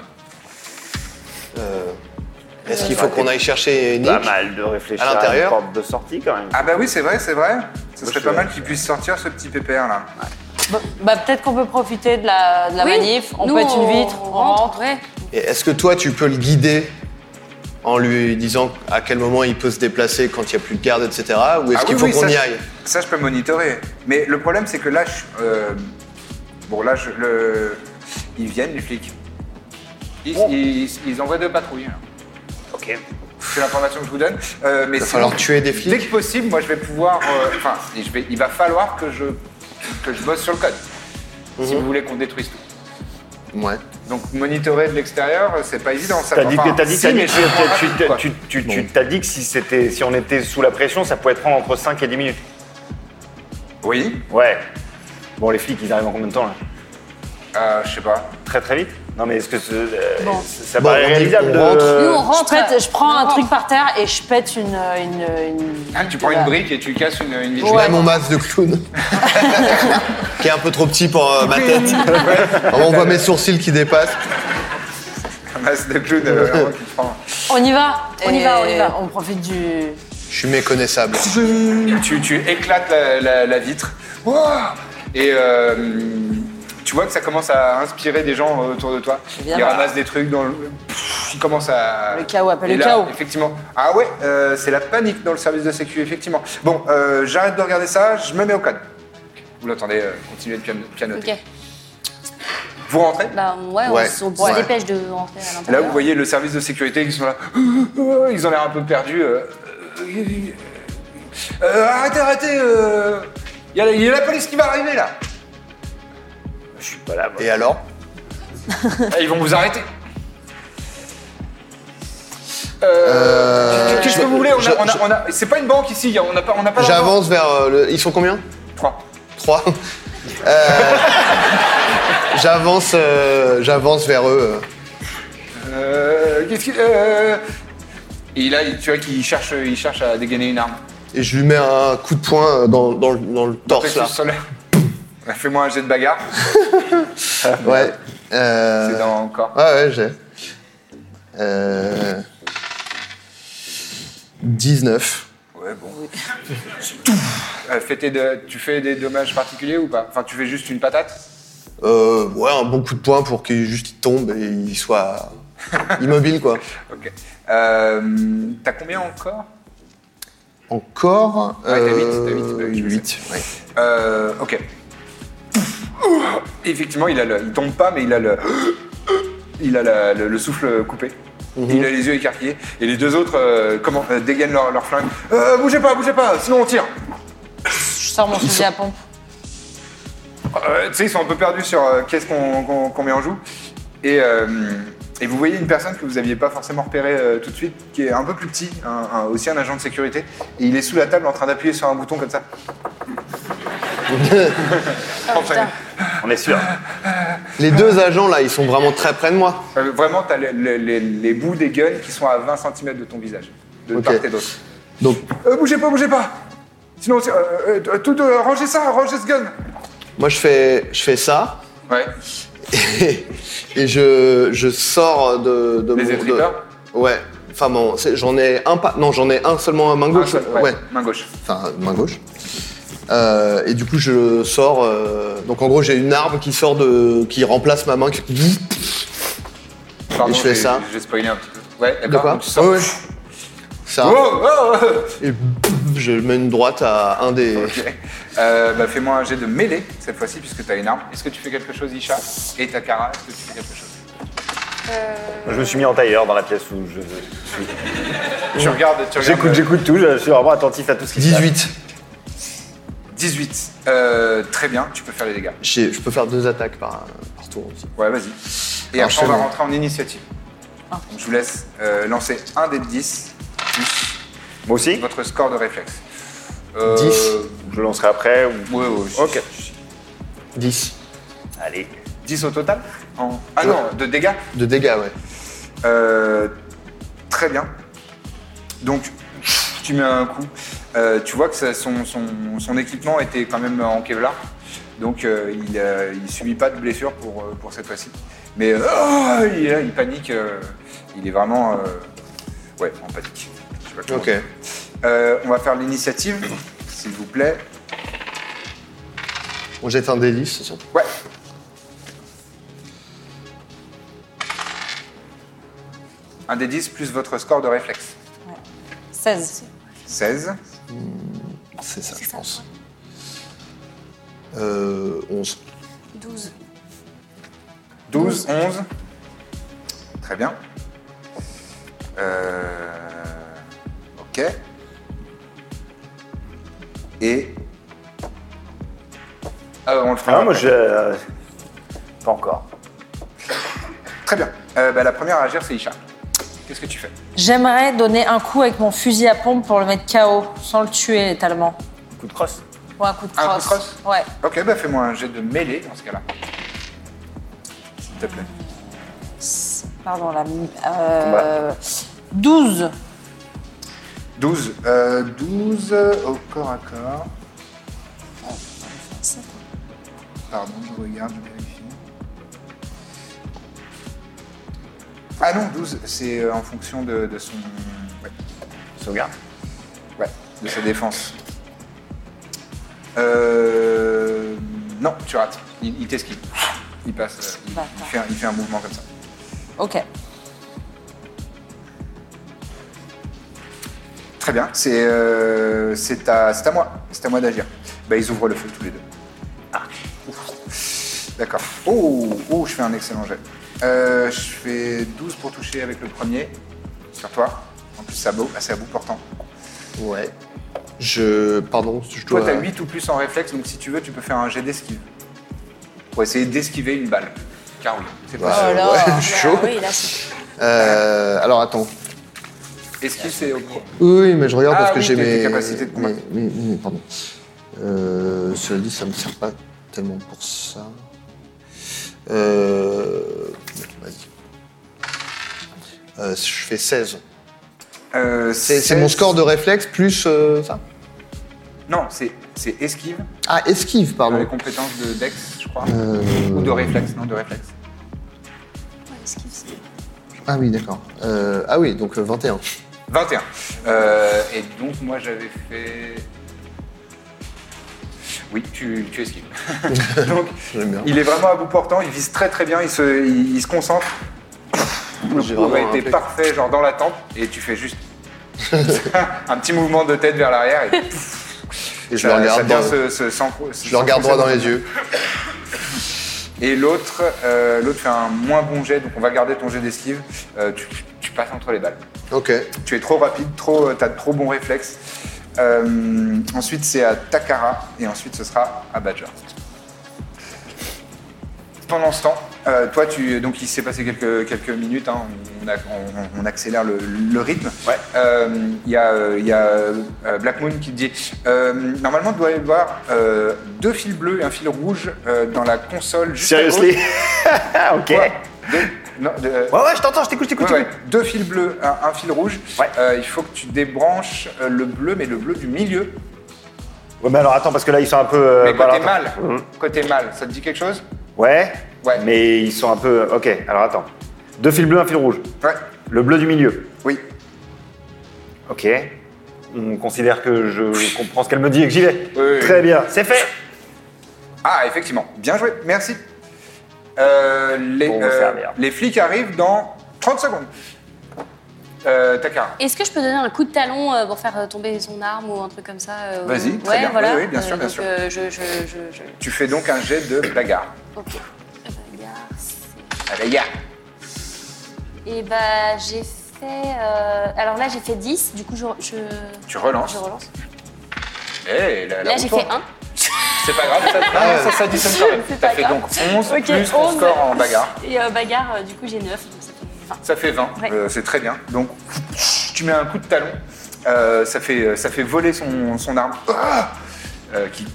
S4: Euh, Est-ce qu'il faut qu'on aille chercher Nick
S3: pas mal de réfléchir à,
S4: À
S3: une
S4: l'intérieur
S3: porte de sortie quand même.
S1: Ah bah oui, c'est vrai, c'est vrai. Ce serait
S3: je
S1: pas
S3: fais-
S1: mal qu'ils puissent sortir ce petit pépère là.
S2: Bah, bah, peut-être qu'on peut profiter de la, de la manif. On
S5: Nous,
S2: peut être une vitre, on rentre.
S5: ouais.
S4: Et Est-ce que toi, tu peux le guider en lui disant à quel moment il peut se déplacer quand il n'y a plus de garde, etc. Ou est-ce
S1: Ah
S4: qu'il
S1: oui,
S4: faut
S1: oui,
S4: qu'on
S1: ça,
S4: y
S1: je-
S4: aille
S1: Ça, je peux monitorer. Mais le problème, c'est que là, je, euh, bon, là, je, le, ils viennent les flics. Ils,
S4: Oh.
S1: ils- ils envoient deux patrouilles. là.
S3: Ok.
S1: C'est l'information que je vous donne. Euh, mais
S4: Il va falloir tuer des
S1: Dès
S4: flics
S1: que possible, moi je vais pouvoir. euh, Enfin, je vais- il va falloir que je, que je bosse sur le code. Si
S3: Mhm.
S1: vous voulez qu'on détruise tout.
S4: Ouais.
S1: Donc, monitorer de l'extérieur, euh, c'est pas évident. Ça
S3: T'as dit,
S1: Enfin,
S3: que- t'as dit,
S1: si,
S3: t'as dit
S1: mais
S3: que
S1: je vais prendre
S3: tu-
S1: rapide, quoi.
S3: tu- tu- tu- t'as dit que si, c'était- si on était sous la pression, ça pouvait prendre entre 5 et 10 minutes.
S1: Oui,
S3: Ouais. Bon, les flics, ils arrivent en combien de temps là
S1: euh, je sais pas.
S3: Très très vite Non, mais est-ce que ce- euh,
S2: Bon.
S3: ça
S4: Bon,
S3: paraît
S4: on y-
S3: réalisable
S4: on
S3: de.
S4: rentre.
S5: Nous, on rentre.
S2: Je, pète- je prends
S5: On
S2: un
S5: rentre.
S2: truc par terre et je pète une. une, une-
S1: Hein, tu prends une brique et tu casses une, une vitre.
S4: Je
S2: Ouais.
S4: mets mon masque de clown, [LAUGHS] qui est un peu trop petit pour euh, ma tête. Alors, on voit mes sourcils qui dépassent.
S1: Un masque de clown euh, vraiment, tu prends.
S2: On y va
S5: On y va, on y
S2: Et
S5: va.
S2: On profite du.
S4: Je suis méconnaissable.
S1: Tu, tu éclates la, la- la vitre. Ouah et euh, tu vois que ça commence à inspirer des gens autour de toi.
S2: bien.
S1: Ils ramassent des trucs dans le. Pff, Ils commencent à.
S2: Le chaos appelle
S1: Et
S2: le
S1: là,
S2: chaos.
S1: Effectivement. Ah ouais, euh, c'est la panique dans le service de sécu, effectivement. Bon, euh, j'arrête de regarder ça, je me mets au code. Vous l'entendez euh, continuer de piano- pianoter.
S5: Ok.
S1: Vous rentrez
S5: Bah ouais, on
S4: Ouais.
S5: se- on,
S4: Ouais.
S5: se dépêche de rentrer à
S1: Là,
S5: l'intérieur.
S1: vous voyez le service de sécurité qui sont là. Ils ont l'air un peu perdus. euh. Euh, arrêtez, arrêtez euh, Il y a- il y, a la police qui va arriver là
S3: Je suis pas là, moi.
S4: Et alors
S1: Ah, Ils vont vous arrêter Euh, Qu'est-ce que
S4: je-
S1: vous voulez On a-
S4: je-
S1: on a- on a- C'est pas une banque ici, hein. on n'a pas, on n'a pas d'argent.
S4: J'avance vers euh, le... Ils sont combien
S1: Trois.
S4: Trois. [LAUGHS] Euh, J'avance euh, j'avance vers eux. euh.
S1: Euh, qu'est-ce qu'il- euh, Et là, il- tu vois qu'il cherche, il cherche à dégainer une arme.
S4: Et je lui mets un coup de poing euh, dans, dans le- dans le torse là.
S1: Plexus [LAUGHS] solaire. Bah, Fais-moi un jet de bagarre.
S4: Ouais. Euh,
S1: C'est dans encore.
S4: Ouais, ouais, j'ai. Euh, 19.
S1: Ouais, bon. Euh, fais tes de- tu fais des dommages particuliers ou pas Enfin, tu fais juste une patate
S4: Euh, ouais, un bon coup de poing pour qu'il juste il tombe et
S1: [LAUGHS]
S4: il soit immobile, quoi.
S1: Ok. Euh, T'as combien encore
S4: Encore.
S1: Ouais, t'as huit, t'as huit, bah oui, je le sais.
S4: huit, ouais.
S1: Euh, ok. Effectivement, il, a le- il tombe pas, mais il a le, il a la- le, le souffle coupé. Il a les yeux écarquillés. Et les deux autres euh, comment, euh, dégainent leur, leur flingue. Euh, bougez pas, bougez pas, sinon on tire.
S2: Je sors mon fusil à pompe.
S1: Euh, tu sais, ils sont un peu perdus sur euh, qu'est-ce qu'on qu'on- qu'on met en joue. Et, euh, et vous voyez une personne que vous n'aviez pas forcément repérée euh, tout de suite, qui est un peu plus petit, un- un- aussi un agent de sécurité. Et il est sous la table en train d'appuyer sur un bouton comme ça. Enfin,
S3: On est sûr.
S4: Les deux agents là, ils sont vraiment très près de moi.
S1: euh, vraiment, tu as les bouts des gueules qui sont à 20 cm de ton visage, de
S4: Ok.
S1: part et d'autre.
S4: Donc,
S1: Euh, bougez pas, bougez pas Sinon, on tire. Euh, euh, euh, tout, euh, rangez ça, rangez ce gun
S4: moi je fais, je fais ça. [LAUGHS]
S1: Ouais.
S4: et, et je, je sors de, de
S1: Les
S4: mon- de-
S1: étrippeurs
S4: Ouais. Enfin bon, c'est- j'en ai un pas. Non, j'en ai un seulement à main
S1: Un
S4: gauche.
S1: seul, Ah, ouais.
S4: ouais.
S1: Main gauche.
S4: Enfin, main gauche. Euh, et du coup, je sors. euh, donc en gros, j'ai une arme qui sort de, qui remplace ma main. qui-
S1: Pardon,
S4: Et je fais
S1: j'ai-
S4: ça.
S1: J'ai spoilé un petit peu. Ouais,
S4: De
S1: d'accord.
S4: quoi
S1: donc tu sors.
S4: Ouais, ouais. [LAUGHS] Ça.
S1: Oh, oh, oh.
S4: Et je mets une droite à un des.
S1: Ok. Euh, bah, Fais-moi un jet de mêlée cette fois-ci, puisque t'as une arme. Est-ce que tu fais quelque chose, Isha Et Takara, est-ce que tu fais quelque chose
S3: Je me suis mis en tailleur dans la pièce où je suis.
S1: Tu regardes, tu regardes.
S3: J'écoute, j'écoute tout, je suis vraiment attentif à tout ce qui se passe.
S4: 18.
S1: 18. Euh, très bien, tu peux faire les dégâts.
S4: J'ai- Je peux faire deux attaques par, par tour aussi.
S1: Ouais, vas-y. Et après, on va
S4: Enchaînement.
S1: rentrer en initiative. Donc, je vous laisse euh, lancer un des 10 plus
S3: Moi aussi
S1: votre score de réflexe. Euh,
S4: 10.
S3: Je lancerai après. ou-
S1: Ouais, ouais,
S3: Ok.
S4: 10
S3: Allez.
S1: 10 au total En- Ah non, de dégâts
S4: de dégâts, ouais.
S1: Euh, très bien. Donc, tu mets un coup. Euh, tu vois que ça- son, son- son équipement était quand même en Kevlar. Donc, euh, il, euh, il subit pas de blessure pour, euh, pour cette fois-ci. Mais euh, oh, il, est là, il panique. euh, il est vraiment. euh, ouais, en panique. Je sais pas comment
S4: Ok.
S1: dire. Euh, on va faire l'initiative, s'il vous plaît.
S4: On jette un D10, c'est ça
S1: Ouais. Un des 10 plus votre score de réflexe.
S2: 16.
S1: 16.
S4: C'est ça, je pense. Euh, 11.
S5: 12.
S1: 12, 11. Très bien. Euh, Ok. Et. Ah, on le fera.
S3: Ah, moi,
S1: après.
S3: je. euh, Pas encore.
S1: Très bien. Euh, bah, la première à agir, c'est Isha. Qu'est-ce que tu fais
S2: J'aimerais donner un coup avec mon fusil à pompe pour le mettre KO, sans le tuer létalement.
S3: Coup de crosse.
S2: Ou un coup de
S1: Un
S2: crosse.
S1: coup de crosse
S2: Ouais.
S1: Ok, bah fais-moi un jet de mêlée dans ce cas-là. S'il te plaît.
S2: Pardon, la. Euh, 12.
S1: 12. Euh, 12 euh, au corps à corps. Pardon, je regarde, je vérifie. Ah non, 12, c'est euh, en fonction de, de son. Ouais,
S3: Sauvegarde.
S1: ouais, de sa défense. Euh. Non, tu rates. Il, il t'esquive. Il passe. euh, il-
S2: Bâtard.
S1: il fait un- il fait un mouvement comme ça.
S2: Ok.
S1: Très bien, c'est euh, c'est à, c'est à moi, c'est à moi d'agir. Bah, ils ouvrent le feu tous les deux.
S4: Ah.
S1: Ouf. D'accord. Oh, oh, je fais un excellent jet. Euh, je fais 12 pour toucher avec le premier, sur toi. En plus, sabot, ah, c'est à bout portant.
S4: Ouais. Je. Pardon, je
S1: Toi,
S4: dois.
S1: t'as 8 ou plus en réflexe, donc si tu veux, tu peux faire un jet d'esquive. Pour essayer d'esquiver une balle. Car oui, c'est possible.
S2: Oh là.
S4: Ouais, je suis chaud.
S5: Oui, là, c'est
S4: Euh, alors attends.
S1: Esquive, c'est au pro.
S4: Oui, mais je regarde
S1: Ah
S4: parce que
S1: oui,
S4: j'ai
S1: tes- tes
S4: mes.
S1: capacités de combattre.
S4: mes- mes- mes- pardon. Euh, cela dit, ça me sert pas tellement pour ça. Euh. Vas-y. Euh, je fais 16.
S1: Euh,
S4: C'est c'est mon score de réflexe plus euh, ça.
S1: Non, c'est c'est esquive,
S4: Ah, esquive,
S1: dans les
S4: pardon.
S1: compétences de Dex, je crois.
S4: Euh,
S1: Ou de réflexe, non, de réflexe.
S4: Ah oui, d'accord. Euh, ah oui, donc euh, 21.
S1: 21. Euh, et donc, moi, j'avais fait. Oui, tu, tu esquives. [LAUGHS] donc,
S4: J'aime bien.
S1: il est vraiment à bout portant, il vise très très bien, il se, il, il se concentre. Le
S4: J'ai
S1: coup a
S4: vraiment un
S1: été
S4: réflexe.
S1: parfait, genre dans la tempe, et tu fais juste [LAUGHS] un petit mouvement de tête vers l'arrière. Et,
S4: Et je
S1: ça-
S4: le
S1: ça
S4: regarde.
S1: vient
S4: dans-
S1: se- se- s'encro-
S4: Je le regarde droit dans les yeux.
S1: Et l'autre, euh, l'autre fait un moins bon jet, donc on va garder ton jet d'esquive. Euh, tu, tu tu passes entre les balles.
S4: Ok.
S1: Tu es trop rapide, trop, euh, t'as de trop bons réflexes. Euh, ensuite, c'est à Takara et ensuite ce sera à Badger. Pendant ce temps, euh, toi, tu, donc il s'est passé quelques, quelques minutes, hein, on, a- on- on accélère le, le rythme.
S3: Ouais.
S1: Euh, Il y a, euh, il y a, euh, Black Moon qui dit euh, Normalement, il doit y avoir euh, deux fils bleus et un fil rouge euh, dans la console. juste à gauche.
S3: Seriously Ok.
S1: Quoi
S3: Ouais,
S1: Deux- euh, non, de-
S3: ouais, je t'entends, je t'écoute, je t'écoute.
S1: Ouais, ouais. Deux fils bleus, un, un fil rouge.
S3: Ouais.
S1: Euh, il faut que tu débranches euh, le bleu, mais le bleu du milieu.
S3: Ouais, mais alors attends, parce que là, ils sont un peu. euh,
S1: mais
S3: bah,
S1: côté
S3: alors,
S1: mâle.
S3: attends. Mhm.
S1: Côté mâle, ça te dit quelque chose
S3: Ouais.
S1: Ouais.
S3: Mais ils sont un peu. Ok, alors attends. Deux fils bleus, un fil rouge.
S1: Ouais.
S3: Le bleu du milieu.
S1: Oui.
S3: Ok. On considère que je comprends ce qu'elle me dit et que j'y vais.
S1: oui,
S3: Très
S1: oui.
S3: bien, c'est fait.
S1: Ah, effectivement. Bien joué. Merci. Euh, les,
S3: Pour me servir.
S1: les flics arrivent dans 30 secondes. Euh, Takara.
S5: Est-ce que je peux donner un coup de talon euh, pour faire euh, tomber son arme ou un truc comme ça euh,
S1: Vas-y,
S5: ou-
S1: très
S5: ouais,
S1: bien.
S5: Voilà.
S1: Oui, oui, bien sûr,
S5: Euh,
S1: bien
S5: donc,
S1: sûr.
S5: euh, je, je, je, je-
S1: Tu fais donc un jet de bagarre.
S5: Ok. Euh, regarde, c'est-
S1: Ah, Bagarre.
S5: Et bah j'ai fait. euh, Alors là j'ai fait 10, du coup je. je...
S1: Tu relances.
S5: Je relance.
S1: Eh, la- la
S5: Là j'ai
S1: retourne.
S5: fait 1.
S1: C'est pas grave, ça, non, ça, ça additionne quand même.
S5: [LAUGHS] C'est
S1: T'as
S5: pas
S1: fait
S5: grave.
S1: donc 11
S5: Ok,
S1: plus ton
S5: 11.
S1: score en bagarre.
S5: Et euh, bagarre, euh, du coup j'ai 9, donc ça fait 20.
S1: Ça fait 20,
S5: Ouais.
S1: euh, c'est très bien. Donc, tu mets un coup de talon, euh, ça, fait, ça fait voler son, son arme Ah Euh, qui,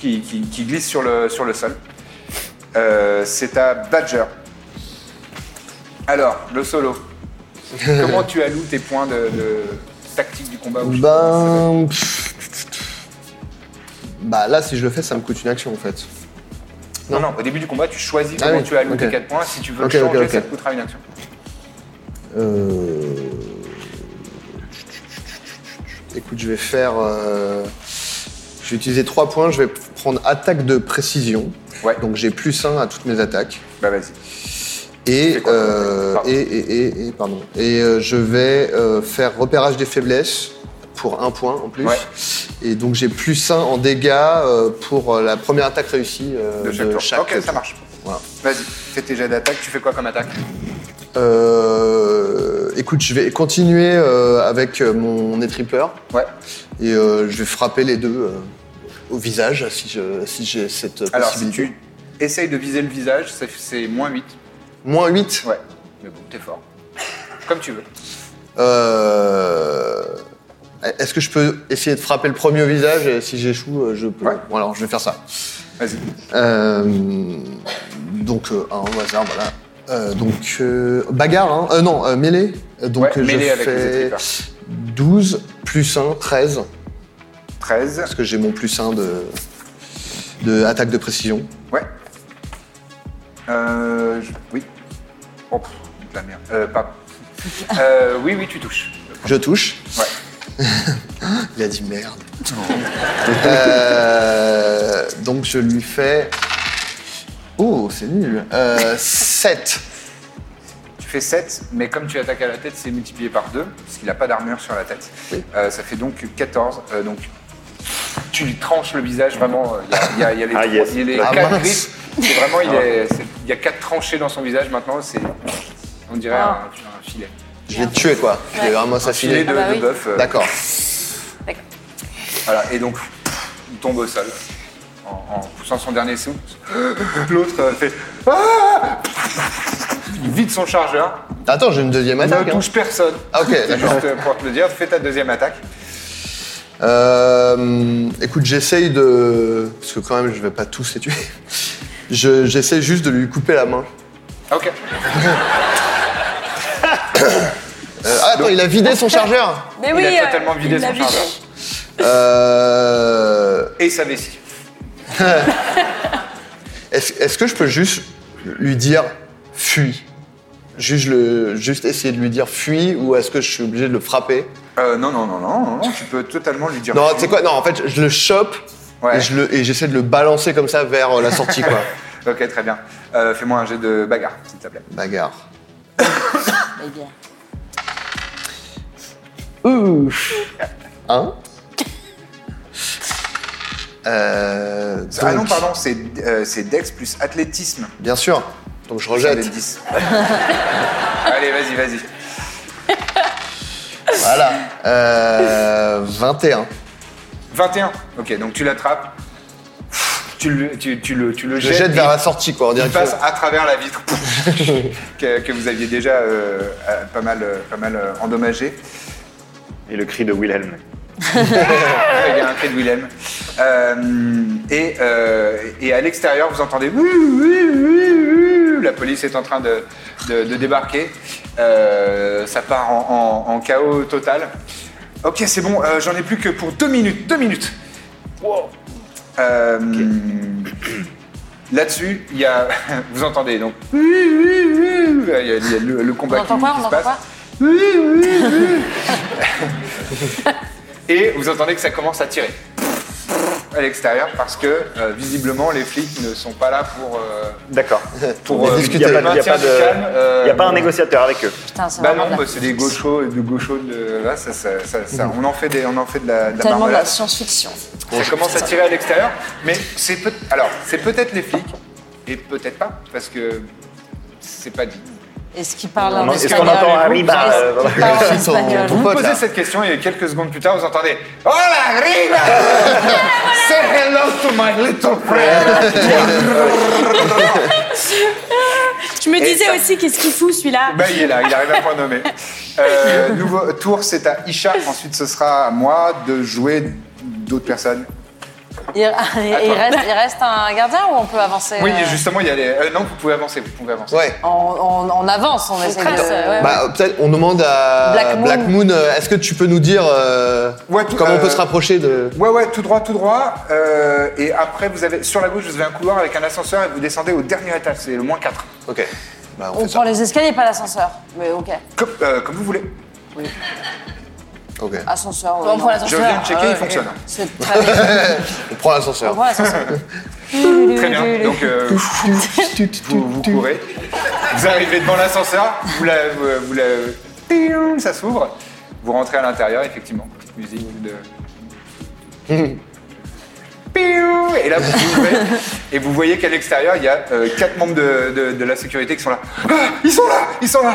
S1: qui, qui- qui glisse sur le, sur le sol. Euh, c'est à Badger. Alors, le
S4: [LAUGHS]
S1: solo. Comment tu alloues tes points de, de tactique du combat ou je sais pas comment ça s'appelle
S4: Ben. pff, pff, pff. Bah là, si je le fais, ça me coûte une action en fait.
S1: Non, non, au début du combat, tu choisis
S4: Ah
S1: comment
S4: oui,
S1: tu alloues
S4: ok.
S1: tes 4 points. Si tu veux
S4: Ok,
S1: le changer,
S4: ok, ok.
S1: ça te coûtera une action.
S4: Euh... Écoute, je vais faire. euh, Je vais utiliser 3 points. Je vais prendre attaque de précision.
S1: Ouais.
S4: Donc j'ai plus 1 à toutes mes attaques.
S1: Bah, vas-y.
S4: Et,
S1: C'est quoi,
S4: euh,
S1: pardon.
S4: et, et, et, et- pardon. Et euh, je vais euh, faire repérage des faiblesses pour un point en plus.
S1: Ouais.
S4: Et donc j'ai plus 1 en dégâts euh, pour euh, la première attaque réussie euh,
S1: De chaque tour. ok, ça
S4: tour.
S1: marche.
S4: Voilà.
S1: Vas-y, fais tes jets d'attaque. Tu fais quoi comme attaque
S4: Euh, écoute, je vais continuer euh, avec euh, mon étripleur
S1: Ouais.
S4: et euh, je vais frapper les deux euh, au visage si je- si j'ai cette possibilité.
S1: Alors, si tu essayes de viser le visage, c'est- c'est moins 8.
S4: Moins 8.
S1: Ouais. Mais bon, t'es fort. Comme tu veux.
S4: Euh, Est-ce que je peux essayer de frapper le premier au visage et si j'échoue, euh, je peux.
S1: Ouais.
S4: Bon, alors je vais faire ça.
S1: Vas-y.
S4: Euh, donc, euh, un au hasard, voilà. Euh, donc, euh, bagarre, hein. Euh, non, euh, mêlée. Euh, Donc,
S1: Ouais,
S4: euh, je
S1: mêlée avec les
S4: fais
S1: étrippeurs.
S4: 12 plus 1, 13.
S1: 13.
S4: Parce que j'ai mon plus 1 de, de attaque de précision.
S1: Ouais. Euh. je- Oui. Oh, pff, de la merde. Euh, [LAUGHS] pardon. Euh, oui, oui, tu touches.
S4: Je touche.
S1: Ouais.
S4: Il a dit merde. Euh, donc je lui fais. Oh, c'est nul. Euh, 7.
S1: Tu fais 7, mais comme tu attaques à la tête, c'est multiplié par 2, parce qu'il n'a pas d'armure sur la tête.
S4: Oui.
S1: Euh, ça fait donc 14. euh, donc, tu lui tranches le visage, vraiment. euh, Il y a, y a les,
S3: Ah,
S1: trois-
S3: yes.
S1: y a les
S4: Ah,
S1: quatre
S4: mince.
S1: griffes. C'est vraiment, il est- c'est- y a quatre tranchées dans son visage maintenant. C'est, on dirait un, un filet.
S4: Je vais te tuer quoi. Je vais vraiment
S1: Un filet
S4: assassiner.
S1: de,
S5: Ah bah
S1: de
S5: oui.
S1: bœuf. euh,
S4: D'accord.
S5: D'accord.
S1: Voilà, et donc, il tombe au sol en, en poussant son dernier souffle. [GASPS] L'autre euh, fait. Ah Il vide son chargeur,
S4: Attends, j'ai une deuxième attaque.
S1: ne
S4: hein.
S1: touche personne. [LAUGHS]
S4: Ah, ok,
S1: C'est
S4: d'accord.
S1: juste euh, pour te le dire, fais ta deuxième attaque.
S4: Euh, écoute, j'essaye de. Parce que quand même, je vais pas tous les tuer. Je- J'essaye juste de lui couper la main.
S1: Ok.
S4: Euh, ah, attends, il a vidé son chargeur.
S5: Mais
S1: Il
S2: euh,
S1: a totalement vidé son chargeur.
S4: Euh,
S1: Et sa vessie.
S4: Est-ce est-ce que je peux juste lui dire fuis juste, le, juste essayer de lui dire fuis ou est-ce que je suis obligé de le frapper
S1: Euh, non, non, non, non, non, non, tu peux totalement lui dire.
S4: Non,
S1: oui.
S4: tu sais quoi Non, en fait, je le chope
S1: Ouais.
S4: et je le- et j'essaie de le balancer comme ça vers euh, la
S1: [LAUGHS]
S4: sortie, quoi.
S1: Ok, très bien. Euh, Fais-moi un jet de bagarre, s'il te plaît.
S4: Bagarre.
S2: Eh bien.
S4: Hein euh,
S1: Ah
S4: donc,
S1: non, pardon, c'est euh, c'est Dex plus athlétisme.
S4: Bien sûr. Donc je
S1: Ça [LAUGHS]
S4: rejette.
S1: donne 10. Allez, vas-y, vas-y.
S4: Voilà. Euh, 21.
S1: 21. Ok, donc tu l'attrapes. Tu le, tu, tu le, tu le
S4: Je
S1: jettes
S4: jette
S1: et
S4: vers la sortie, quoi. On dirait
S1: il
S4: que-
S1: passe à travers la vitre [LAUGHS] que, que vous aviez déjà euh, euh, pas mal, euh, pas mal euh, endommagée.
S3: Et le cri de Wilhelm.
S1: [LAUGHS] Il y a un cri de Willem. Euh, et, euh, et à l'extérieur, vous entendez Ouh, ouh, ouh, ouh la police est en train de, de- de débarquer. Euh, ça part en, en- en chaos total. Ok, c'est bon, euh, j'en ai plus que pour deux minutes. Deux minutes. Euh, Là-dessus, il y a, [LAUGHS] vous entendez donc, Ouh, ouh, ouh il y a, il y a le, le combat
S2: On entend
S1: qui,
S2: quoi,
S1: qui
S2: on
S1: se
S2: entend
S1: passe.
S2: quoi
S1: Ouh, ouh, ouh. [LAUGHS] Et vous entendez que ça commence à tirer à l'extérieur parce que euh, visiblement les flics ne sont pas là pour euh,
S3: D'accord.
S1: pour euh,
S3: discuter. Y a pas de-
S1: maintien
S3: y a pas
S1: du
S3: de-
S1: calme, euh,
S3: Il n'y a pas un négociateur avec eux.
S2: Putain, ça
S1: Bah
S2: va
S1: non,
S2: bien.
S1: bah, c'est des gauchos, de gauchos de là, ça, ça- ça- ça- on en fait des, on en fait de la, de la
S2: Tellement de la
S1: marmelade.
S2: science-fiction.
S1: Ça commence à tirer à l'extérieur, mais c'est peut alors c'est peut-être les flics et peut-être pas parce que c'est pas dit.
S2: Est-ce qu'il parle
S3: Non,
S2: en
S3: est-ce
S2: espagnol
S3: qu'on entend un
S2: Est-ce qu'il
S1: Bah,
S3: riba, euh,
S2: parle
S4: voilà.
S2: en
S4: Ils sont-
S2: espagnol
S4: Mon
S1: Vous
S4: pote,
S1: posez
S4: là.
S1: cette question et quelques secondes plus tard, vous entendez Hola, Riva Say hello to my little friend
S5: Je me disais
S1: ça-
S5: aussi, qu'est-ce qu'il fout celui-là
S1: Bah, il est là, il arrive à point nommé. Euh, nouveau tour, c'est à Isha. Ensuite, ce sera à moi de jouer d'autres personnes.
S2: Il, il reste, il reste un gardien ou on peut avancer
S1: Oui,
S2: euh,
S1: et justement, il y a les. euh, non, vous pouvez avancer, vous pouvez avancer.
S4: Ouais.
S2: on, on- on avance, on euh, essaie
S5: trace,
S2: de...
S5: ouais, ouais.
S4: Bah, peut-être, on demande à
S2: Black Moon.
S4: euh, est-ce que tu peux nous dire euh,
S1: Ouais, tout-
S4: comment on peut
S1: euh,
S4: se rapprocher de.
S1: Ouais, ouais, tout droit, tout droit. Euh, et après, vous avez sur la gauche, vous avez un couloir avec un ascenseur et vous descendez au dernier étage, c'est le moins 4.
S4: Ok. Bah, on,
S2: On
S4: fait
S2: prend
S4: ça.
S2: les escaliers, pas l'ascenseur. Mais ok,
S1: Comme, euh, comme vous voulez.
S4: Ok.
S2: ascenseur.
S5: On prend
S1: Je
S5: l'ascenseur.
S1: viens de checker,
S2: Ah,
S1: il
S2: ouais,
S1: fonctionne.
S2: C'est très bien.
S1: [LAUGHS]
S4: On prend
S2: On
S4: l'ascenseur.
S2: prend l'ascenseur.
S1: Très bien. Donc euh, vous, vous courez. Vous arrivez devant l'ascenseur. Vous la, vous, vous la- Tiing, ça s'ouvre. Vous rentrez à l'intérieur, effectivement. Petite musique de. Piou Et là, vous ouvrez et vous voyez qu'à l'extérieur, il y a euh, quatre membres de, de- de la sécurité qui sont là. Ah, ils sont là, ils sont là.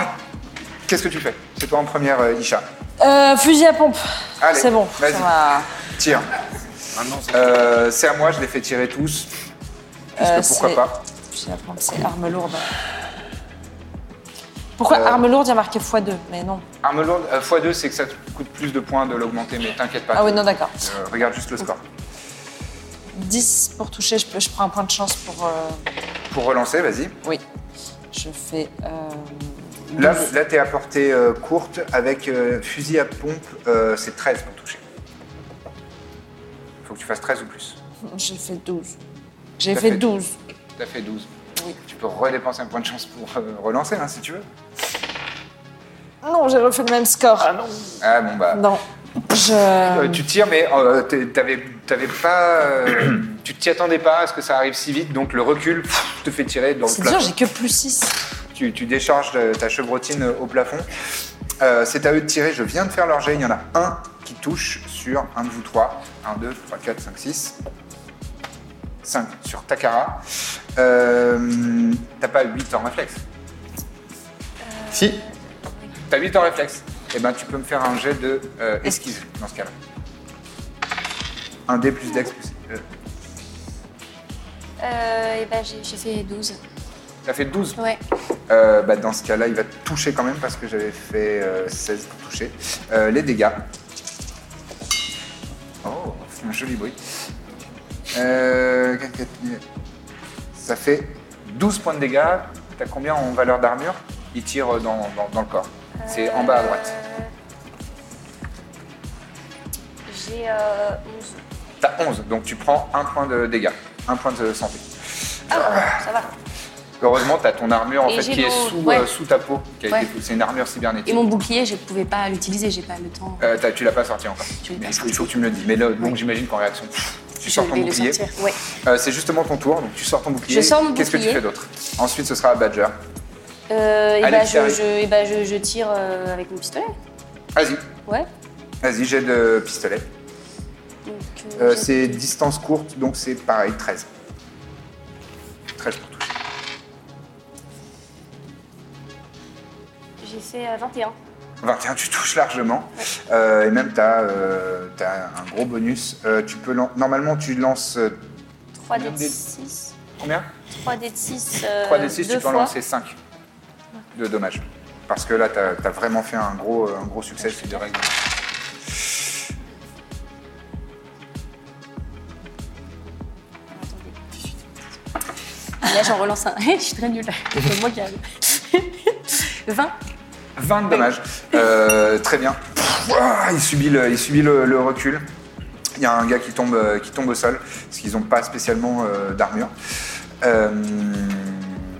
S1: Qu'est-ce que tu fais C'est toi en première, euh, Isha.
S2: Euh, fusil à pompe.
S1: Allez,
S2: C'est bon.
S1: vas-y.
S2: ça va.
S1: Tire. Euh, c'est à moi, je les fais tirer tous. Parce
S2: Euh,
S1: que pourquoi
S2: c'est-
S1: pas
S2: Fusil à pompe, c'est arme lourde. Pourquoi
S1: Euh.
S2: arme lourde, il y a marqué x2 Mais non.
S1: Arme lourde, euh, x2, c'est que ça te coûte plus de points de l'augmenter, mais t'inquiète pas.
S2: Ah oui, non, d'accord.
S1: Euh, regarde juste le score.
S2: 10 pour toucher, je, peux- je prends un point de chance pour... euh,
S1: Pour relancer, vas-y.
S2: Oui. Je fais... euh,
S1: Là,
S2: douze.
S1: là t'es à portée euh, courte avec euh, fusil à pompe, euh, c'est 13 pour toucher. Faut que tu fasses 13 ou plus.
S2: J'ai fait 12. J'ai
S1: T'as
S2: fait
S1: fait
S2: 12.
S1: T'as fait 12.
S2: Oui.
S1: Tu peux redépenser un point de chance pour euh, relancer, hein, si tu veux.
S2: Non, j'ai refait le même score.
S1: Ah bon, bah.
S2: Non. Je...
S1: Euh, tu tires, mais euh, t'es- t'avais t'avais pas. euh, tu t'y attendais pas à ce que ça arrive si vite, donc le recul pff, te fait tirer dans le
S2: C'est dur,
S1: plafond.
S2: j'ai que plus 6.
S1: Tu, tu décharges euh, ta chevrotine euh, au plafond. Euh, c'est à eux de tirer. Je viens de faire leur jet. Il y en a un qui touche sur un de vous trois. 1, 2, 3, 4, 5, 6. 5 sur Takara. Euh, T'as pas 8 en réflexe.
S4: Si.
S1: T'as 8 en réflexe. Eh ben, tu peux me faire un jet de euh, esquive dans ce cas-là. Un D plus Dex plus. euh,
S5: Euh, et ben, j'ai j'ai fait 12.
S1: T'as fait 12.
S5: Ouais.
S1: Euh, bah, dans ce cas-là, il va te toucher quand même parce que j'avais fait euh, 16 pour toucher. Euh, les dégâts. Oh, c'est un joli bruit. Euh, quatre, quatre, euh, ça fait 12 points de dégâts. T'as combien en valeur d'armure Il tire euh, dans, dans- dans le corps. C'est en bas à droite.
S5: J'ai euh, 11.
S1: T'as 11, donc tu prends un point de dégâts, un point de santé.
S5: Ah, ça va.
S1: Heureusement, t'as ton armure en
S5: Et
S1: fait
S5: j'ai
S1: qui est
S5: mon-
S1: sous,
S5: ouais.
S1: euh, sous ta peau. qui a
S5: Ouais.
S1: été- C'est une armure cybernétique.
S5: Et mon bouclier, je pouvais pas l'utiliser, j'ai pas le temps.
S1: Euh, t'as- tu l'as pas sorti encore.
S5: Je l'ai
S1: Mais
S5: pas
S1: il faut-
S5: sorti.
S1: il faut que tu me le dises. Mais là, donc
S5: Oui.
S1: j'imagine qu'en réaction, pff, tu
S5: je
S1: sors ton
S5: vais le
S1: bouclier.
S5: sortir. Ouais.
S1: Euh, c'est justement ton tour, donc tu sors ton bouclier.
S5: Je sors mon
S1: Qu'est-ce que tu
S5: bouclier.
S1: fais d'autre Ensuite, ce sera à Badger.
S5: Euh, et
S1: Allez,
S5: bah,
S1: tu
S5: je,
S1: arrives.
S5: je, et bah, je, je tire euh, avec mon pistolet.
S1: Vas-y,
S5: Ouais.
S1: vas-y, j'ai de pistolet.
S5: Donc,
S1: Euh,
S5: j'ai-
S1: c'est distance courte, donc c'est pareil, 13. 13 pour toucher.
S5: J'ai fait euh, 21.
S1: 21, tu touches largement. Euh, et même, tu as, un gros bonus. Euh, tu peux lan- Normalement, tu lances euh,
S5: 3 d 6.
S1: combien
S5: 3 d 6.
S1: 3 d 6,
S5: Euh,
S1: tu peux en lancer 5 de dommages. Parce que là, tu as, vraiment fait un gros, euh, un gros succès, c'est de règles.
S5: Là, j'en relance un. [LAUGHS] Je suis très nulle. C'est moi qui arrive. [LAUGHS] 20.
S1: 20 de dommages. Euh, très bien. Pff, ouah, il subit le, il subit le, le recul. Il y a un gars qui tombe, euh, qui tombe au sol, parce qu'ils n'ont pas spécialement euh, d'armure. Euh,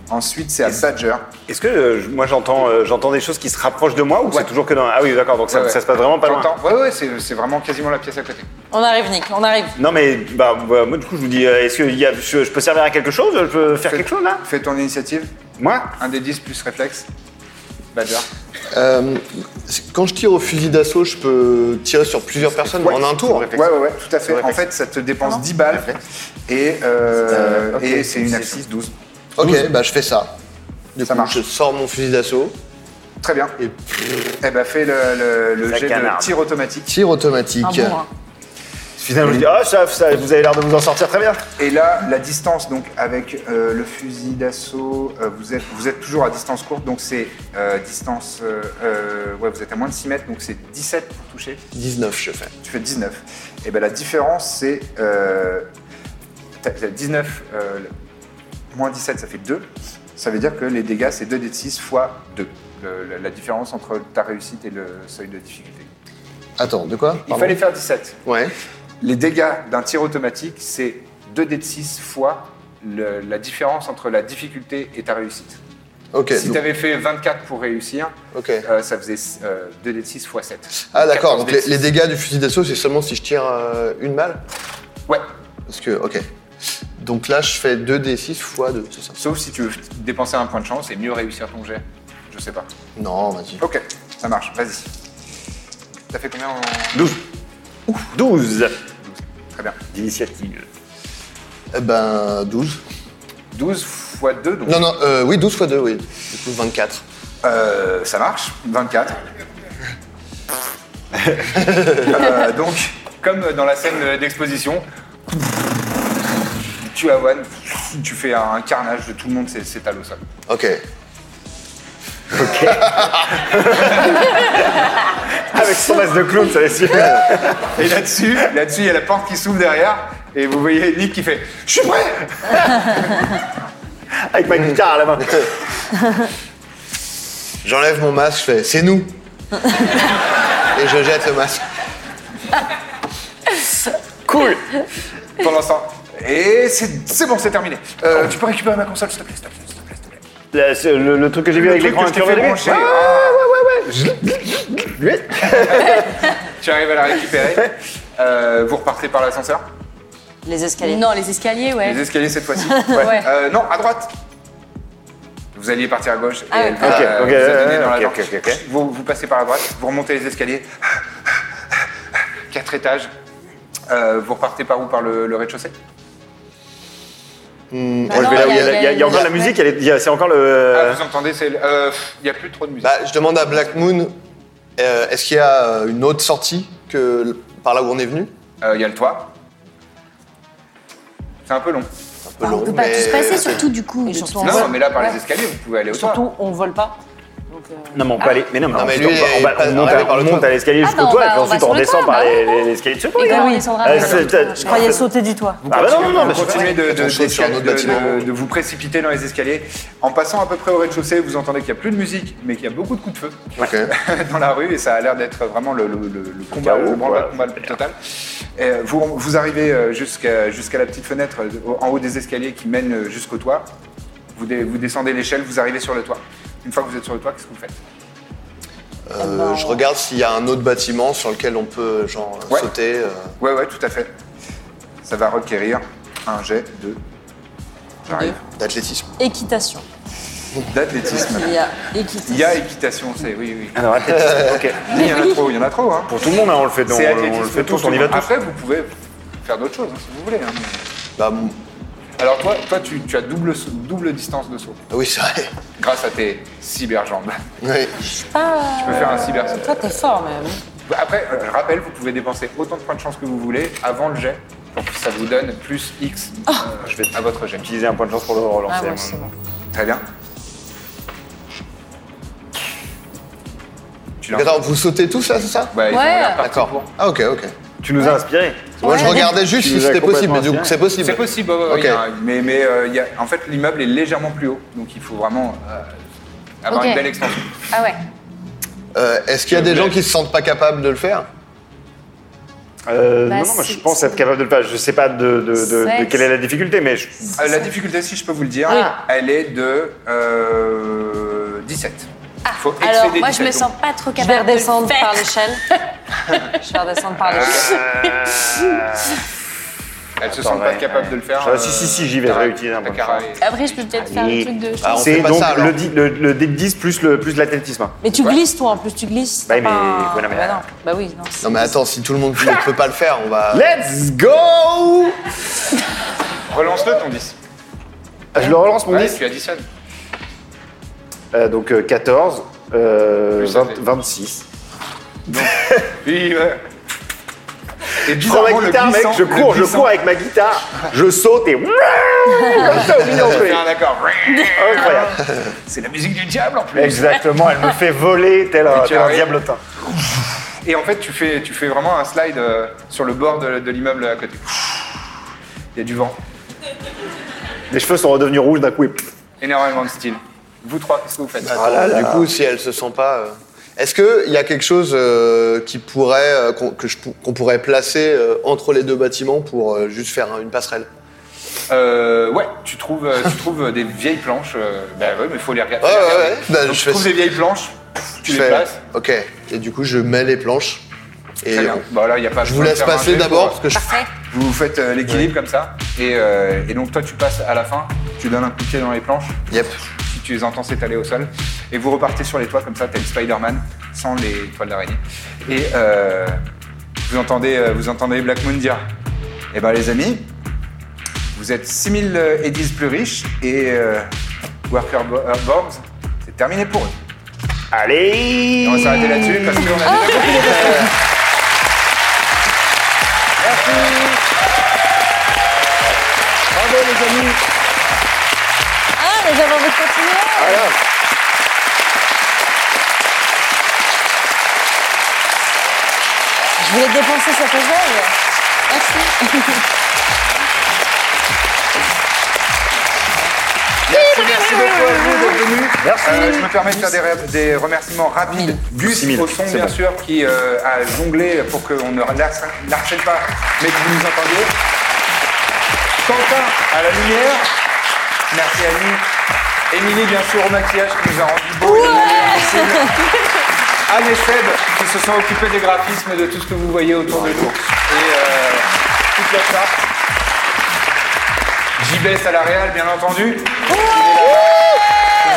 S1: ensuite, c'est à Badger.
S3: Est-ce que euh, je- moi j'entends euh, j'entends des choses qui se rapprochent de moi ou
S1: Ouais.
S3: c'est toujours que dans ah oui d'accord donc ça,
S1: Ouais, ouais.
S3: ça se passe vraiment pas loin.
S1: T'entends Ouais, ouais, c'est c'est vraiment quasiment la pièce à côté.
S2: On arrive, Nick, on arrive.
S3: Non mais bah, bah, moi du coup je vous dis euh, est-ce que il y a- je, je peux servir à quelque chose je peux faire
S1: Fais-
S3: quelque chose là
S1: Fais ton initiative.
S3: moi
S1: Un des 10 plus réflexe. Badger.
S4: Euh, c'est- quand je tire au fusil d'assaut, je peux tirer sur plusieurs personnes
S3: Ouais,
S4: en un
S3: c'est
S4: tour.
S3: réflexe.
S1: Ouais, ouais, ouais, tout à fait. En
S3: Réflexe.
S1: fait, ça te dépense 10 balles. Et, euh,
S4: C'est, euh, ok.
S1: et c'est une
S4: C'est
S1: action. 6, 12.
S4: Ok, bah je fais ça. Du
S1: Ça
S4: coup,
S1: marche.
S4: je sors mon fusil d'assaut
S1: Très bien.
S4: et
S1: Eh ben, fais le, le, le
S3: Ça
S1: jet
S3: canarde.
S1: de tir automatique.
S4: tir
S2: Un hein.
S4: automatique.
S2: bourrin.
S3: Finalement je dis ah ça, ça, vous avez l'air de vous en sortir très bien.
S1: Et là, la distance, donc avec euh, le fusil d'assaut, euh, vous, êtes, vous êtes toujours à distance courte, donc c'est euh, distance. euh, euh, ouais, vous êtes à moins de 6 mètres, donc c'est 17 pour toucher.
S4: 19, je fais.
S1: Tu fais 19. Et ben la différence, c'est. Euh, t'as- t'as 19 euh, moins 17, ça fait 2. Ça veut dire que les dégâts, c'est 2 d 6 fois 2. Le- la, la différence entre ta réussite et le seuil de difficulté.
S4: Attends, de quoi
S1: Il
S4: Pardon.
S1: fallait faire 17.
S4: Ouais.
S1: Les dégâts d'un tir automatique, c'est 2 d 6 fois le- la différence entre la difficulté et ta réussite.
S4: Ok.
S1: si
S4: donc-
S1: tu avais fait 24 pour réussir,
S4: ok.
S1: euh, ça faisait 2 d 6 fois 7.
S4: Ah d'accord. Donc les, les dégâts du fusil d'assaut, c'est seulement si je tire euh, une balle.
S1: Ouais,
S4: Parce que ok. Donc là, je fais 2 d6 fois 2, c'est ça
S1: sauf si tu veux dépenser un point de chance et mieux réussir ton jet. Je sais pas.
S4: Non, vas-y.
S1: Ok, ça marche, vas-y. T'as fait combien en...
S3: 12. Ouf 12
S1: Très bien.
S3: d'initiative.
S4: Eh ben 12.
S1: 12 fois 2, donc
S4: Non non, euh, oui 12 fois 2, oui. Du coup 24.
S1: Euh, ça marche, 24. Euh, donc, comme dans la scène d'exposition, tu avoines, tu fais un carnage de tout le monde, c'est- s'étale au sol.
S4: Ok.
S3: Avec son masque de clown ça va être super.
S1: Et là-dessus, là-dessus, il y a la porte qui s'ouvre derrière, et vous voyez Nick qui fait « Je suis prêt
S3: avec ma guitare à la main.
S4: J'enlève mon masque, je fais
S5: [LAUGHS]
S4: c'est nous. Et je jette le masque. !»
S1: Pendant ce temps, et c'est c'est bon, c'est terminé. Euh, tu peux récupérer ma console, s'il te plaît, s'il te plaît, s'il te plaît. s'il te plaît.
S3: Là, c'est Le, le truc que j'ai vu avec
S1: truc
S3: l'écran
S1: que je t'ai fait euh,
S3: incurvé,
S1: brancher.
S3: Ah, ouais, ouais, ouais, ouais.
S1: [LAUGHS] Tu arrives à la récupérer. Euh, vous repartez par l'ascenseur.
S2: Les escaliers.
S5: Non, les escaliers, ouais.
S1: Les escaliers cette fois-ci. Ouais.
S5: [LAUGHS] Ouais.
S1: Euh, non, à droite. Vous alliez partir à gauche et
S5: Ah,
S1: elle
S5: ok.
S1: va,
S3: Ok,
S1: euh,
S3: ok,
S1: vous a donné
S3: ouais,
S1: dans la
S3: ok,
S1: dent.
S3: ok, ok, ok.
S1: Vous, vous passez par la droite, vous remontez les escaliers. [LAUGHS] Quatre étages. Euh, vous repartez par où Par le, le rez-de-chaussée
S5: Bah
S3: Moi, je
S5: non,
S3: vais là où il y a-
S5: le-
S3: il y a- il y a encore la musique, il y a les- il y a- c'est encore
S1: Ah,
S3: le.
S1: Vous entendez c'est le- euh, Il n'y a plus trop de musique.
S4: Bah, je demande à Black Moon, euh, est-ce qu'il y a euh, une autre sortie que l- par là où on est venu
S1: Euh, Il y a le toit. C'est un peu long.
S5: Bah, on peut pas tous passer, surtout du coup.
S2: Et
S5: de
S2: surtout
S5: toute
S2: en
S1: Non,
S2: Ouais.
S1: non, mais là, par
S2: Ouais.
S1: les escaliers, vous pouvez aller au toit.
S2: Surtout, on vole pas. Donc, euh,
S3: Non, mais on peut aller. Mais non, mais
S4: Non, mais
S3: ensuite,
S4: lui,
S3: on, va- on va-
S4: il passe-
S3: on monte,
S4: ah,
S3: à-
S4: oui, par
S3: on
S4: le
S3: monte
S4: toit.
S3: à l'escalier
S5: Ah,
S3: jusqu'au
S5: bah, on
S3: toit, et
S5: va-
S3: puis
S5: on
S3: ensuite
S5: va
S3: on
S5: sur le
S3: descend
S5: toit,
S3: par
S5: bah,
S3: les-
S5: ouais.
S3: les- les escaliers de secours.
S5: Et
S3: les
S5: comment
S3: gars.
S5: on descendra
S3: Ah,
S5: après
S3: c'est-
S2: je
S3: c'est-
S2: croyais sauter du toit.
S3: Ah, bah non, non, non, mais
S1: vous continuez de, de-
S4: Quand on saute sur un autre
S1: de-
S4: bâtiment.
S1: de- de vous précipiter dans les escaliers. En passant à peu près au rez-de-chaussée, vous entendez qu'il n'y a plus de musique, mais qu'il y a beaucoup de coups de feu [LAUGHS]
S4: Ok. Euh,
S1: dans la rue, et ça a l'air d'être vraiment le, le- le- le combat,
S3: chaos,
S1: le branle-bas
S3: quoi.
S1: combat le plus total. Et vous, vous arrivez euh, jusqu'à jusqu'à la petite fenêtre euh, en haut des escaliers qui mènent euh, jusqu'au toit. Vous, dé- vous descendez l'échelle, vous arrivez sur le toit. Une fois que vous êtes sur le toit, qu'est-ce que vous faites
S4: Euh, je regarde s'il y a un autre bâtiment sur lequel on peut genre,
S1: Ouais.
S4: sauter. euh.
S1: Ouais, ouais, tout à fait. Ça va requérir un jet de J'arrive.
S4: D'athlétisme.
S2: Équitation.
S1: d'athlétisme.
S2: Il y a équitation.
S1: Il y a équitation, c'est oui, oui.
S3: Alors, athlétisme, ok.
S1: [LAUGHS] Il y en a trop, il y en a trop. Hein.
S3: Pour tout le monde, hein, on le fait donc,
S1: C'est
S3: on- on
S1: athlétisme
S3: le fait
S1: pour
S3: tous,
S1: tout
S3: on y
S1: le
S3: va
S1: monde.
S3: tous.
S1: Après, vous pouvez faire d'autres choses hein, si vous voulez. hein, mais-
S4: Bah, m-
S1: Alors toi, toi tu, tu as double, double distance de saut
S4: Ah Oui, c'est vrai. [LAUGHS]
S1: grâce à tes cyberjambes.
S4: Oui.
S1: Tu
S5: Ah.
S1: peux
S3: Euh.
S1: faire un cyber.
S2: Ah, Toi, t'es fort, même.
S1: Après, euh, je rappelle, vous pouvez dépenser autant de points de chance que vous voulez avant le jet pour que ça vous donne plus X euh,
S3: Je vais
S1: à votre jet.
S3: utiliser un point de chance pour le relancer.
S2: Ah, ouais, c'est bon.
S1: Très bien. Tu Bah, lances-
S4: Attends, vous sautez tous là, c'est ça
S1: Ouais, ils ont
S2: Ouais.
S1: l'air partis
S4: D'accord.
S1: pour.
S4: Ah, ok, ok.
S3: Tu nous as inspiré.
S4: Moi, je
S2: Ouais.
S4: regardais juste
S3: Tu
S4: si
S3: nous as
S4: c'était possible, mais du coup,
S3: complètement
S4: c'est possible.
S1: C'est possible, ouais, ouais,
S4: Ok.
S1: il y a un- mais, mais euh, il y a- en fait l'immeuble est légèrement plus haut, donc il faut vraiment euh, avoir
S5: Ok.
S1: une belle extension.
S5: Ah ouais.
S4: Euh, Est-ce qu'il y a des gens qui se sentent pas capables de le faire
S3: Euh,
S5: Bah,
S3: non, non, moi, je
S5: c'est-
S3: pense être capable de le faire. Je sais pas de, de- de- de
S5: Sexe.
S3: quelle est la difficulté, mais je-
S1: Euh, la difficulté, si je peux vous le dire,
S2: Ah.
S1: elle est de euh, 17.
S5: Ah,
S1: Faut excéder
S5: alors moi je
S1: 17,
S5: me
S1: donc.
S5: sens pas trop
S2: Je vais
S5: capable de le
S2: redescendre
S5: faire. [LAUGHS]
S2: par l'échelle. Je vais redescendre par l'échelle.
S1: Elles se
S3: Attends,
S1: sentent pas
S3: ouais,
S1: capables
S3: ouais.
S1: de le faire. euh,
S3: Ah, si, si, si, j'y vais, je vais utiliser un
S1: peu.
S3: bon
S5: Ah. Après je peux peut-être faire
S3: Allez.
S5: le truc de
S4: Ah, on
S3: c'est
S4: fait pas
S3: donc
S4: ça, alors.
S3: le, di- le, le dé de 10 plus le- plus l'athlétisme.
S2: Mais tu glisses, toi, en plus, tu glisses.
S3: Bah,
S2: t'as
S3: mais-
S2: pas un-
S3: ouais, non, mais-
S2: Bah, non. Bah oui, non.
S4: Non, mais attends, si
S3: [LAUGHS]
S4: tout le monde ne peut pas le faire, on va.
S3: Let's go
S1: Relance-le ton 10.
S3: Je le relance mon
S1: Ouais,
S3: 10.
S1: tu additionnes.
S3: Euh, donc euh, 14, euh,
S1: Plus
S3: 20
S1: athlé-
S3: 26.
S1: Puis, euh, Et
S3: Je prends ma
S1: bizarrement, le
S3: guitare, mec,
S1: glissant-
S3: je
S1: le
S3: cours, je
S1: glissant-
S3: cours avec ma guitare, je saute
S1: [LAUGHS]
S3: et. Comme ça, au milieu, on fait.
S1: Ah, d'accord.
S3: Incroyable.
S1: C'est la musique du diable en plus.
S3: Exactement, elle me fait voler tel un,
S1: tu
S3: tel un
S1: arrives.
S3: diablotin.
S1: Et en fait, tu fais, tu fais vraiment un slide euh, sur le bord de, de l'immeuble à côté. Il y a du vent,
S3: Mes cheveux sont redevenus rouges d'un coup et.
S1: énormément de style. Vous trois, qu'est-ce que vous faites
S4: Attends,
S3: Ah là là.
S4: Du coup, si elle se sent pas. euh, Est-ce qu'il y a quelque chose euh, qui pourrait, euh, qu'on que je pou- qu'on pourrait placer euh, entre les deux bâtiments pour euh, juste faire hein, une passerelle
S1: Euh, ouais, tu trouves, euh, tu trouves des vieilles planches. euh, bah ouais, mais faut les regarder.
S4: Ouais,
S1: les
S4: ouais,
S1: regarder.
S4: ouais. Bah,
S1: Donc,
S4: je
S1: tu
S4: fais
S1: trouves
S4: ça.
S1: des vieilles planches, tu
S4: Je
S1: les
S4: fais-
S1: places.
S4: Ok. Et du coup, je mets les planches. Et
S1: Très bien.
S4: on-
S1: Bon, là, y a pas
S4: je
S1: besoin
S4: vous
S1: de
S4: laisse
S1: faire un
S4: passer
S1: jet pour-
S4: d'abord
S1: euh,
S4: parce que je.
S5: Parfait.
S1: Vous faites euh, l'équilibre comme ça. Et, euh, et donc, toi, tu passes à la fin, tu donnes un coup de pied dans les planches,
S4: Yep.
S1: si tu les entends s'étaler au sol. Et vous repartez sur les toits comme ça, tel Spider-Man, sans les toiles d'araignée. Et euh, vous, entendez, euh, vous entendez Black Moon dire Eh ben, les amis, vous êtes 6010 plus riches et euh, Worker Bo- euh, Boards, c'est terminé pour eux.
S3: Allez
S1: Et on va s'arrêter là-dessus parce qu'on a déjà compris les questions. Merci. Bravo les amis.
S2: Ah, mais j'avais envie de continuer. Je voulais dépenser cette oseille. Merci.
S1: Merci beaucoup à vous d'être venus.
S3: Merci.
S1: Euh, je me permets de faire des, ré- des remerciements rapides. Gus
S3: Six mille,
S1: au son,
S3: c'est
S1: bien
S3: bon.
S1: sûr, qui euh, a jonglé pour qu'on ne l'harc- l'harcèle pas, mais que vous nous entendiez. Quentin à la lumière. Merci à lui. Émilie, bien sûr, au maquillage, qui nous a rendu beau. et de manière sensible. Anne et Seb, qui se sont occupés des graphismes, de tout ce que vous voyez autour de nous. Et euh, toute la charte. JBS à la Real, bien entendu. Il est là.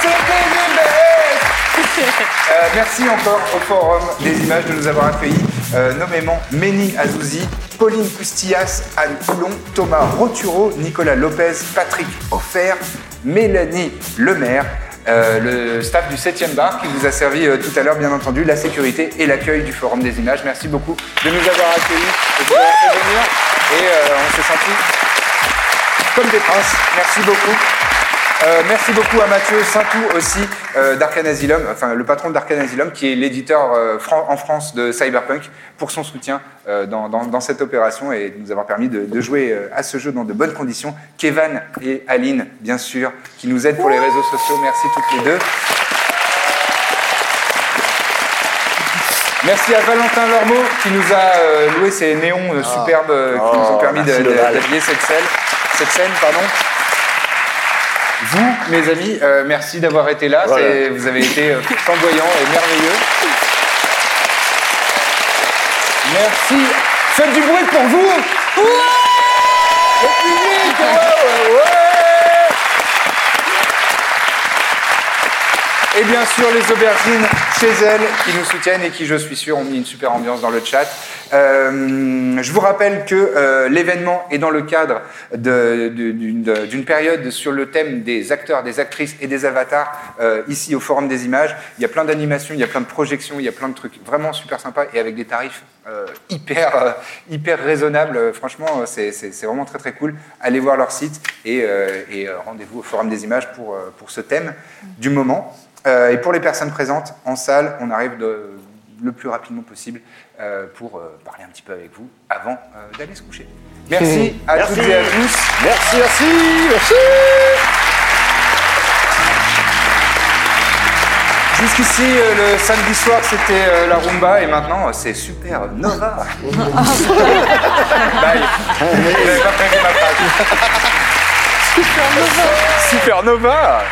S1: C'était JBS. Euh, merci encore au Forum des images de nous avoir accueillis, euh, nommément Méni Azouzi, Pauline Pustillas, Anne Coulon, Thomas Roturo, Nicolas Lopez, Patrick Offert, Mélanie Lemaire, euh, le staff du 7e bar qui vous a servi euh, tout à l'heure, bien entendu, la sécurité et l'accueil du Forum des images. Merci beaucoup de nous avoir accueillis et de nous avoir fait venir. Et euh, on s'est sentis comme des princes. Merci beaucoup. Euh, merci beaucoup à Mathieu Saintou aussi euh, d'Arkane Asylum, enfin le patron d'Arkane Asylum, qui est l'éditeur euh, fran- en France de Cyberpunk, pour son soutien euh, dans, dans- dans cette opération et de nous avoir permis de, de jouer euh, à ce jeu dans de bonnes conditions. Kevin et Aline, bien sûr, qui nous aident pour les réseaux sociaux. Merci toutes les deux. Merci à Valentin Lormeau qui nous a euh, loué ces néons euh, superbes euh, qui
S3: Oh,
S1: nous ont permis de-
S3: merci,
S1: de-
S3: Loval.
S1: d'habiller cette scène. Cette scène pardon. Vous, mes amis, euh, merci d'avoir été là.
S3: Voilà.
S1: C'est- Vous avez été euh, flamboyants et merveilleux. Merci. Faites du bruit pour vous. Le public, ouais, ouais, ouais. Et bien sûr, les aubergines chez elles qui nous soutiennent et qui, je suis sûr, ont mis une super ambiance dans le chat. Euh, je vous rappelle que euh, l'événement est dans le cadre de- de- d'une de- d'une période sur le thème des acteurs, des actrices et des avatars euh, ici au Forum des Images. Il y a plein d'animations, il y a plein de projections, il y a plein de trucs vraiment super sympas et avec des tarifs euh, hyper, euh, hyper raisonnables. Euh, Franchement, euh, c'est- c'est c'est vraiment très très cool. Allez voir leur site et, euh, et, euh, rendez-vous au Forum des Images pour, euh, pour ce thème du moment. Euh, et pour les personnes présentes en salle, on arrive de- le plus rapidement possible euh, pour euh, parler un petit peu avec vous avant euh, d'aller se coucher. Merci à
S3: Merci.
S1: toutes et à tous.
S3: Merci, merci, merci.
S1: Jusqu'ici, euh, le samedi soir, c'était euh, la rumba et maintenant, euh, c'est super
S3: [LAUGHS]
S1: Nova. Bye. J'avais pas prévu ma phrase. Super Nova. Super Nova.